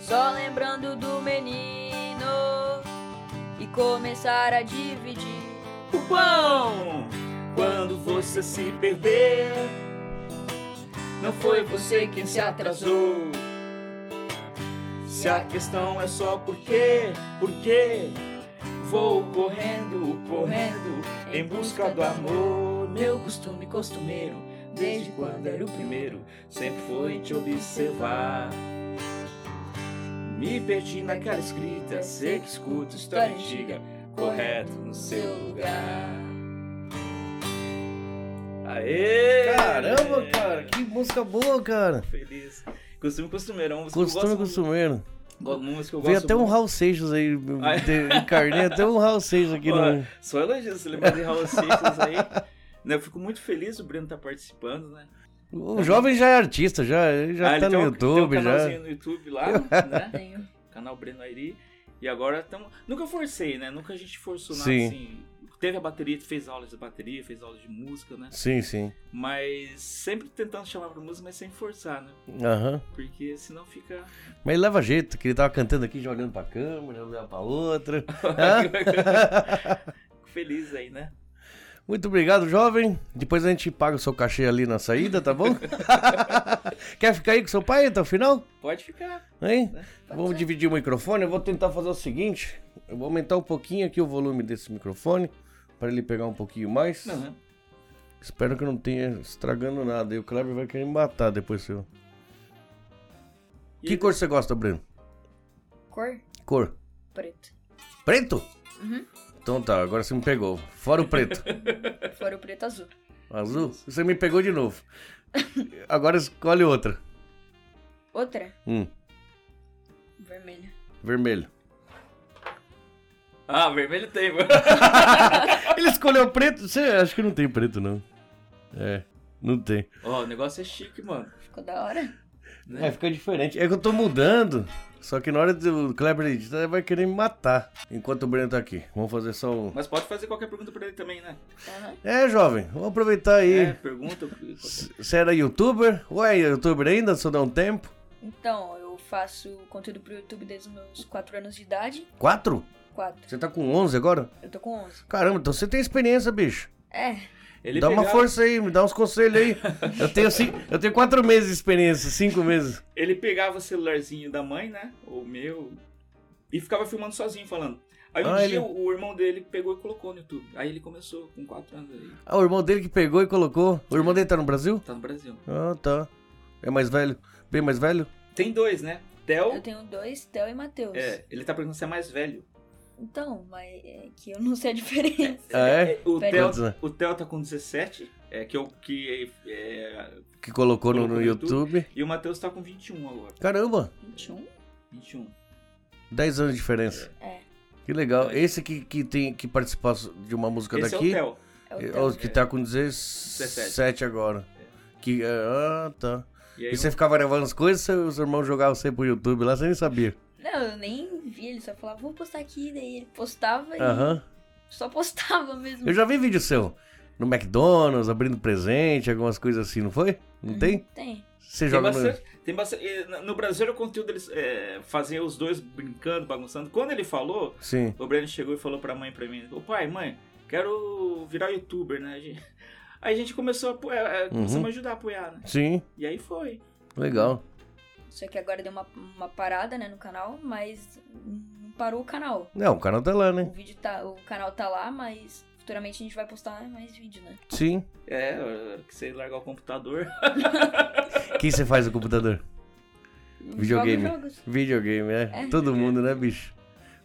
Speaker 5: Só lembrando do menino e começar a dividir.
Speaker 3: O pão! Quando você se perder, não foi você quem se atrasou. Se a questão é só por quê, por quê? Vou correndo, correndo, em busca do amor. Meu costume costumeiro, desde quando era o primeiro, sempre foi te observar. Me perdi naquela escrita, sei que escuto história antiga, correto no seu lugar. Aê!
Speaker 1: Caramba, cara, que música boa, cara.
Speaker 3: Feliz. Costume costumeiro, é uma música
Speaker 1: Costume
Speaker 3: que eu gosto
Speaker 1: costumeiro.
Speaker 3: muito. Uma música que eu
Speaker 1: Veio
Speaker 3: gosto
Speaker 1: até um
Speaker 3: muito.
Speaker 1: Raul Seixas aí, eu
Speaker 3: Ah, é?
Speaker 1: te- encarnei até um Raul Seixas aqui
Speaker 3: Ó,
Speaker 1: no...
Speaker 3: Só elogios, você lembra de Raul
Speaker 1: [laughs]
Speaker 3: Seixas aí. Né, Eu fico muito feliz o Breno tá participando, né?
Speaker 1: O jovem já é artista, já, ele já
Speaker 3: ele
Speaker 1: tá no
Speaker 3: tem um-
Speaker 1: YouTube,
Speaker 3: tem um
Speaker 1: já.
Speaker 3: canalzinho no YouTube lá, né?
Speaker 2: Tenho.
Speaker 3: Canal Breno Airi. E agora estamos. Nunca forcei, né? Nunca a gente forçou nada
Speaker 1: Sim.
Speaker 3: assim. Teve a bateria, fez aulas de bateria, fez aulas de música, né?
Speaker 1: Sim, sim.
Speaker 3: Mas sempre tentando chamar pra música, mas sem forçar, né?
Speaker 1: Aham.
Speaker 3: Porque
Speaker 1: [laughs]
Speaker 3: senão fica.
Speaker 1: Mas ele leva jeito, que ele tava cantando aqui, já olhando pra câmera, olhando pra outra. Hã?
Speaker 3: Fico feliz aí, né?
Speaker 1: Muito obrigado, jovem. Depois a gente paga o seu cachê ali na saída, tá bom? Quer ficar aí com seu pai até o final?
Speaker 3: Pode ficar.
Speaker 1: Hein? Vamos dividir o microfone. Eu vou tentar fazer o seguinte: eu vou aumentar um pouquinho aqui o volume desse microfone, para ele pegar um pouquinho mais.
Speaker 3: Não, né?
Speaker 1: Espero que não tenha estragando nada. E o Kleber vai querer me matar depois, seu.
Speaker 3: E
Speaker 1: Que
Speaker 3: aí,
Speaker 1: cor você gosta, Breno?
Speaker 2: Cor?
Speaker 1: Cor?
Speaker 2: Preto.
Speaker 1: Preto? Então tá, agora você me pegou. Fora o preto.
Speaker 2: Fora o preto azul.
Speaker 1: Azul? Você me pegou de novo. Agora escolhe outra.
Speaker 2: Outra?
Speaker 1: Hum,
Speaker 2: Vermelho.
Speaker 1: vermelho. [laughs]
Speaker 3: Ah, vermelho tem, mano.
Speaker 1: Ele escolheu preto? Você acho que não tem preto, não. É, não tem.
Speaker 3: Ó, o negócio é chique, mano.
Speaker 2: Ficou da hora?
Speaker 1: É, fica diferente. É que eu tô mudando. Só que na hora do Kleber editar, ele vai querer me matar. Enquanto o Breno tá aqui. Vamos fazer só um.
Speaker 3: Mas pode fazer qualquer pergunta pra ele também, né?
Speaker 2: Aham.
Speaker 1: É, jovem, vamos aproveitar
Speaker 3: É,
Speaker 1: aí.
Speaker 3: pergunta.
Speaker 1: C- Você era youtuber? Ou é youtuber ainda? Só dá um tempo?
Speaker 2: Então, eu faço conteúdo pro YouTube desde os meus 4 anos de idade.
Speaker 1: Quatro?
Speaker 2: 4.
Speaker 1: Você tá com 11 agora?
Speaker 2: Eu tô com 11.
Speaker 1: Caramba, então você tem experiência, bicho.
Speaker 2: É,
Speaker 3: Ele
Speaker 1: dá uma
Speaker 3: pegava-
Speaker 1: força aí, me dá uns conselhos aí. eu, tenho cinco, eu tenho quatro meses de experiência, cinco meses.
Speaker 3: Ele pegava o celularzinho da mãe, né? Ou meu. E ficava filmando sozinho, falando. Aí um
Speaker 1: Ah,
Speaker 3: dia
Speaker 1: ele-
Speaker 3: o o irmão dele pegou e colocou no YouTube. Aí ele começou com 4 anos aí.
Speaker 1: Ah, o irmão dele que pegou e colocou. O irmão dele tá no Brasil?
Speaker 3: Tá no Brasil.
Speaker 1: Ah, tá. É mais velho? Bem mais velho?
Speaker 3: Tem dois, né? Theo.
Speaker 2: Eu tenho dois, Theo e Matheus.
Speaker 3: É, ele tá perguntando se é mais velho.
Speaker 2: Então, mas é que eu não sei a diferença.
Speaker 1: Ah, é?
Speaker 3: O
Speaker 2: Pera-
Speaker 3: Theo,
Speaker 1: Quantos, né?
Speaker 3: o Theo tá com 17, é, que, eu, que é,
Speaker 1: Que colocou no, no
Speaker 3: Colocou no
Speaker 1: YouTube.
Speaker 3: E o Matheus tá com 21 agora.
Speaker 1: Caramba,
Speaker 2: 21?
Speaker 3: 21.
Speaker 1: 10 anos de diferença.
Speaker 2: É.
Speaker 1: Que legal. Esse aqui que tem que participar de uma música
Speaker 3: Esse
Speaker 1: daqui.
Speaker 3: é o Theo.
Speaker 2: É o
Speaker 1: É,
Speaker 2: Theo.
Speaker 1: o que tá com 17 agora. Que, ah, tá.
Speaker 3: E aí
Speaker 1: E você ficava gravando as coisas, seus irmãos jogavam você pro YouTube lá, você nem sabia.
Speaker 2: Não, eu nem vi, ele só falava, vou postar aqui, daí ele postava e
Speaker 1: Aham.
Speaker 2: só postava mesmo.
Speaker 1: Eu já vi vídeo seu no McDonald's, abrindo presente, algumas coisas assim, não foi?
Speaker 5: Uhum.
Speaker 1: Não tem?
Speaker 2: Tem.
Speaker 1: Você
Speaker 3: tem
Speaker 1: joga no.
Speaker 3: bastante, tem bastante- eh, na- No Brasil era o conteúdo eles é, faziam os dois brincando, bagunçando. Quando ele falou,
Speaker 1: Sim.
Speaker 3: o Breno chegou e falou pra mãe e pra mim: Ô pai, mãe, quero virar youtuber, né? A gente- Aí a gente começou a apoiar,
Speaker 1: Uhum.
Speaker 3: eh, começamos a ajudar a apoiar, né?
Speaker 1: Sim,
Speaker 3: E aí foi.
Speaker 1: legal.
Speaker 2: Só que agora deu uma, uma parada, né, no canal, mas não parou o canal.
Speaker 1: Não, o canal tá lá,
Speaker 2: O
Speaker 1: né?
Speaker 2: vídeo tá, o canal tá lá, mas futuramente a gente vai postar mais vídeo, né?
Speaker 1: Sim.
Speaker 3: É, eh, que você largar o computador.
Speaker 1: O que você faz no computador? Videogame.
Speaker 2: Joga jogos.
Speaker 1: Videogame, é.
Speaker 2: É.
Speaker 1: Todo mundo, né, bicho?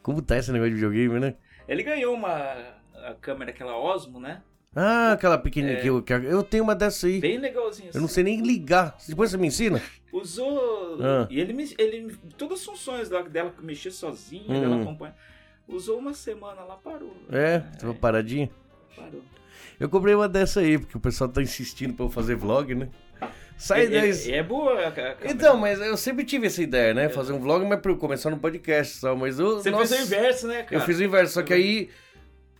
Speaker 1: Como tá esse negócio de videogame, né?
Speaker 3: Ele ganhou uma a câmera, aquela Osmo, né?
Speaker 1: Ah, aquela pequenininha que eu. que eu tenho uma dessa aí.
Speaker 3: Bem legalzinho.
Speaker 1: Eu não
Speaker 3: assim.
Speaker 1: sei nem ligar. Depois você me ensina?
Speaker 3: Usou.
Speaker 1: Ah.
Speaker 3: E ele, me- ele. Todas as funções lá dela que mexia sozinha,
Speaker 1: Uhum.
Speaker 3: dela acompanha. Usou uma semana lá, parou.
Speaker 1: É, tá uma paradinha.
Speaker 3: parou.
Speaker 1: Eu comprei uma dessa aí, porque o pessoal tá insistindo pra eu fazer vlog, né? Sai
Speaker 3: E- e-
Speaker 1: daí.
Speaker 3: e É, boa a, a câmera.
Speaker 1: Então, mas eu sempre tive essa ideia, né? Fazer um vlog, mas pra eu começar no podcast e tal. Mas eu.
Speaker 3: Você
Speaker 1: nossa,
Speaker 3: fez o inverso, né, cara? é.
Speaker 1: Eu fiz o inverso, só que aí.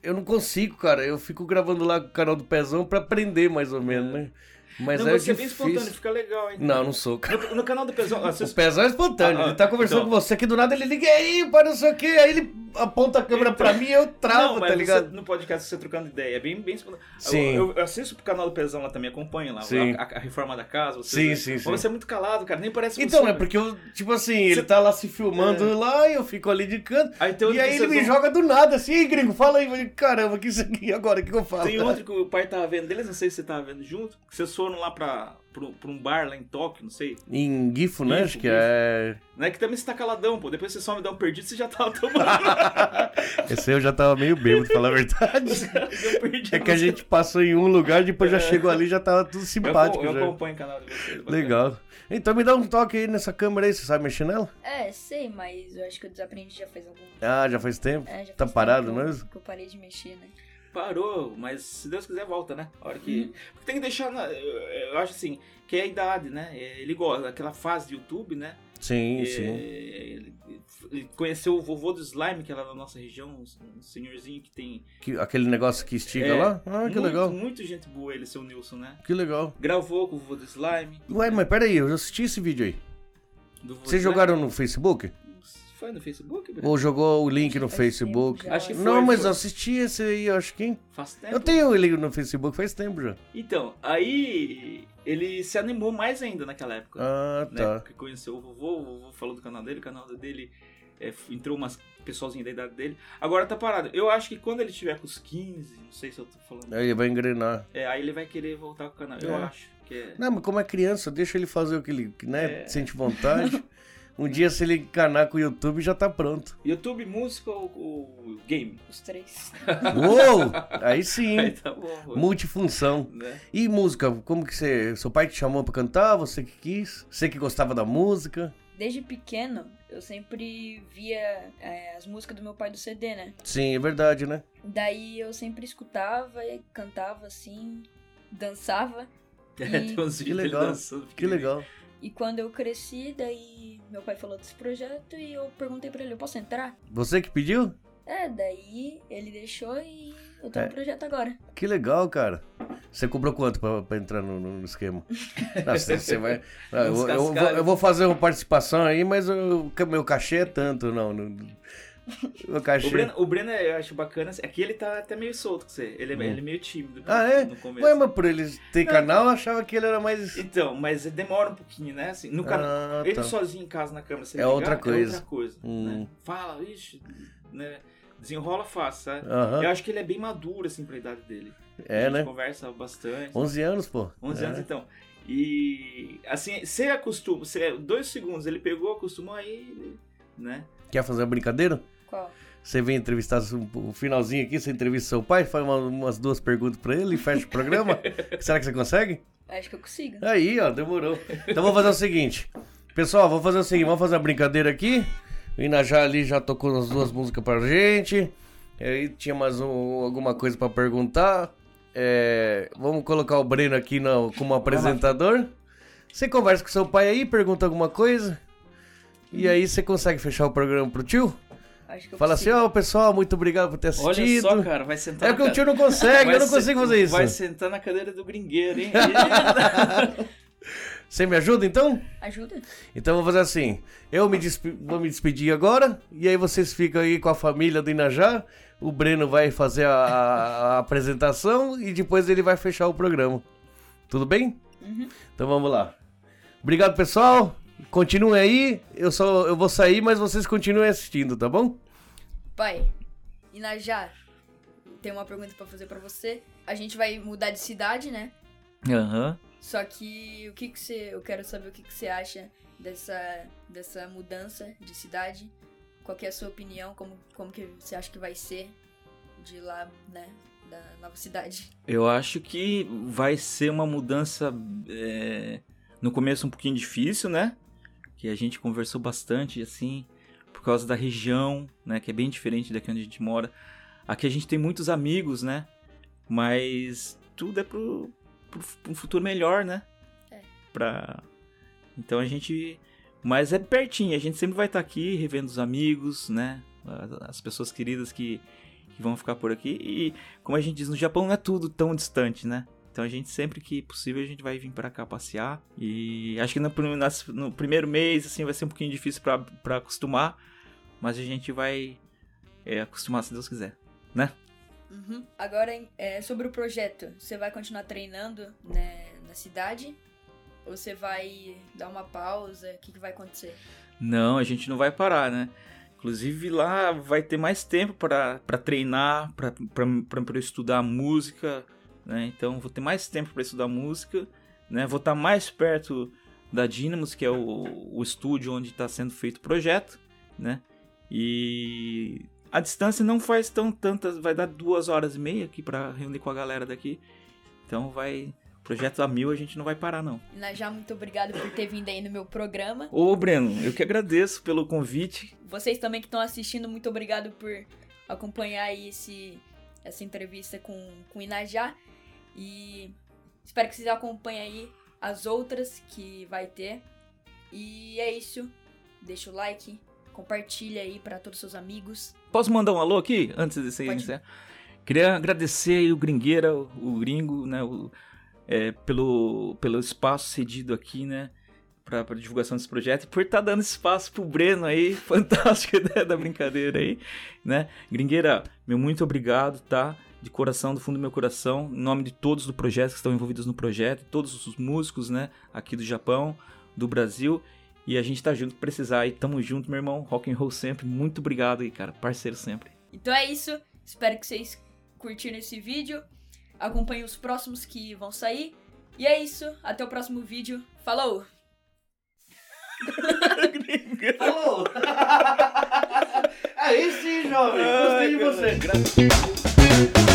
Speaker 1: Eu não consigo, cara. Eu fico gravando lá com o canal do Pezão pra aprender, mais ou menos, né? Mas
Speaker 3: É. não,
Speaker 1: é
Speaker 3: você é bem espontâneo,
Speaker 1: difícil.
Speaker 3: fica legal, hein?
Speaker 1: Não, não sou, cara.
Speaker 3: No, no canal do Pessoal,
Speaker 1: O [laughs]
Speaker 3: assiste.
Speaker 1: Pezão é espontâneo.
Speaker 3: Ah, ah,
Speaker 1: ele tá conversando
Speaker 3: então.
Speaker 1: com você aqui do nada, ele liga aí, para não sei o quê. Aí ele aponta a câmera pra mim e eu travo,
Speaker 3: não, mas
Speaker 1: tá
Speaker 3: você-
Speaker 1: ligado?
Speaker 3: no podcast você trocando ideia, é bem, bem espontâneo.
Speaker 1: Sim.
Speaker 3: Eu, eu assisto pro canal do Pesão lá também, acompanho lá
Speaker 1: Sim.
Speaker 3: a, a- a reforma da casa. Você,
Speaker 1: Sim, sim, sim.
Speaker 3: Mas você é muito calado, cara, nem parece
Speaker 1: Então,
Speaker 3: você.
Speaker 1: é porque eu, tipo assim, ele tá lá se filmando lá, eu fico ali de canto.
Speaker 3: Aí tem outro
Speaker 1: e aí
Speaker 3: que
Speaker 1: ele
Speaker 3: vocês
Speaker 1: me
Speaker 3: vão-
Speaker 1: joga do nada, assim, "Ei, gringo, fala aí, Eu falei, caramba, que isso aqui agora, o que que eu falo?
Speaker 3: Tem outro que o pai tava vendo deles, não sei se você tava vendo junto, que vocês foram lá pra, pra, um- pra um bar lá em Tóquio, não sei.
Speaker 1: Em Gifo, né?
Speaker 3: Gifo,
Speaker 1: Acho que
Speaker 3: Gifo.
Speaker 1: é.
Speaker 3: Não é que também você tá caladão, pô. Depois você só me dá um perdido, você já tava [laughs]
Speaker 1: [laughs]
Speaker 3: tomando.
Speaker 1: Esse aí eu já tava meio bêbado, pra falar a verdade.
Speaker 3: Deu um perdido.
Speaker 1: É que a gente passou em um lugar, depois já chegou ali, já tava tudo
Speaker 3: É. Eu,
Speaker 1: simpático.
Speaker 3: acom- eu
Speaker 1: já.
Speaker 3: acompanho o canal de vocês. bacana.
Speaker 1: Legal. Então me dá um toque aí nessa câmera aí, você sabe mexer nela?
Speaker 2: É, sei, mas eu acho que eu desaprendi já faz algum.
Speaker 1: Ah, já faz tempo.
Speaker 2: É, já faz
Speaker 1: Tá
Speaker 2: tempo
Speaker 1: parado
Speaker 2: que eu-
Speaker 1: mesmo?
Speaker 2: Que eu parei de mexer, né?
Speaker 3: Parou, mas se Deus quiser volta, né? A hora que.
Speaker 1: Uhum.
Speaker 3: Porque tem que deixar. na- Eu, eu acho assim, que é a idade, né? É, Ele gosta daquela fase do YouTube, né?
Speaker 1: Sim,
Speaker 3: É,
Speaker 1: sim.
Speaker 3: Ele, ele conheceu o vovô do slime, que é lá na nossa região, um um senhorzinho que tem.
Speaker 1: Que- aquele negócio que estica
Speaker 3: É,
Speaker 1: lá? Ah, que
Speaker 3: muito,
Speaker 1: legal.
Speaker 3: Muito gente boa ele, seu Nilson, né?
Speaker 1: Que legal.
Speaker 3: Gravou com o vovô do slime.
Speaker 1: Ué, mas peraí, eu já assisti esse vídeo aí.
Speaker 3: Do vovô
Speaker 1: Vocês
Speaker 3: do
Speaker 1: jogaram no Facebook?
Speaker 3: slime. Foi no Facebook, Bruno?
Speaker 1: Ou jogou o link no
Speaker 2: Faz tempo
Speaker 1: Facebook?
Speaker 2: já,
Speaker 3: Acho que
Speaker 2: eu-
Speaker 3: foi,
Speaker 1: Não, mas
Speaker 3: foi. É,
Speaker 1: eu assisti esse aí, eu acho que. hein?
Speaker 3: Faz tempo.
Speaker 1: Eu tenho ele no Facebook faz tempo já.
Speaker 3: Então, aí ele se animou mais ainda naquela época.
Speaker 1: Ah,
Speaker 3: né?
Speaker 1: tá.
Speaker 3: Que conheceu o vovô, o vovô falou do canal dele, o canal dele é, f- entrou umas pessoalzinho da idade dele. Agora tá parado. Eu acho que quando ele tiver com os 15, não sei se eu tô falando.
Speaker 1: Aí ele vai engrenar.
Speaker 3: É, aí ele vai querer voltar com o canal. Eu
Speaker 1: É.
Speaker 3: acho que é.
Speaker 1: Não, mas como é criança, deixa ele fazer o que ele né,
Speaker 3: É.
Speaker 1: sente
Speaker 3: [laughs]
Speaker 1: vontade. um dia, se ele encanar com o YouTube, já tá pronto.
Speaker 3: YouTube, música ou, ou game? [laughs]
Speaker 2: Os três.
Speaker 1: Uou! Aí sim,
Speaker 3: Aí
Speaker 1: hein?
Speaker 3: tá bom.
Speaker 1: multifunção.
Speaker 3: Né?
Speaker 1: E música, como que você. Seu pai te chamou pra cantar, você que quis? Você que gostava da música?
Speaker 2: Desde pequeno, eu sempre via é, as músicas do meu pai do CD, né?
Speaker 1: Sim, é verdade, né?
Speaker 2: Daí eu sempre escutava e cantava assim, dançava.
Speaker 3: É, Tem uns vídeos dele
Speaker 1: legal,
Speaker 3: dançando.
Speaker 1: Que legal.
Speaker 2: E quando eu cresci, daí meu pai falou desse projeto e eu perguntei pra ele, eu posso entrar?
Speaker 1: Você que pediu?
Speaker 2: É, daí ele deixou e eu tô
Speaker 1: É.
Speaker 5: um
Speaker 2: no projeto agora.
Speaker 1: Que legal, cara. Você cobrou quanto pra, pra entrar no, no- no
Speaker 3: [laughs]
Speaker 1: esquema? Não, você, você vai. Ah, eu, eu vou, eu vou fazer uma participação aí, mas eu- meu cachê é tanto, não. não- meu cachê.
Speaker 3: O Breno, o Breno, eu acho bacana. assim, Aqui ele tá até meio solto com você. Ele, é-
Speaker 1: Hum.
Speaker 3: ele é meio tímido
Speaker 1: Ah, é?
Speaker 3: no começo.
Speaker 1: Ué, mas por ele ter canal, eu achava que ele era mais.
Speaker 3: Então, mas demora um pouquinho, né? Assim, no canal.
Speaker 1: Ah,
Speaker 3: Ele
Speaker 1: tá.
Speaker 3: sozinho em casa na câmera, você
Speaker 1: É outra coisa.
Speaker 3: É outra coisa
Speaker 1: Hum.
Speaker 3: né? Fala, ixi, né? Desenrola fácil, sabe?
Speaker 1: Aham.
Speaker 3: Eu acho que ele é bem maduro, assim, pra idade dele. a
Speaker 1: Ah. É,
Speaker 3: gente
Speaker 1: né?
Speaker 3: conversa bastante.
Speaker 1: 11 anos, pô.
Speaker 3: 11
Speaker 1: É.
Speaker 3: anos, então. E assim, você acostuma, você, dois segundos, ele pegou, acostumou aí, né?
Speaker 1: Quer fazer uma brincadeira?
Speaker 2: Qual?
Speaker 1: Você vem entrevistar o finalzinho aqui, você entrevista seu pai, faz uma- umas duas perguntas pra ele e fecha o
Speaker 3: [laughs]
Speaker 1: programa. Será que você consegue?
Speaker 2: Acho que eu consigo.
Speaker 1: Aí, ó, demorou. Então vamos fazer o seguinte. Pessoal, vamos fazer o seguinte, vamos fazer uma brincadeira aqui. O Inajá ali já tocou as duas músicas pra gente. Aí tinha mais um- alguma coisa pra perguntar. É, vamos colocar o Breno aqui na- como apresentador. Você conversa com seu pai aí, pergunta alguma coisa. E aí você consegue fechar o programa pro tio?
Speaker 2: Acho que eu
Speaker 1: Fala assim,
Speaker 2: consigo.
Speaker 1: ó, pessoal, muito obrigado por ter
Speaker 6: Olha
Speaker 1: assistido.
Speaker 6: só, cara, vai sentar
Speaker 1: é
Speaker 6: na
Speaker 1: porque o
Speaker 6: ca-
Speaker 1: tio não consegue,
Speaker 6: vai
Speaker 1: eu não
Speaker 6: se-
Speaker 1: consigo fazer
Speaker 6: Vai
Speaker 1: isso.
Speaker 6: sentar na cadeira do gringueiro,
Speaker 1: [laughs]
Speaker 6: hein?
Speaker 1: Você me ajuda então?
Speaker 2: Ajuda?
Speaker 1: Então vou fazer assim: eu me despe- vou me despedir agora, e aí vocês ficam aí com a família do Inajá. O Breno vai fazer a, a- a apresentação e depois ele vai fechar o programa. Tudo bem? Então vamos lá. Obrigado, pessoal. Continuem aí. Eu, só, eu vou sair, mas vocês continuem assistindo, tá bom?
Speaker 5: Pai, Inajá, tem uma pergunta pra fazer pra você. A gente vai mudar de cidade, né?
Speaker 3: Aham.
Speaker 5: Só que o que que você, eu quero saber o que que você acha dessa dessa mudança de cidade. Qual que é a sua opinião? Como como que você acha que vai ser de lá, né, da nova cidade?
Speaker 3: Eu acho que vai ser uma mudança é, no começo um pouquinho difícil, né? Que a gente conversou bastante, assim, por causa da região, né? Que é bem diferente daqui onde a gente mora. Aqui a gente tem muitos amigos, né? Mas tudo é pro, pro, pra um futuro melhor, né?
Speaker 5: É.
Speaker 3: Pra... Então a gente. Mas é pertinho, a gente sempre vai estar aqui revendo os amigos, né? As- As pessoas queridas que, que vão ficar por aqui. E como a gente diz, no Japão não é tudo tão distante, né? Então a gente sempre que possível a gente vai vir pra cá passear e acho que no, prim- nas- no primeiro mês assim vai ser um pouquinho difícil pra pra acostumar, mas a gente vai é, acostumar se Deus quiser.
Speaker 5: Uhum. Agora em- é, sobre o projeto, você vai continuar treinando né, na cidade? Ou você vai dar uma pausa? O que, que vai acontecer?
Speaker 3: Não, a gente não vai parar, né? Inclusive lá vai ter mais tempo pra pra treinar, pra pra- pra- pra eu estudar música, né? Então vou ter mais tempo pra estudar música, né? Vou estar mais perto da Dynamos, que é o, o estúdio onde está sendo feito o projeto, né? E a distância não faz tão tantas, vai dar duas horas e meia aqui pra reunir com a galera daqui. Então vai projeto a mil a gente não vai parar não.
Speaker 5: Inajá, muito obrigado por ter vindo aí no meu programa.
Speaker 3: Ô Breno, eu que agradeço pelo convite.
Speaker 5: Vocês também que estão assistindo, muito obrigado por acompanhar aí esse, essa entrevista com, com o Inajá. E espero que vocês acompanhem aí as outras que vai ter. E é isso. Deixa o like, compartilha aí pra todos os seus amigos.
Speaker 3: Posso mandar um alô aqui antes de você
Speaker 5: Pode.
Speaker 3: iniciar? Queria agradecer aí o Gringueira, o- o Gringo, né, o- é, pelo, pelo espaço cedido aqui, né, para divulgação desse projeto e por estar dando espaço pro Breno aí, [laughs] fantástica ideia da brincadeira aí, né? Gringueira, meu muito obrigado, tá? De coração, do fundo do meu coração, em nome de todos do projeto que estão envolvidos no projeto, todos os músicos, né, aqui do Japão, do Brasil e a gente tá junto, precisar e tamo junto, meu irmão. Rock and roll sempre. Muito obrigado aí, cara. Parceiro sempre.
Speaker 5: Então é isso. Espero que vocês curtiram esse vídeo. Acompanhem os próximos que vão sair. E é isso. Até o próximo vídeo. Falou!
Speaker 1: Falou! Aí sim, jovem, gostei de você.